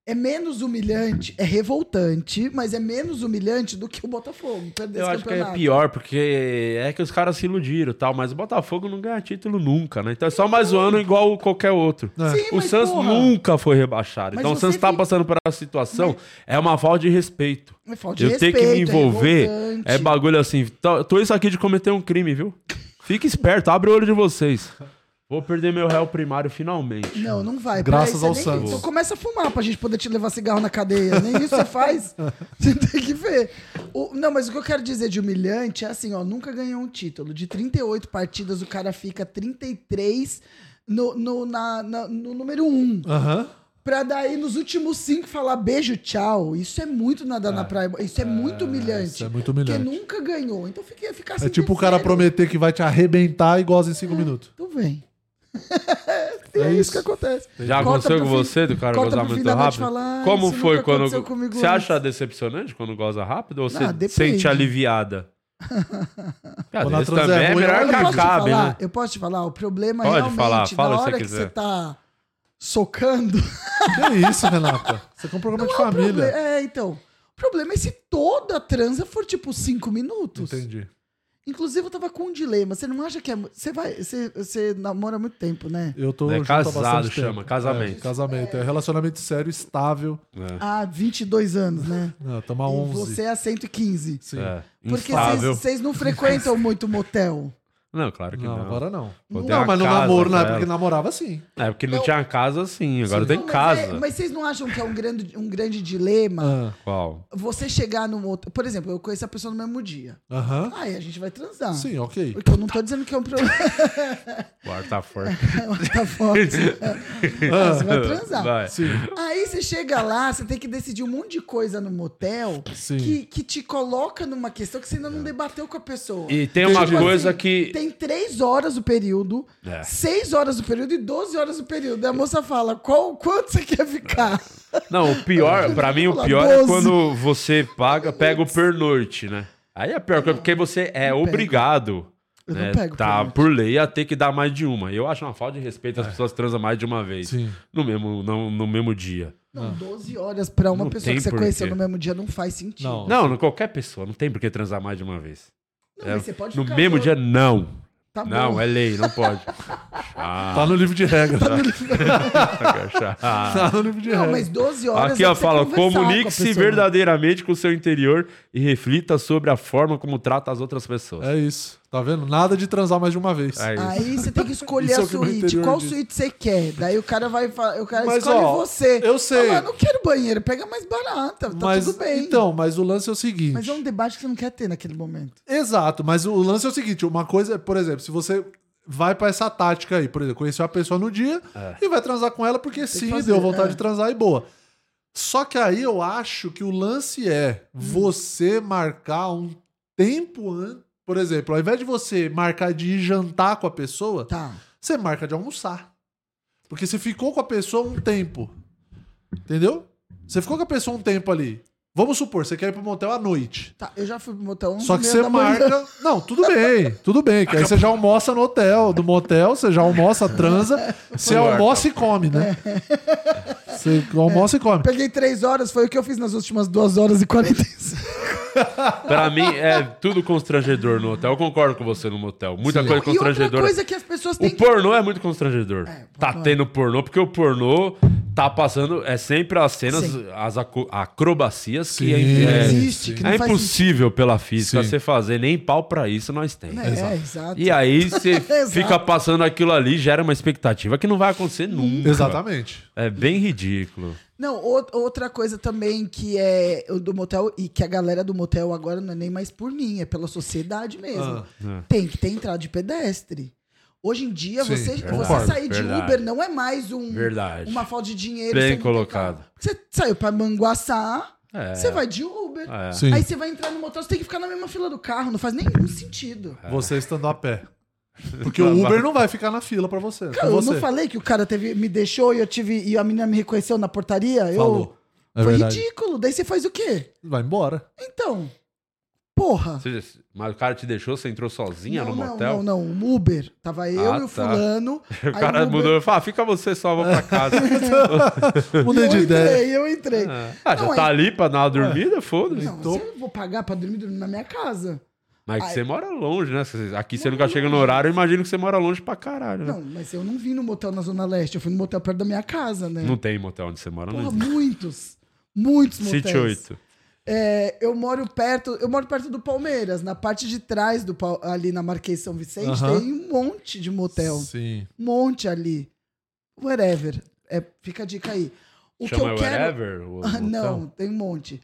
S4: é menos humilhante, é revoltante, mas é menos humilhante do que o Botafogo perder
S2: Eu
S4: esse
S2: acho que é
S4: campeonato.
S2: pior, porque é que os caras se iludiram e tal, mas o Botafogo não ganha título nunca, né? Então é só mais um ano igual qualquer outro.
S1: É.
S4: Sim,
S2: o
S4: mas,
S2: Santos
S4: porra,
S2: nunca foi rebaixado.
S4: Mas
S2: então o
S4: você
S2: Santos tá
S4: fica-
S2: passando por essa situação, é uma falta de respeito.
S4: é falta de
S2: Eu ter que me
S4: respeito, é
S2: envolver
S4: revoltante.
S2: é, bagulho assim. Tô, tô isso aqui de cometer um crime, viu? Fica esperto, abre o olho de vocês. Vou perder meu réu primário finalmente.
S4: Não, não vai.
S1: Graças
S4: Peraí,
S1: ao
S4: você nem-
S1: Santos.
S4: Você começa a fumar pra gente poder te levar cigarro na cadeia. Nem isso você faz. Você tem que ver. O- não, mas o que eu quero dizer de humilhante é assim, ó. Nunca ganhou um título. De 38 partidas, o cara fica 33 no, no, na- na- no número 1.
S1: Aham.
S4: Pra daí, nos últimos 5, falar beijo, tchau. Isso é muito nada na praia. Isso é, muito humilhante.
S1: isso é muito humilhante.
S4: Porque nunca ganhou. Então fica, fica assim.
S1: É tipo o cara prometer que vai te arrebentar e goza em 5 minutos.
S4: Então vem.
S1: É,
S4: É isso
S1: isso.
S4: que acontece.
S2: Já
S4: Corta
S2: aconteceu
S4: pro
S2: com
S4: fim-
S2: você, do cara
S4: corta
S2: gozar
S4: pro fim
S2: muito
S4: da noite
S2: rápido?
S4: e falar, "Ah,
S2: Como
S4: isso
S2: foi
S4: nunca
S2: quando.
S4: aconteceu comigo
S2: Você
S4: antes." Ah,
S2: acha decepcionante quando goza rápido ou você
S4: depende.
S2: sente aliviada? Cara,
S1: Quando a
S2: isso
S1: transa é
S2: também é,
S1: ruim, eu
S2: melhor que
S1: gosto
S4: posso te
S2: acabe,
S4: falar,
S2: né?
S4: Eu posso te falar, o problema é
S2: Pode
S4: realmente
S2: falar, fala
S4: na
S2: se
S4: hora
S2: você
S4: que
S2: quiser.
S4: você tá socando.
S1: Que isso, Renata? Você é um programa de
S4: o proble-
S1: família.
S4: É, então. O problema é se toda a transa for tipo cinco minutos.
S1: Entendi.
S4: Inclusive, eu tava com um dilema. Você não acha que é. mu- Você vai. Você, você namora há muito tempo, né?
S1: Eu tô
S2: É
S1: junto há
S2: casado,
S1: bastante tempo.
S2: chama, casamento.
S1: É, casamento. É relacionamento sério, estável.
S2: É.
S4: Há 22 anos, né?
S1: Não, tamo há
S4: E
S1: 11.
S4: você é a 115.
S1: Sim.
S2: É,
S4: Porque
S2: instável.
S4: vocês- vocês não frequentam muito motel.
S2: Não, claro que
S1: Não,
S2: não.
S1: agora não.
S2: Pô, tem
S1: não,
S2: uma
S1: mas no
S2: casa
S1: namoro, na
S2: pra
S1: época que
S2: ela.
S1: namorava, sim.
S2: É porque não tinha casa assim, agora
S1: Sim.
S2: tem
S4: Não, mas
S2: casa.
S4: é- mas vocês não acham que é um grande, um grande dilema?
S1: Ah,
S2: Qual?
S4: Você chegar num outro. Por exemplo, eu conheço a pessoa no mesmo dia.
S1: Ah. Aham.
S4: Aí a gente vai transar.
S1: Sim, ok.
S4: Porque eu não tô dizendo que é um problema.
S2: O ar tá forte.
S4: What the fuck? Ah, você vai transar.
S2: Vai.
S1: Sim.
S4: Aí você chega lá, você tem que decidir um monte de coisa no motel
S1: Sim.
S4: que, que te coloca numa questão que você ainda não debateu com a pessoa.
S2: E tem uma
S4: Tipo
S2: coisa
S4: assim,
S2: que.
S4: Tem três horas o período,
S2: É.
S4: seis horas o período e 12 horas o período. E a moça fala, qual, quanto você quer ficar?
S2: Não, o pior, pra mim, o pior é
S4: Doze.
S2: quando você paga, pega o pernoite, né? Aí é pior, porque você é obrigado.
S4: Eu não
S2: né,
S4: pego
S2: tá
S4: pernoite. É.
S2: por lei a ter que dar mais de uma. Eu acho uma falta de respeito as pessoas transam mais de uma vez.
S1: Sim.
S2: No mesmo, no, no mesmo dia.
S4: Não, 12 horas pra uma
S2: Não
S4: pessoa
S2: tem
S4: que você
S2: porquê.
S4: conheceu no mesmo dia não faz sentido.
S1: Não.
S2: Não, não, qualquer pessoa. Não tem por que transar mais de uma vez.
S4: Não, mas você pode
S2: no
S4: ficar
S2: mesmo
S4: dois-
S2: dia, não.
S4: Tá bom.
S2: não, é lei, não pode.
S1: Tá no livro de regra.
S2: Ah,
S1: Tá no livro de
S4: Não,
S1: regra.
S4: mas 12 horas
S2: Aqui
S4: é
S2: ó,
S4: pra você
S2: fala,
S4: conversar com a
S2: comunique-se
S4: pessoa. né?
S2: verdadeiramente com o seu interior e reflita sobre a forma como trata as outras pessoas.
S1: É isso. Tá vendo? Nada de transar mais de uma vez.
S2: É isso.
S4: Aí você tem que escolher
S1: Isso é
S4: a
S1: o que meu
S4: suíte.
S1: interior
S4: Qual
S1: diz.
S4: suíte você quer? Daí o cara vai falar, o cara
S1: Mas,
S4: escolhe
S1: ó,
S4: você.
S1: eu sei.
S4: Fala, "Ah, não quero banheiro, pega mais barata, tá
S1: mas,
S4: tudo bem.
S1: Então, mas o lance é o seguinte.
S4: Mas é um debate que você não quer ter naquele momento.
S1: Exato, mas o lance é o seguinte: uma coisa, é, por exemplo, se você vai pra essa tática aí, por exemplo, conheceu a pessoa no dia e vai transar com ela porque sim,
S4: fazer,
S1: deu vontade
S4: é.
S1: de transar e boa. Só que aí eu acho que o lance é
S4: Hum.
S1: você marcar um tempo antes. Por exemplo, ao invés de você marcar de ir jantar com a pessoa,
S4: Tá.
S1: você marca de almoçar. Porque você ficou com a pessoa um tempo. Entendeu? Você ficou com a pessoa um tempo ali. Vamos supor, você quer ir pro motel à noite.
S4: Tá, eu já fui pro motel 11
S1: Só que você marca. Não, tudo bem, tudo bem. Que aí você já almoça no hotel. Do motel, você já almoça, transa. Você almoça e come, né? Você almoça e come.
S4: Peguei 3 horas, foi o que eu fiz nas últimas 2 horas e 45.
S2: Pra mim é tudo constrangedor no hotel. Eu concordo com você no motel. Muita coisa
S4: E outra
S2: constrangedora.
S4: coisa que as pessoas têm
S2: O pornô é muito constrangedor. tá
S4: pornô é.
S2: tendo pornô, porque o pornô tá passando. É sempre as cenas,
S4: Sim.
S2: as aco- acrobacias
S1: Sim,
S2: que é, é-
S4: existe, que não
S2: é
S4: faz
S2: impossível pela física
S1: Sim.
S2: você fazer, nem pau pra isso nós tem.
S4: que... É, exato.
S2: E aí você
S4: Exato.
S2: fica passando aquilo ali, gera uma expectativa que não vai acontecer nunca.
S1: Exatamente.
S2: É bem ridículo.
S4: Não, ou- outra coisa também que é o do motel, e que a galera do motel agora não é nem mais por mim, é pela sociedade mesmo.
S2: Ah, é.
S4: Tem que ter entrada de pedestre. Hoje em dia,
S1: Sim,
S4: você,
S1: concordo,
S4: você sair de
S2: verdade.
S4: Uber não é mais um,
S2: Verdade.
S4: uma falta de dinheiro.
S2: Bem
S4: você não tem
S2: colocado.
S4: carro. Você saiu pra Manguaçá,
S2: É.
S4: você vai de Uber.
S2: É.
S1: Sim.
S4: Aí você vai entrar no motel, você tem que ficar na mesma fila do carro. Não faz nenhum sentido.
S1: Você estando a pé. Porque o Uber não vai ficar na fila pra você.
S4: Cara,
S1: Pra
S4: eu
S1: você.
S4: não falei que o cara teve, me deixou e eu tive e a menina me reconheceu na portaria?
S1: Falou.
S4: Eu,
S1: É
S4: foi
S1: verdade.
S4: ridículo. Daí você faz o quê?
S1: Vai embora.
S4: Então, porra.
S2: Você já- Mas o cara te deixou, você entrou sozinha
S4: não,
S2: no
S4: não,
S2: motel?
S4: não, não, um Uber. Tava eu
S2: Ah,
S4: e
S2: tá.
S4: o fulano. aí
S2: O cara
S4: Uber-
S2: mudou e falou: ah, fica você só, vou pra casa.
S4: Eu
S1: Mudei de
S4: entrei,
S1: ideia.
S4: eu entrei.
S2: ah, já
S4: Não,
S2: tá
S4: é-
S2: ali pra dar uma dormida? Foda-se.
S4: Não, se eu vou pagar pra dormir, dormir na minha casa.
S2: Mas que
S4: Ai.
S2: você mora longe, né? Você- Aqui você
S4: Não,
S2: nunca
S4: não,
S2: chega no
S4: não.
S2: horário, eu imagino que você mora longe pra caralho, né?
S4: Não, mas eu não vim no motel na Zona Leste, eu fui no motel perto da minha casa, né?
S2: Não, tem motel onde você mora,
S4: Porra,
S2: não.
S4: muitos. Muitos motéis.
S2: City 8.
S4: É, eu moro perto, eu moro perto do Palmeiras, na parte de trás do Pal- ali na Marquês São Vicente,
S1: Aham.
S4: tem um monte de motel.
S1: Sim.
S4: Um monte ali. Whatever. É, fica a dica aí. O
S2: Chama
S4: que eu quero.
S2: wherever? o
S4: Ah,
S2: motel?
S4: não, tem um monte.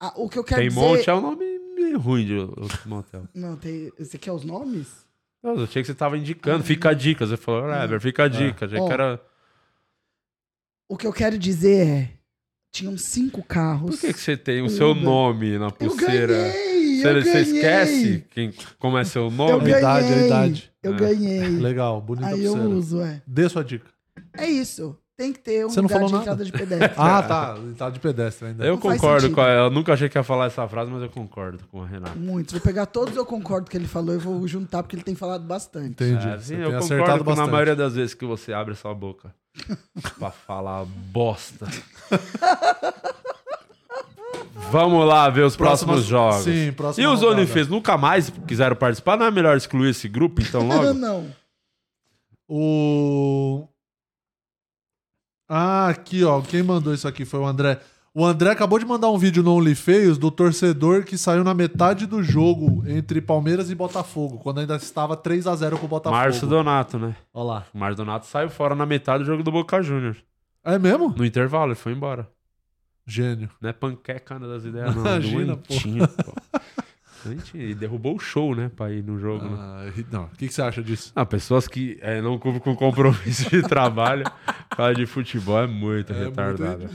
S4: Ah, o que eu quero
S2: Tem
S4: dizer.
S2: monte, é um nome meio ruim de outro motel.
S4: Não, tem. Você quer os nomes?
S2: Não, eu achei que você tava indicando. Fica a dica. Você falou, wherever, fica a dica. Já
S4: É. Ó.
S2: que era.
S4: O que eu quero dizer é. Tinham cinco carros.
S2: Por que, que você tem o seu
S4: Uber.
S2: nome na
S4: eu
S2: pulseira?
S4: ganhei!
S2: Você,
S4: eu
S2: você
S4: ganhei.
S2: esquece quem, como é seu
S4: Eu
S2: nome?
S4: ganhei.
S1: A idade, a idade.
S4: Eu
S2: É.
S4: ganhei.
S1: Legal, bonita
S4: Aí eu
S1: pulseira.
S4: uso, é.
S1: Dê sua dica.
S4: É isso. Tem que ter um
S1: Você não
S4: lugar de
S1: falou nada.
S4: entrada de pedestre.
S1: Ah, tá. Tá de pedestre ainda.
S2: Eu
S4: Não faz
S2: concordo
S4: sentido.
S2: com ela. Eu nunca achei que ia falar essa frase, mas eu concordo com a Renata.
S4: Muitos. Vou pegar todos, eu concordo que ele falou, eu vou juntar, porque ele tem falado bastante.
S1: Entendi.
S2: É,
S1: Você
S2: sim,
S1: tem
S2: eu
S1: acertado
S2: concordo com na
S1: bastante.
S2: maioria das vezes que você abre sua boca pra falar bosta. Vamos lá ver os próximos
S1: Próximas-
S2: jogos.
S1: sim, próxima
S2: e os
S1: rodada.
S2: OnlyFans nunca mais quiseram participar? Não é melhor excluir esse grupo, então, logo?
S4: não.
S1: O. Ah, aqui, ó. Quem mandou isso aqui foi o André. O André acabou de mandar um vídeo no OnlyFeios do torcedor que saiu na metade do jogo entre Palmeiras e Botafogo, quando ainda estava 3 a 0 com o Botafogo.
S2: Márcio Donato, né?
S1: Ó lá.
S2: O Márcio Donato saiu fora na metade do jogo do Boca Juniors.
S1: É mesmo?
S2: No intervalo, ele foi embora.
S1: Gênio.
S2: Não é panqueca né, das ideias, não.
S1: Imagina,
S2: Doentinho, pô. A gente derrubou o show, né, pra ir no jogo. né?
S1: Ah, e- não, o que, que você acha disso?
S2: Ah, pessoas que eh, não cumprem com compromisso de trabalho, cara de futebol é muito
S1: muito
S2: retardado.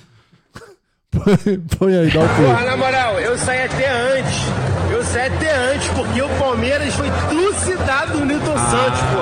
S1: Põe- Põe aí, dá o play.
S8: na moral, eu saí até antes. Eu saí até antes, porque o Palmeiras foi trucidado do Nilton Santos, pô.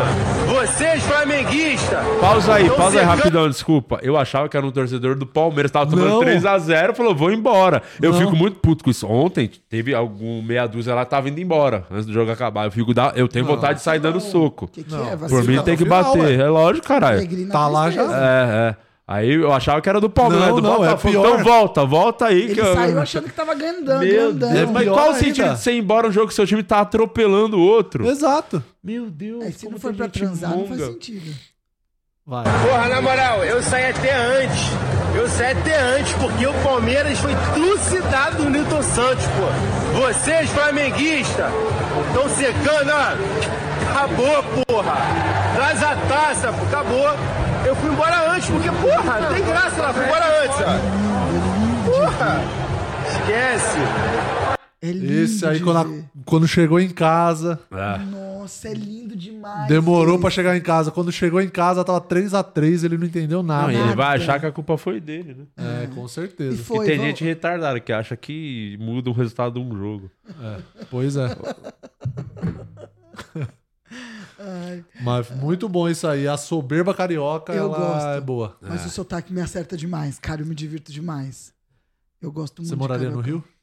S8: Vocês, flamenguistas,
S2: Pausa aí,
S8: Então
S2: pausa
S8: você
S2: aí
S8: ganha-
S2: rapidão, desculpa. Eu achava que era um torcedor do Palmeiras, tava
S1: Não.
S2: tomando 3x0, falou, vou embora. Eu
S1: Não.
S2: fico muito puto com isso. Ontem teve algum meia dúzia lá, tava indo embora antes do jogo acabar. Eu, fico da... eu tenho vontade de sair dando soco.
S4: O que, que
S1: Não,
S4: é?
S2: Por
S4: Vacilo?
S2: mim
S1: tá
S2: tem
S1: no
S2: que
S1: final,
S2: bater. É lógico, caralho.
S4: Alegrina
S1: Tá lá já?
S4: tristeza.
S2: É, é. Aí eu achava que era do Palmeiras, né?
S1: Não,
S2: do
S1: não, é
S2: Botafogo.
S1: pior.
S2: Então volta, volta aí. que
S4: Ele
S2: eu-
S4: saiu achando que tava grandão,
S2: Meu
S4: grandão.
S2: Deus, mas
S1: Pior
S2: qual o
S1: ainda.
S2: sentido de você ir embora um jogo que seu time tá atropelando o outro?
S1: Exato.
S2: Meu Deus.
S4: É, se
S2: como
S4: não for
S2: tem
S4: pra
S2: gente
S4: transar, não faz
S2: monga.
S4: sentido.
S1: Vai.
S8: Porra, na moral, eu saí até antes. Eu saí até antes, porque o Palmeiras foi trucidado do Nilton Santos, pô. Vocês, flamenguistas, estão secando, ó. Acabou, porra. Traz a taça, pô. Acabou. Eu fui embora antes, porque, porra, não tem graça lá. Fui embora antes, ó. Porra. Esquece.
S4: É lindo
S1: Esse aí,
S4: de
S1: quando,
S4: ver.
S1: a- quando chegou em casa,
S2: É.
S4: Nossa, é lindo demais.
S1: demorou pra
S4: esse.
S1: chegar em casa. Quando chegou em casa, tava 3x3, ele não entendeu
S2: Não,
S1: nada.
S2: e ele
S4: Nada.
S2: vai achar que a culpa foi dele, né?
S1: É, com
S4: E
S1: certeza.
S4: foi,
S2: e tem
S4: vamos-
S2: gente retardada que acha que muda o resultado de um jogo.
S1: Pois é.
S4: Ai,
S1: Mas muito bom isso aí. A soberba carioca,
S4: Eu
S1: ela
S4: gosto.
S1: é boa.
S4: mas o sotaque me acerta demais, cara. Eu me divirto demais. Eu gosto muito
S1: Você
S4: de
S1: moraria no
S4: carioca.
S1: Rio?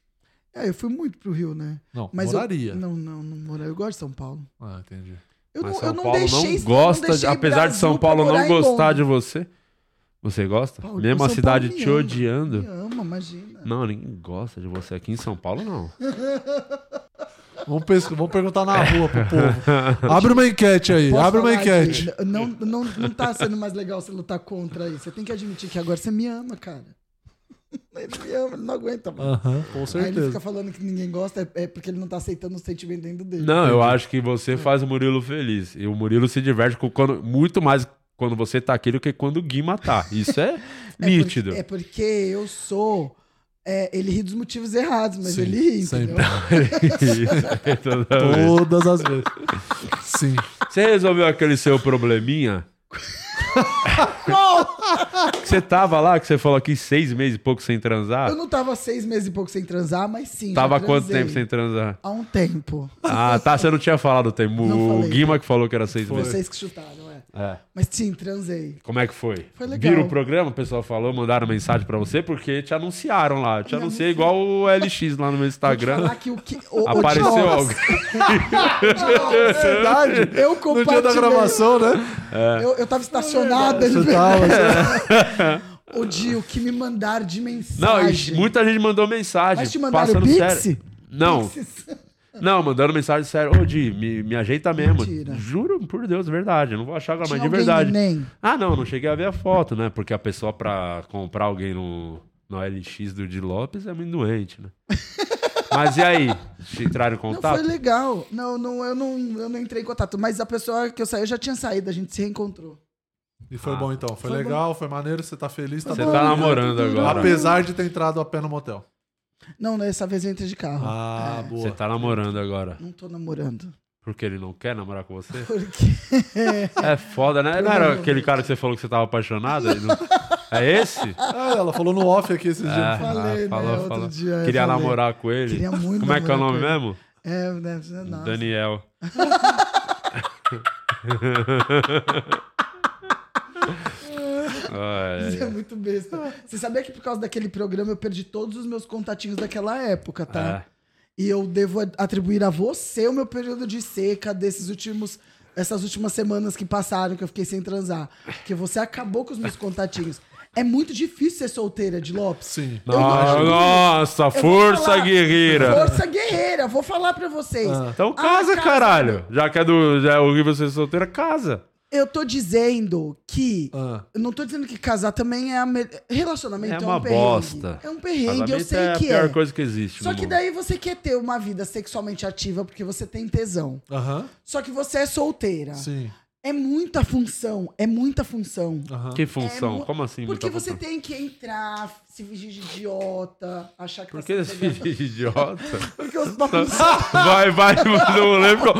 S4: É, eu fui muito pro Rio, né?
S1: Não,
S4: Mas
S1: moraria.
S4: Eu, não, não, não moraria. Eu gosto de São Paulo.
S1: Ah, entendi.
S4: Eu
S2: Mas
S4: não,
S2: São
S4: eu não
S2: Paulo
S4: deixei
S2: não gosta, de-
S4: deixei
S2: apesar de
S4: Brasil
S2: São
S4: pra
S2: Paulo
S4: morar
S2: não
S4: em
S2: gostar
S4: Londres.
S2: de você. Você gosta?
S4: Paulo-
S2: Mesmo a
S4: São
S2: cidade
S4: Paulo
S2: te
S4: me ama,
S2: odiando.
S4: Me ama, imagina.
S2: Não, ninguém gosta de você aqui em São Paulo, não.
S1: Vamos, pes- vamos perguntar na rua pro povo. Abre uma enquete aí.
S4: Posso
S1: Abre uma
S4: falar
S1: enquete.
S4: que Não, não, não tá sendo mais legal você lutar contra isso. Você tem que admitir que agora você me ama, cara. Ele me ama, ele não aguenta,
S2: Ah,
S4: mano.
S1: Aham, com
S4: Aí ele fica
S1: certeza.
S4: falando que ninguém gosta, é é porque ele não tá aceitando o sentimento dentro dele.
S2: Não, eu acho que você faz o Murilo feliz. E o Murilo se diverte com quando- muito mais quando você tá aqui do que quando o Guima tá. Isso é
S4: É porque-
S2: nítido.
S4: É porque eu sou. é, ele ri dos motivos errados, mas
S1: Sim,
S4: ele ri.
S1: sempre.
S4: entendeu?
S2: Isso, é toda vez.
S1: Todas as vezes. Sim.
S2: Você resolveu aquele seu probleminha? Que você tava lá, que você falou aqui seis meses e pouco sem transar?
S4: Eu não tava seis meses e pouco sem transar, mas sim. já
S2: Tava há quanto
S4: transei.
S2: tempo sem transar?
S4: Há um tempo.
S2: Ah, tá, você não tinha falado o tempo.
S4: Não
S2: O
S4: falei.
S2: Guima que falou que era seis meses.
S4: Vocês que chutaram, é.
S2: É.
S4: Mas sim, transei.
S2: Como é que foi?
S4: Foi legal.
S2: Viram o programa, o pessoal falou, mandaram mensagem pra você, porque te anunciaram lá. Eu Te
S4: Me
S2: anunciei igual o LX lá no meu
S4: Vou te
S2: Instagram.
S4: falar que o que. o- o
S2: Apareceu
S4: Diogo-
S2: alguém.
S1: Verdade.
S4: Eu
S1: No dia da
S4: compartilhei.
S1: gravação, né?
S4: Eu, eu tava
S2: É.
S4: estacionado. ele-
S1: Você
S2: tá-
S1: tava. assim, você-
S4: O dia, o que me mandaram de mensagem.
S2: Não, e muita gente mandou mensagem.
S4: Mas te mandaram
S2: passando
S4: Pix?
S2: sério. Não, não, mandando mensagem sério. Ô, Di, me, me ajeita mesmo.
S4: Mentira.
S2: Juro por Deus, é verdade. Eu não vou achar agora, mas
S4: Tinha
S2: de
S4: alguém
S2: verdade.
S4: do NEM?
S2: Ah, não, não cheguei a ver a foto, né? Porque a pessoa pra comprar alguém no, no LX do Di Lopes é muito doente, né? mas e aí? Entraram em
S4: Não,
S2: contato?
S4: foi legal. Não, não, eu não, eu não entrei em contato. Mas a pessoa que eu saí, eu já tinha saído, a gente se reencontrou.
S1: E foi
S2: Ah.
S1: bom então. Foi,
S4: Foi
S1: legal, foi maneiro, você tá feliz, tá
S2: Você
S1: bom.
S2: tá namorando agora.
S1: Apesar de ter entrado a pé no motel.
S4: Não, dessa vez eu entrei de carro.
S1: Ah,
S2: Você
S1: boa.
S2: tá namorando agora.
S4: Não tô namorando.
S2: Porque ele não quer namorar com você?
S4: Porque.
S2: É foda, né? Não era aquele cara que você falou que você tava apaixonada? Ele não- É esse?
S1: Ah, ela falou no off aqui esses dias.
S2: Ah,
S4: falei, né?
S2: falou,
S4: Outro
S2: falou.
S4: dia eu
S2: Queria
S4: falei.
S2: namorar com ele.
S4: Queria muito
S2: Como é que é o
S4: namorar
S2: nome
S4: com ele.
S2: mesmo?
S4: É, deve ser nossa.
S2: Daniel. Ai,
S4: Isso é muito besta. Você sabia que por causa daquele programa eu perdi todos os meus contatinhos daquela época, tá?
S2: É. Ah.
S4: E eu devo atribuir a você o meu período de seca desses últimos. Essas últimas semanas que passaram, que eu fiquei sem transar. Porque você acabou com os meus contatinhos. É muito difícil ser solteira de Lopes.
S1: Sim.
S4: Eu não acho
S2: Nossa,
S4: bonito.
S2: nossa,
S4: Eu vou
S2: força
S4: falar.
S2: guerreira.
S4: Força guerreira, vou falar pra vocês.
S2: Então
S4: Ah,
S2: casa,
S4: casa.
S2: caralho. Já que é do já é horrível ser solteira, casa.
S4: Eu tô dizendo que.
S1: Ah.
S4: Eu não tô dizendo que casar também é a me... Relacionamento é,
S2: É
S4: um
S2: uma
S4: perrengue.
S2: bosta.
S4: É um perrengue, eu
S2: Casamento
S4: sei
S2: é a
S4: que
S2: pior
S4: é.
S2: coisa que existe.
S4: Só
S2: no
S4: que
S2: mundo.
S4: daí você quer ter uma vida sexualmente ativa porque você tem tesão.
S1: Aham.
S4: Só que você é solteira.
S1: Sim.
S4: É muita função, é muita função.
S1: Aham.
S2: Que função?
S4: é mu-
S2: Como assim?
S4: Porque
S2: muita
S4: você
S2: função?
S4: tem que entrar, se fingir de idiota, achar que
S2: Por
S4: tá
S2: que
S4: se
S2: esse
S4: entregando.
S2: idiota?
S4: Porque os bagunçados.
S2: vai, vai, mas eu lembro.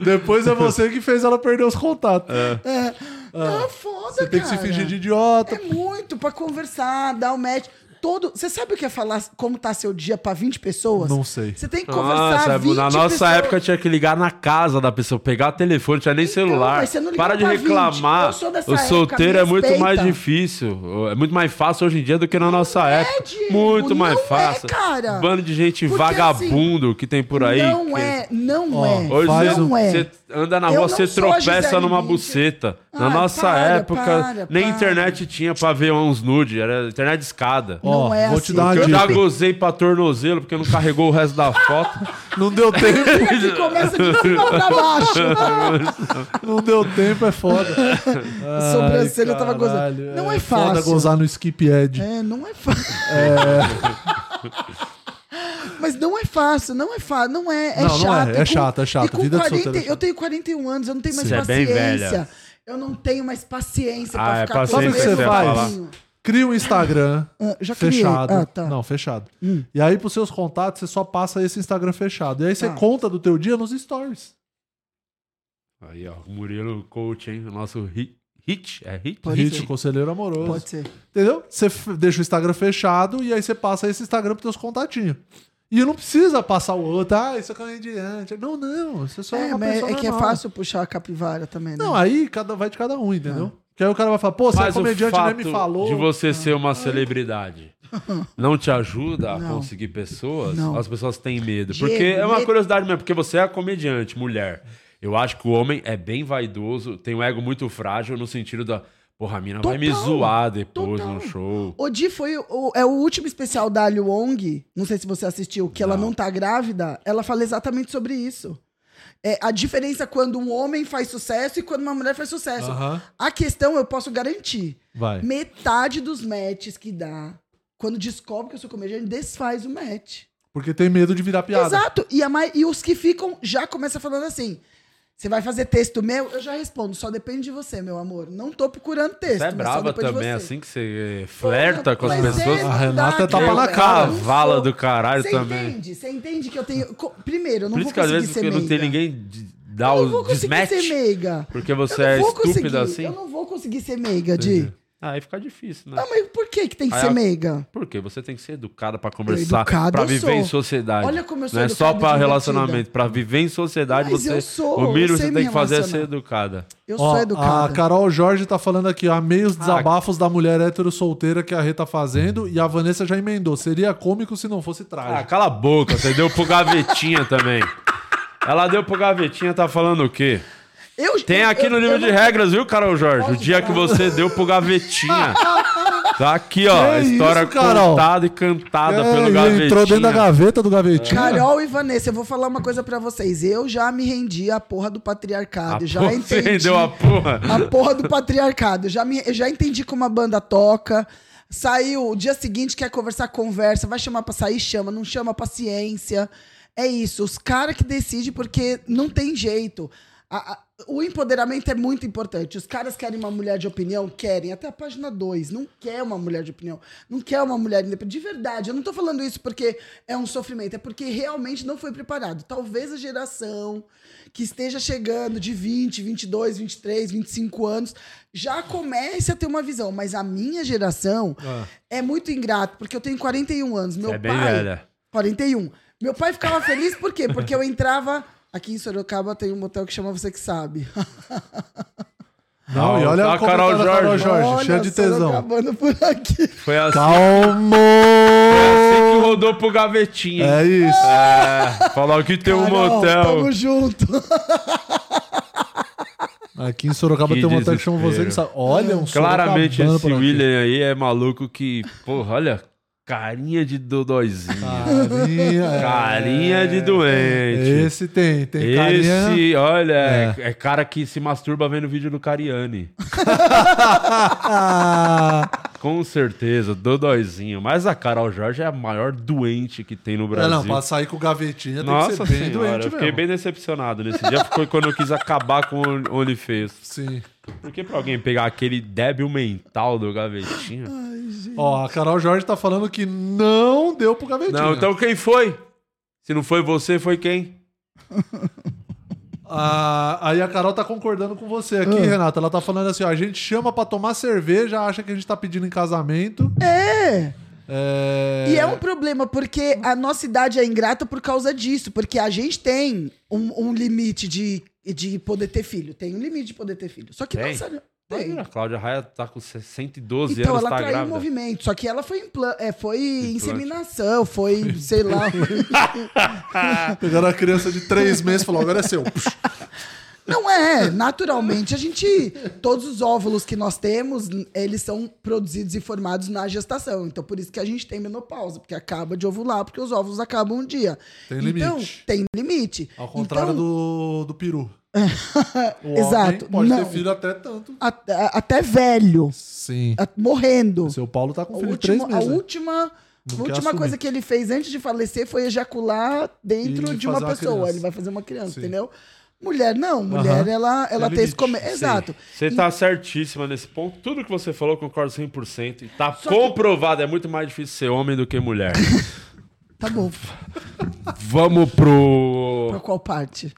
S1: Depois é você que fez ela perder os contatos.
S2: É.
S1: Ah,
S4: Não, foda,
S1: Você tem que se
S4: É. cara.
S1: fingir de idiota.
S4: É muito pra conversar, dar o match. Todo. Você sabe o que é falar como tá seu dia pra 20 pessoas?
S1: Não sei.
S4: Você tem que conversar
S2: Nossa,
S4: 20
S2: na nossa
S4: pessoas.
S2: época tinha que ligar na casa da pessoa, pegar o telefone, tinha nem celular.
S4: Então, mas você não ligava
S2: Para de
S4: pra 20.
S2: reclamar.
S4: Eu sou dessa
S2: O
S4: época,
S2: solteiro
S4: me
S2: é muito
S4: respeita. é,
S2: mais difícil. É muito mais fácil hoje em dia do que na nossa época.
S4: Diego,
S2: muito mais
S4: não é,
S2: fácil.
S4: cara.
S2: Bando de gente
S4: Porque, assim,
S2: vagabundo que tem por aí.
S4: Não
S2: que-
S4: é, não
S1: Ó,
S4: é.
S2: Hoje
S1: Faz um-
S2: você,
S4: não é.
S2: você anda na
S4: Eu
S2: rua,
S4: não
S2: você
S4: sou a
S2: tropeça
S4: Gisele
S2: numa
S4: Bündchen.
S2: buceta.
S4: Ah,
S2: na nossa
S4: para,
S2: época,
S4: para,
S2: nem
S4: para.
S2: internet tinha pra ver uns nude, era internet de escada.
S1: Ó,
S4: Não é
S1: vou
S4: assim.
S1: te dar uma
S2: Eu já
S1: dica.
S2: gozei pra tornozelo porque não carregou o resto da foto.
S1: Não deu tempo,
S4: Você começa de cima pra baixo.
S1: não deu tempo, é foda.
S4: A sobrancelha
S1: Ai,
S4: tava gozando.
S1: caralho,
S4: Não é
S1: Foda
S4: fácil.
S1: gozar no skip edge.
S4: É, não é fácil. Mas não é fácil, não é fácil, não é, é
S1: Não, não é,
S4: chato.
S1: é
S4: E com-
S1: chato, é chato.
S4: e com
S1: Vida de
S4: 40
S1: solteiro é chato.
S4: Eu tenho 41 anos, eu não tenho mais
S2: Você é bem
S4: paciência.
S2: velha.
S4: Eu não tenho mais paciência
S2: Ah,
S4: pra
S2: é
S4: ficar com
S2: paciência
S4: o
S1: que você
S4: mesmo
S1: faz.
S4: caminho.
S1: Cria um Instagram
S4: Ah, já criei.
S1: fechado.
S4: Ah, tá.
S1: Não, fechado. E aí, pros seus contatos, você só passa esse Instagram fechado. E aí, você
S4: Tá.
S1: conta do teu dia nos stories.
S2: Aí, ó, o Murilo Coach, hein? O nosso hit. Hit? É hit?
S4: Pode
S1: Hit,
S4: ser.
S1: conselheiro amoroso.
S4: Pode ser.
S1: Entendeu? Você f- deixa o Instagram fechado e aí você passa esse Instagram pros seus contatinhos. E não precisa passar o outro. Ah, isso é comediante. Não, não. Você só é,
S4: É,
S1: uma
S4: mas
S1: pessoa
S4: é que é
S1: normal.
S4: fácil puxar a capivara também, né?
S1: Não, é. aí cada, vai de cada um, entendeu?
S4: Ah.
S1: Que aí o cara vai falar, pô, você é
S2: Mas o
S1: comediante, nem
S2: fato
S1: me falou.
S2: de você ser uma celebridade não te ajuda a
S4: Não.
S2: conseguir pessoas?
S4: Não.
S2: As pessoas têm medo.
S4: Diego,
S2: porque é uma
S4: medo-
S2: curiosidade mesmo, porque você é comediante, mulher. Eu acho que o homem é bem vaidoso, tem um ego muito frágil no sentido da... Porra, a mina vai me
S4: Total.
S2: zoar depois
S4: Total.
S2: no show.
S4: O Di foi o, é o último especial da Alio Wong, não sei se você assistiu, que ela não tá grávida, ela fala exatamente sobre isso. É, a diferença quando um homem faz sucesso e quando uma mulher faz sucesso.
S1: Aham. É.
S4: A questão eu posso garantir.
S1: Vai.
S4: Metade dos matches que dá, quando descobre que eu sou comediante, desfaz o match.
S1: Porque tem medo de virar piada.
S4: Exato. E, a mai- e os que ficam já começam falando assim: você vai fazer texto meu? Eu já respondo, só depende de você, meu amor. Não tô procurando texto.
S2: Você é
S4: mas só
S2: brava
S4: depende de
S2: também,
S4: você."
S2: assim que você eh, flerta com as
S4: Mas
S2: pessoas.
S4: é,
S1: A Renata
S4: dá,
S1: é tapa
S4: cara.
S1: na
S4: Eu
S1: cara.
S4: não sou.
S2: Vala do caralho
S4: Você
S2: também.
S4: entende? Você entende que eu tenho. co- Primeiro, eu não
S2: Por
S4: vou
S2: isso que às
S4: conseguir
S2: vezes
S4: ser
S2: porque
S4: meiga.
S2: não tem ninguém de- dar
S4: eu
S2: o
S4: não vou conseguir ser
S2: desmatch.
S4: meiga.
S2: Porque
S4: Eu
S2: você
S4: não
S2: é
S4: vou conseguir,
S2: estúpida assim.
S4: Eu não vou conseguir ser meiga, Di.
S2: Ah, Aí fica difícil, né?
S4: Ah, mas por que, que tem que
S2: Aí
S4: ser
S2: a-
S4: meiga?
S2: Porque você tem que ser educada pra conversar,
S4: educada,
S2: pra
S4: eu
S2: viver
S4: sou.
S2: em sociedade.
S4: Olha como eu sou
S2: Não é só
S4: educada e
S2: pra
S4: divertida.
S2: relacionamento, pra viver em sociedade
S4: Mas
S2: você.
S4: eu sou,
S2: o mínimo
S4: eu
S2: que você
S4: sei
S2: tem que
S4: me
S2: fazer é ser
S4: relacionar.
S2: educada.
S4: Eu
S1: Ó,
S4: sou
S1: A
S4: educada.
S1: Carol Jorge tá falando aqui, amei
S2: Ah,
S1: os desabafos da mulher hétero solteira que a Rê tá fazendo e a Vanessa já emendou. Seria cômico se não fosse
S2: Ah,
S1: trágico.
S2: cala a boca, você deu pro gavetinha também. Ela deu pro gavetinha, tá falando o quê?
S4: Eu-
S2: Tem
S4: eu-
S2: aqui
S4: eu-
S2: no livro
S4: eu
S2: de
S4: não-
S2: regras, viu, Carol Jorge? O dia que você deu pro gavetinha. Tá aqui, ó.
S1: Que
S2: história
S1: isso, Carol?
S2: contada e cantada
S1: É,
S2: Ah, pelo
S1: e
S2: gavetinha.
S1: entrou dentro da gaveta do gavetinho.
S4: É. Carol e Vanessa, eu vou falar uma coisa pra vocês. Eu já me rendi à porra do patriarcado.
S2: A
S4: já
S2: porra, você
S4: entendi.
S2: rendeu a porra.
S4: A porra do patriarcado. Eu Já, me, eu já entendi como a banda toca. Saiu, o dia seguinte quer conversar, conversa. Vai chamar pra sair, chama. Não chama, paciência. É isso. Os caras que decidem porque não tem jeito. A- a- o empoderamento é muito importante. Os caras querem uma mulher de opinião? Querem. Até a página 2. Não quer uma mulher de opinião. Não quer uma mulher independente. De verdade. Eu não tô falando isso porque é um sofrimento. É porque realmente não foi preparado. Talvez a geração que esteja chegando de 20, 22, 23, 25 anos, já comece a ter uma visão. Mas a minha geração é muito ingrata, porque eu tenho 41 anos. Meu
S2: Ah. Você é bem
S4: pai.
S2: velha.
S4: 41. Meu pai ficava feliz por quê? Porque eu entrava. Aqui em Sorocaba tem um motel que chama Você Que Sabe.
S1: Não, e olha
S2: Ó,
S1: o comentário da Carol Jorge,
S4: Olha,
S1: cheia de tesão.
S4: Sorocabana por aqui.
S2: Foi assim,
S1: Calmo!
S2: assim que rodou pro gavetinha.
S1: É isso.
S2: É, falou que tem um
S4: Carol,
S2: motel.
S4: Tamo junto.
S1: Aqui em Sorocaba
S2: Que
S1: tem uma motel que chama
S2: desespero.
S1: você que sabe. Olha um
S2: Claramente
S1: Sorocabana
S2: esse
S1: por aqui.
S2: William aí é maluco que, porra, olha, carinha de dodóizinho.
S1: Carinha, é.
S2: Carinha de doente.
S1: Esse tem, tem
S2: Esse,
S1: carinha.
S2: olha, é. é cara que se masturba vendo vídeo do Cariani.
S1: Ah,
S2: Com certeza, Dodóizinho. Mas a Carol Jorge é a maior doente que tem no
S1: É,
S2: Brasil.
S1: não, pra sair com gavetinha tem
S2: Nossa
S1: que ser bem
S2: senhora,
S1: doente
S2: eu fiquei
S1: mesmo.
S2: bem decepcionado nesse dia. Foi quando eu quis acabar com o OnlyFans.
S1: Sim.
S2: Porque pra alguém pegar aquele débil mental do gavetinho...
S1: Ó, a Carol Jorge tá falando que não deu pro gavetinha.
S2: Não, então quem foi? Se não foi você, foi quem?
S1: Ah, aí a Carol tá concordando com você aqui,
S4: Ah.
S1: Renata. Ela tá falando assim: ó, a gente chama pra tomar cerveja, acha que a gente tá pedindo em casamento.
S4: É.
S1: É.
S4: E é um problema, porque a nossa idade é ingrata por causa disso. Porque a gente tem um, um limite de, de poder ter filho. Tem um limite de poder ter filho. Só que
S2: Tem?
S4: nossa. Tem.
S2: Imagina, a Cláudia Raia tá com 112
S4: Então,
S2: anos,
S4: ela
S2: tá
S4: traiu o
S2: grávida.
S4: movimento, só que ela foi, impla- é, foi inseminação, foi, sei lá.
S1: Pegaram a criança de três meses e falou: agora é seu. Puxa.
S4: Não é, naturalmente a gente. Todos os óvulos que nós temos, eles são produzidos e formados na gestação. Então, por isso que a gente tem menopausa, porque acaba de ovular, porque os óvulos acabam um dia.
S1: Tem
S4: Então,
S1: limite.
S4: tem limite.
S1: Ao contrário
S4: Então,
S1: do, do peru. O
S4: Exato,
S1: homem pode
S4: não.
S1: ter filho até tanto.
S4: a- a- até velho,
S1: Sim.
S4: a- morrendo.
S1: O seu Paulo tá com
S4: O
S1: filho de
S4: último-
S1: três
S4: a
S1: meses. né?
S4: última, a
S1: Não quer
S4: última
S1: assumir.
S4: coisa que ele fez antes de falecer foi ejacular dentro
S1: E
S4: de uma
S1: fazer uma
S4: pessoa.
S1: criança.
S4: Ele vai fazer uma criança,
S1: Sim.
S4: entendeu? Mulher não, mulher
S1: Aham.
S4: ela, ela
S1: Tem
S4: tem
S1: limite,
S4: esse come...
S1: sim.
S4: Exato.
S2: Você tá certíssima nesse ponto. Tudo que você falou, eu concordo 100%. E tá
S4: Só que-
S2: comprovado. É muito mais difícil ser homem do que mulher.
S4: Tá bom.
S2: Vamos
S4: Pra
S2: pro...
S4: qual parte?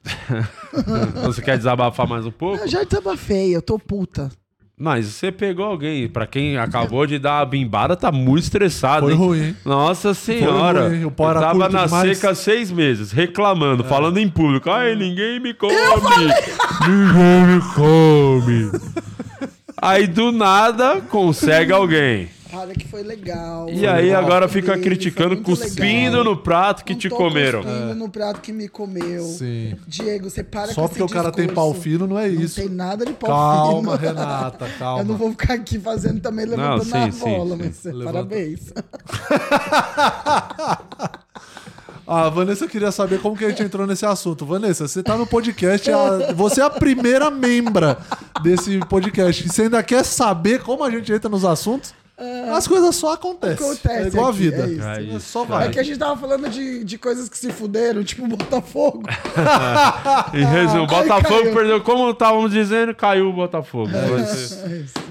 S2: Você quer desabafar mais um pouco?
S4: Eu já desabafei, eu tô puta.
S2: Mas você pegou alguém. Pra quem acabou de dar a bimbada, tá muito estressado,
S1: Foi
S2: hein?
S1: ruim, hein?
S2: Nossa senhora.
S1: ruim, hein? O
S2: eu
S1: pau era
S2: tava
S1: curto
S2: na
S1: demais. É. Hum.
S2: seca há seis meses, reclamando, falando em público. Ai, ninguém me come. Ninguém me come. Aí do nada consegue alguém.
S4: Olha que foi legal.
S2: E aí agora
S4: Foi
S2: fica
S4: muito
S2: criticando,
S1: é
S4: legal.
S2: cuspindo no prato que
S4: Não
S2: te
S4: tô
S2: comeram.
S4: Cuspindo no prato que me comeu.
S1: Sim.
S4: Diego, você para
S1: Só
S4: com
S1: porque o
S4: esse
S1: cara tem pau
S4: discurso.
S1: fino, não é isso.
S4: Não tem nada de pau
S1: Calma,
S4: fino.
S1: Renata,
S4: Eu não
S1: calma.
S4: vou ficar aqui fazendo também, levantando
S2: sim,
S4: a
S2: sim,
S4: bola,
S2: sim.
S4: mas é,
S1: Levanta.
S4: parabéns.
S1: Ah, Vanessa, eu queria saber como que a gente entrou nesse assunto. Vanessa, você tá no podcast, é a- você é a primeira membra desse podcast. E você ainda quer saber como a gente entra nos assuntos? As coisas só acontecem.
S4: Acontece
S1: é igual
S4: Ah, aqui,
S1: a vida.
S4: é isso.
S2: É isso,
S1: só
S2: cara.
S1: vai.
S4: É que a gente tava falando de, de coisas que se fuderam, tipo Botafogo.
S2: Em resumo, o
S4: Ai,
S2: Botafogo
S4: caiu.
S2: perdeu. Como estávamos dizendo, caiu o Botafogo. Mas-
S4: É isso.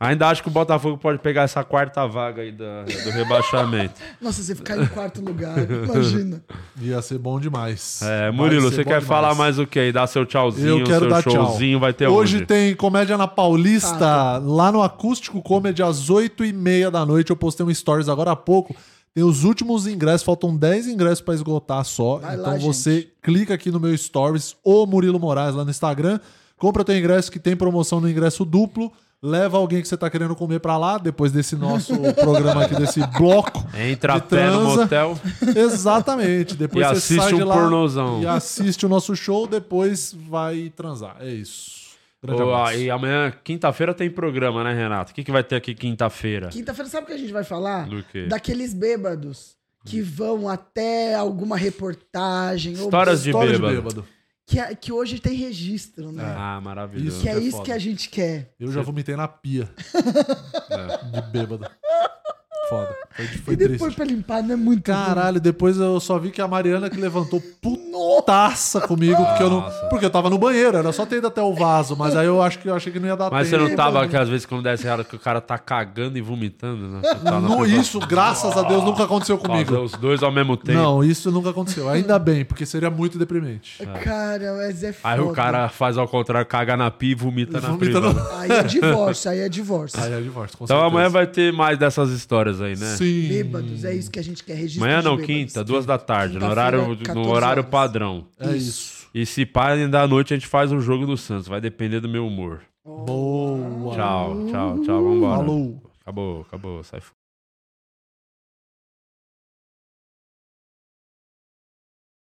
S2: Ainda acho que o Botafogo pode pegar essa quarta vaga aí da- do rebaixamento.
S4: Nossa, você ficar em quarto lugar, imagina.
S1: Ia ser bom demais.
S2: É,
S1: Vai
S2: Murilo,
S1: ser
S2: você
S1: bom
S2: quer
S1: demais.
S2: falar mais o quê? Dá seu tchauzinho,
S1: Eu quero
S2: seu
S1: dar tchau.
S2: showzinho, vai ter
S1: Hoje
S2: onde?
S1: tem comédia na Paulista,
S4: Tá.
S1: lá no Acústico Comedy, às 8h30 da noite. Eu postei um stories agora há pouco. Tem os últimos ingressos, faltam 10 ingressos pra esgotar só.
S4: Vai
S1: então
S4: lá,
S1: você
S4: gente.
S1: clica aqui no meu stories, ou Murilo Moraes, lá no Instagram. Compra o teu ingresso que tem promoção no ingresso duplo. Leva alguém que você tá querendo comer pra lá, depois desse nosso programa aqui, desse bloco.
S2: Entra a
S1: de
S2: pé no
S1: transa.
S2: motel.
S1: Exatamente. Depois
S2: E
S1: você
S2: assiste
S1: sai de
S2: um
S1: lá
S2: pornozão.
S1: E assiste o nosso show, depois vai transar. É isso. Grande
S2: Ô,
S1: abraço.
S2: aí amanhã, quinta-feira, tem programa, né, Renato? O que, que vai ter aqui quinta-feira?
S4: Quinta-feira, sabe o que a gente vai falar?
S2: Do quê?
S4: Daqueles bêbados que vão até alguma reportagem. ou-
S2: Histórias de
S1: História
S2: bêbado.
S4: Que, é- que hoje tem registro, né?
S2: Ah, maravilhoso.
S4: Que é
S1: é
S4: isso
S1: foda.
S4: que a gente quer.
S1: Eu já vomitei na pia.
S2: É.
S1: De bêbado. Foda. Foi, foi
S4: e depois
S1: triste.
S4: pra limpar não é muito. ruim.
S1: Caralho, depois eu só vi que a Mariana que levantou putaça comigo, porque eu não. Porque eu tava no banheiro, era só ter ido até o vaso, mas aí eu acho que eu achei que não ia dar
S2: Mas você
S1: tempo.
S2: não tava, que às vezes, quando desce errado, que o cara tá cagando e vomitando, né? Você tá na
S1: Não,
S2: privação.
S1: isso, graças a Deus, nunca aconteceu
S2: Fazer
S1: comigo.
S2: os dois ao mesmo tempo.
S1: Não, isso nunca aconteceu. Ainda bem, porque seria muito deprimente.
S4: Cara, mas é foda.
S2: Aí o cara faz ao contrário, caga na pia e vomita na
S1: Vomita
S2: privada.
S1: no-
S4: Aí é divórcio, aí é divórcio.
S1: Tá Aí é divórcio, com
S2: Então
S1: certeza.
S2: amanhã vai ter mais dessas histórias aí, né?
S1: Sim.
S4: Bêbados, é isso que a gente quer. Registro
S2: Amanhã
S4: de
S2: não,
S4: bêbados.
S2: quinta, duas da tarde, no
S4: Quinta-feira,
S2: horário,
S4: 14
S2: no horário
S4: horas.
S2: padrão.
S1: É isso.
S2: E se pá, ainda à noite a gente faz um jogo do Santos. Vai depender do meu humor.
S1: Boa.
S2: Tchau, tchau, tchau. Vambora.
S1: Falou.
S2: Acabou, acabou. Sai fora.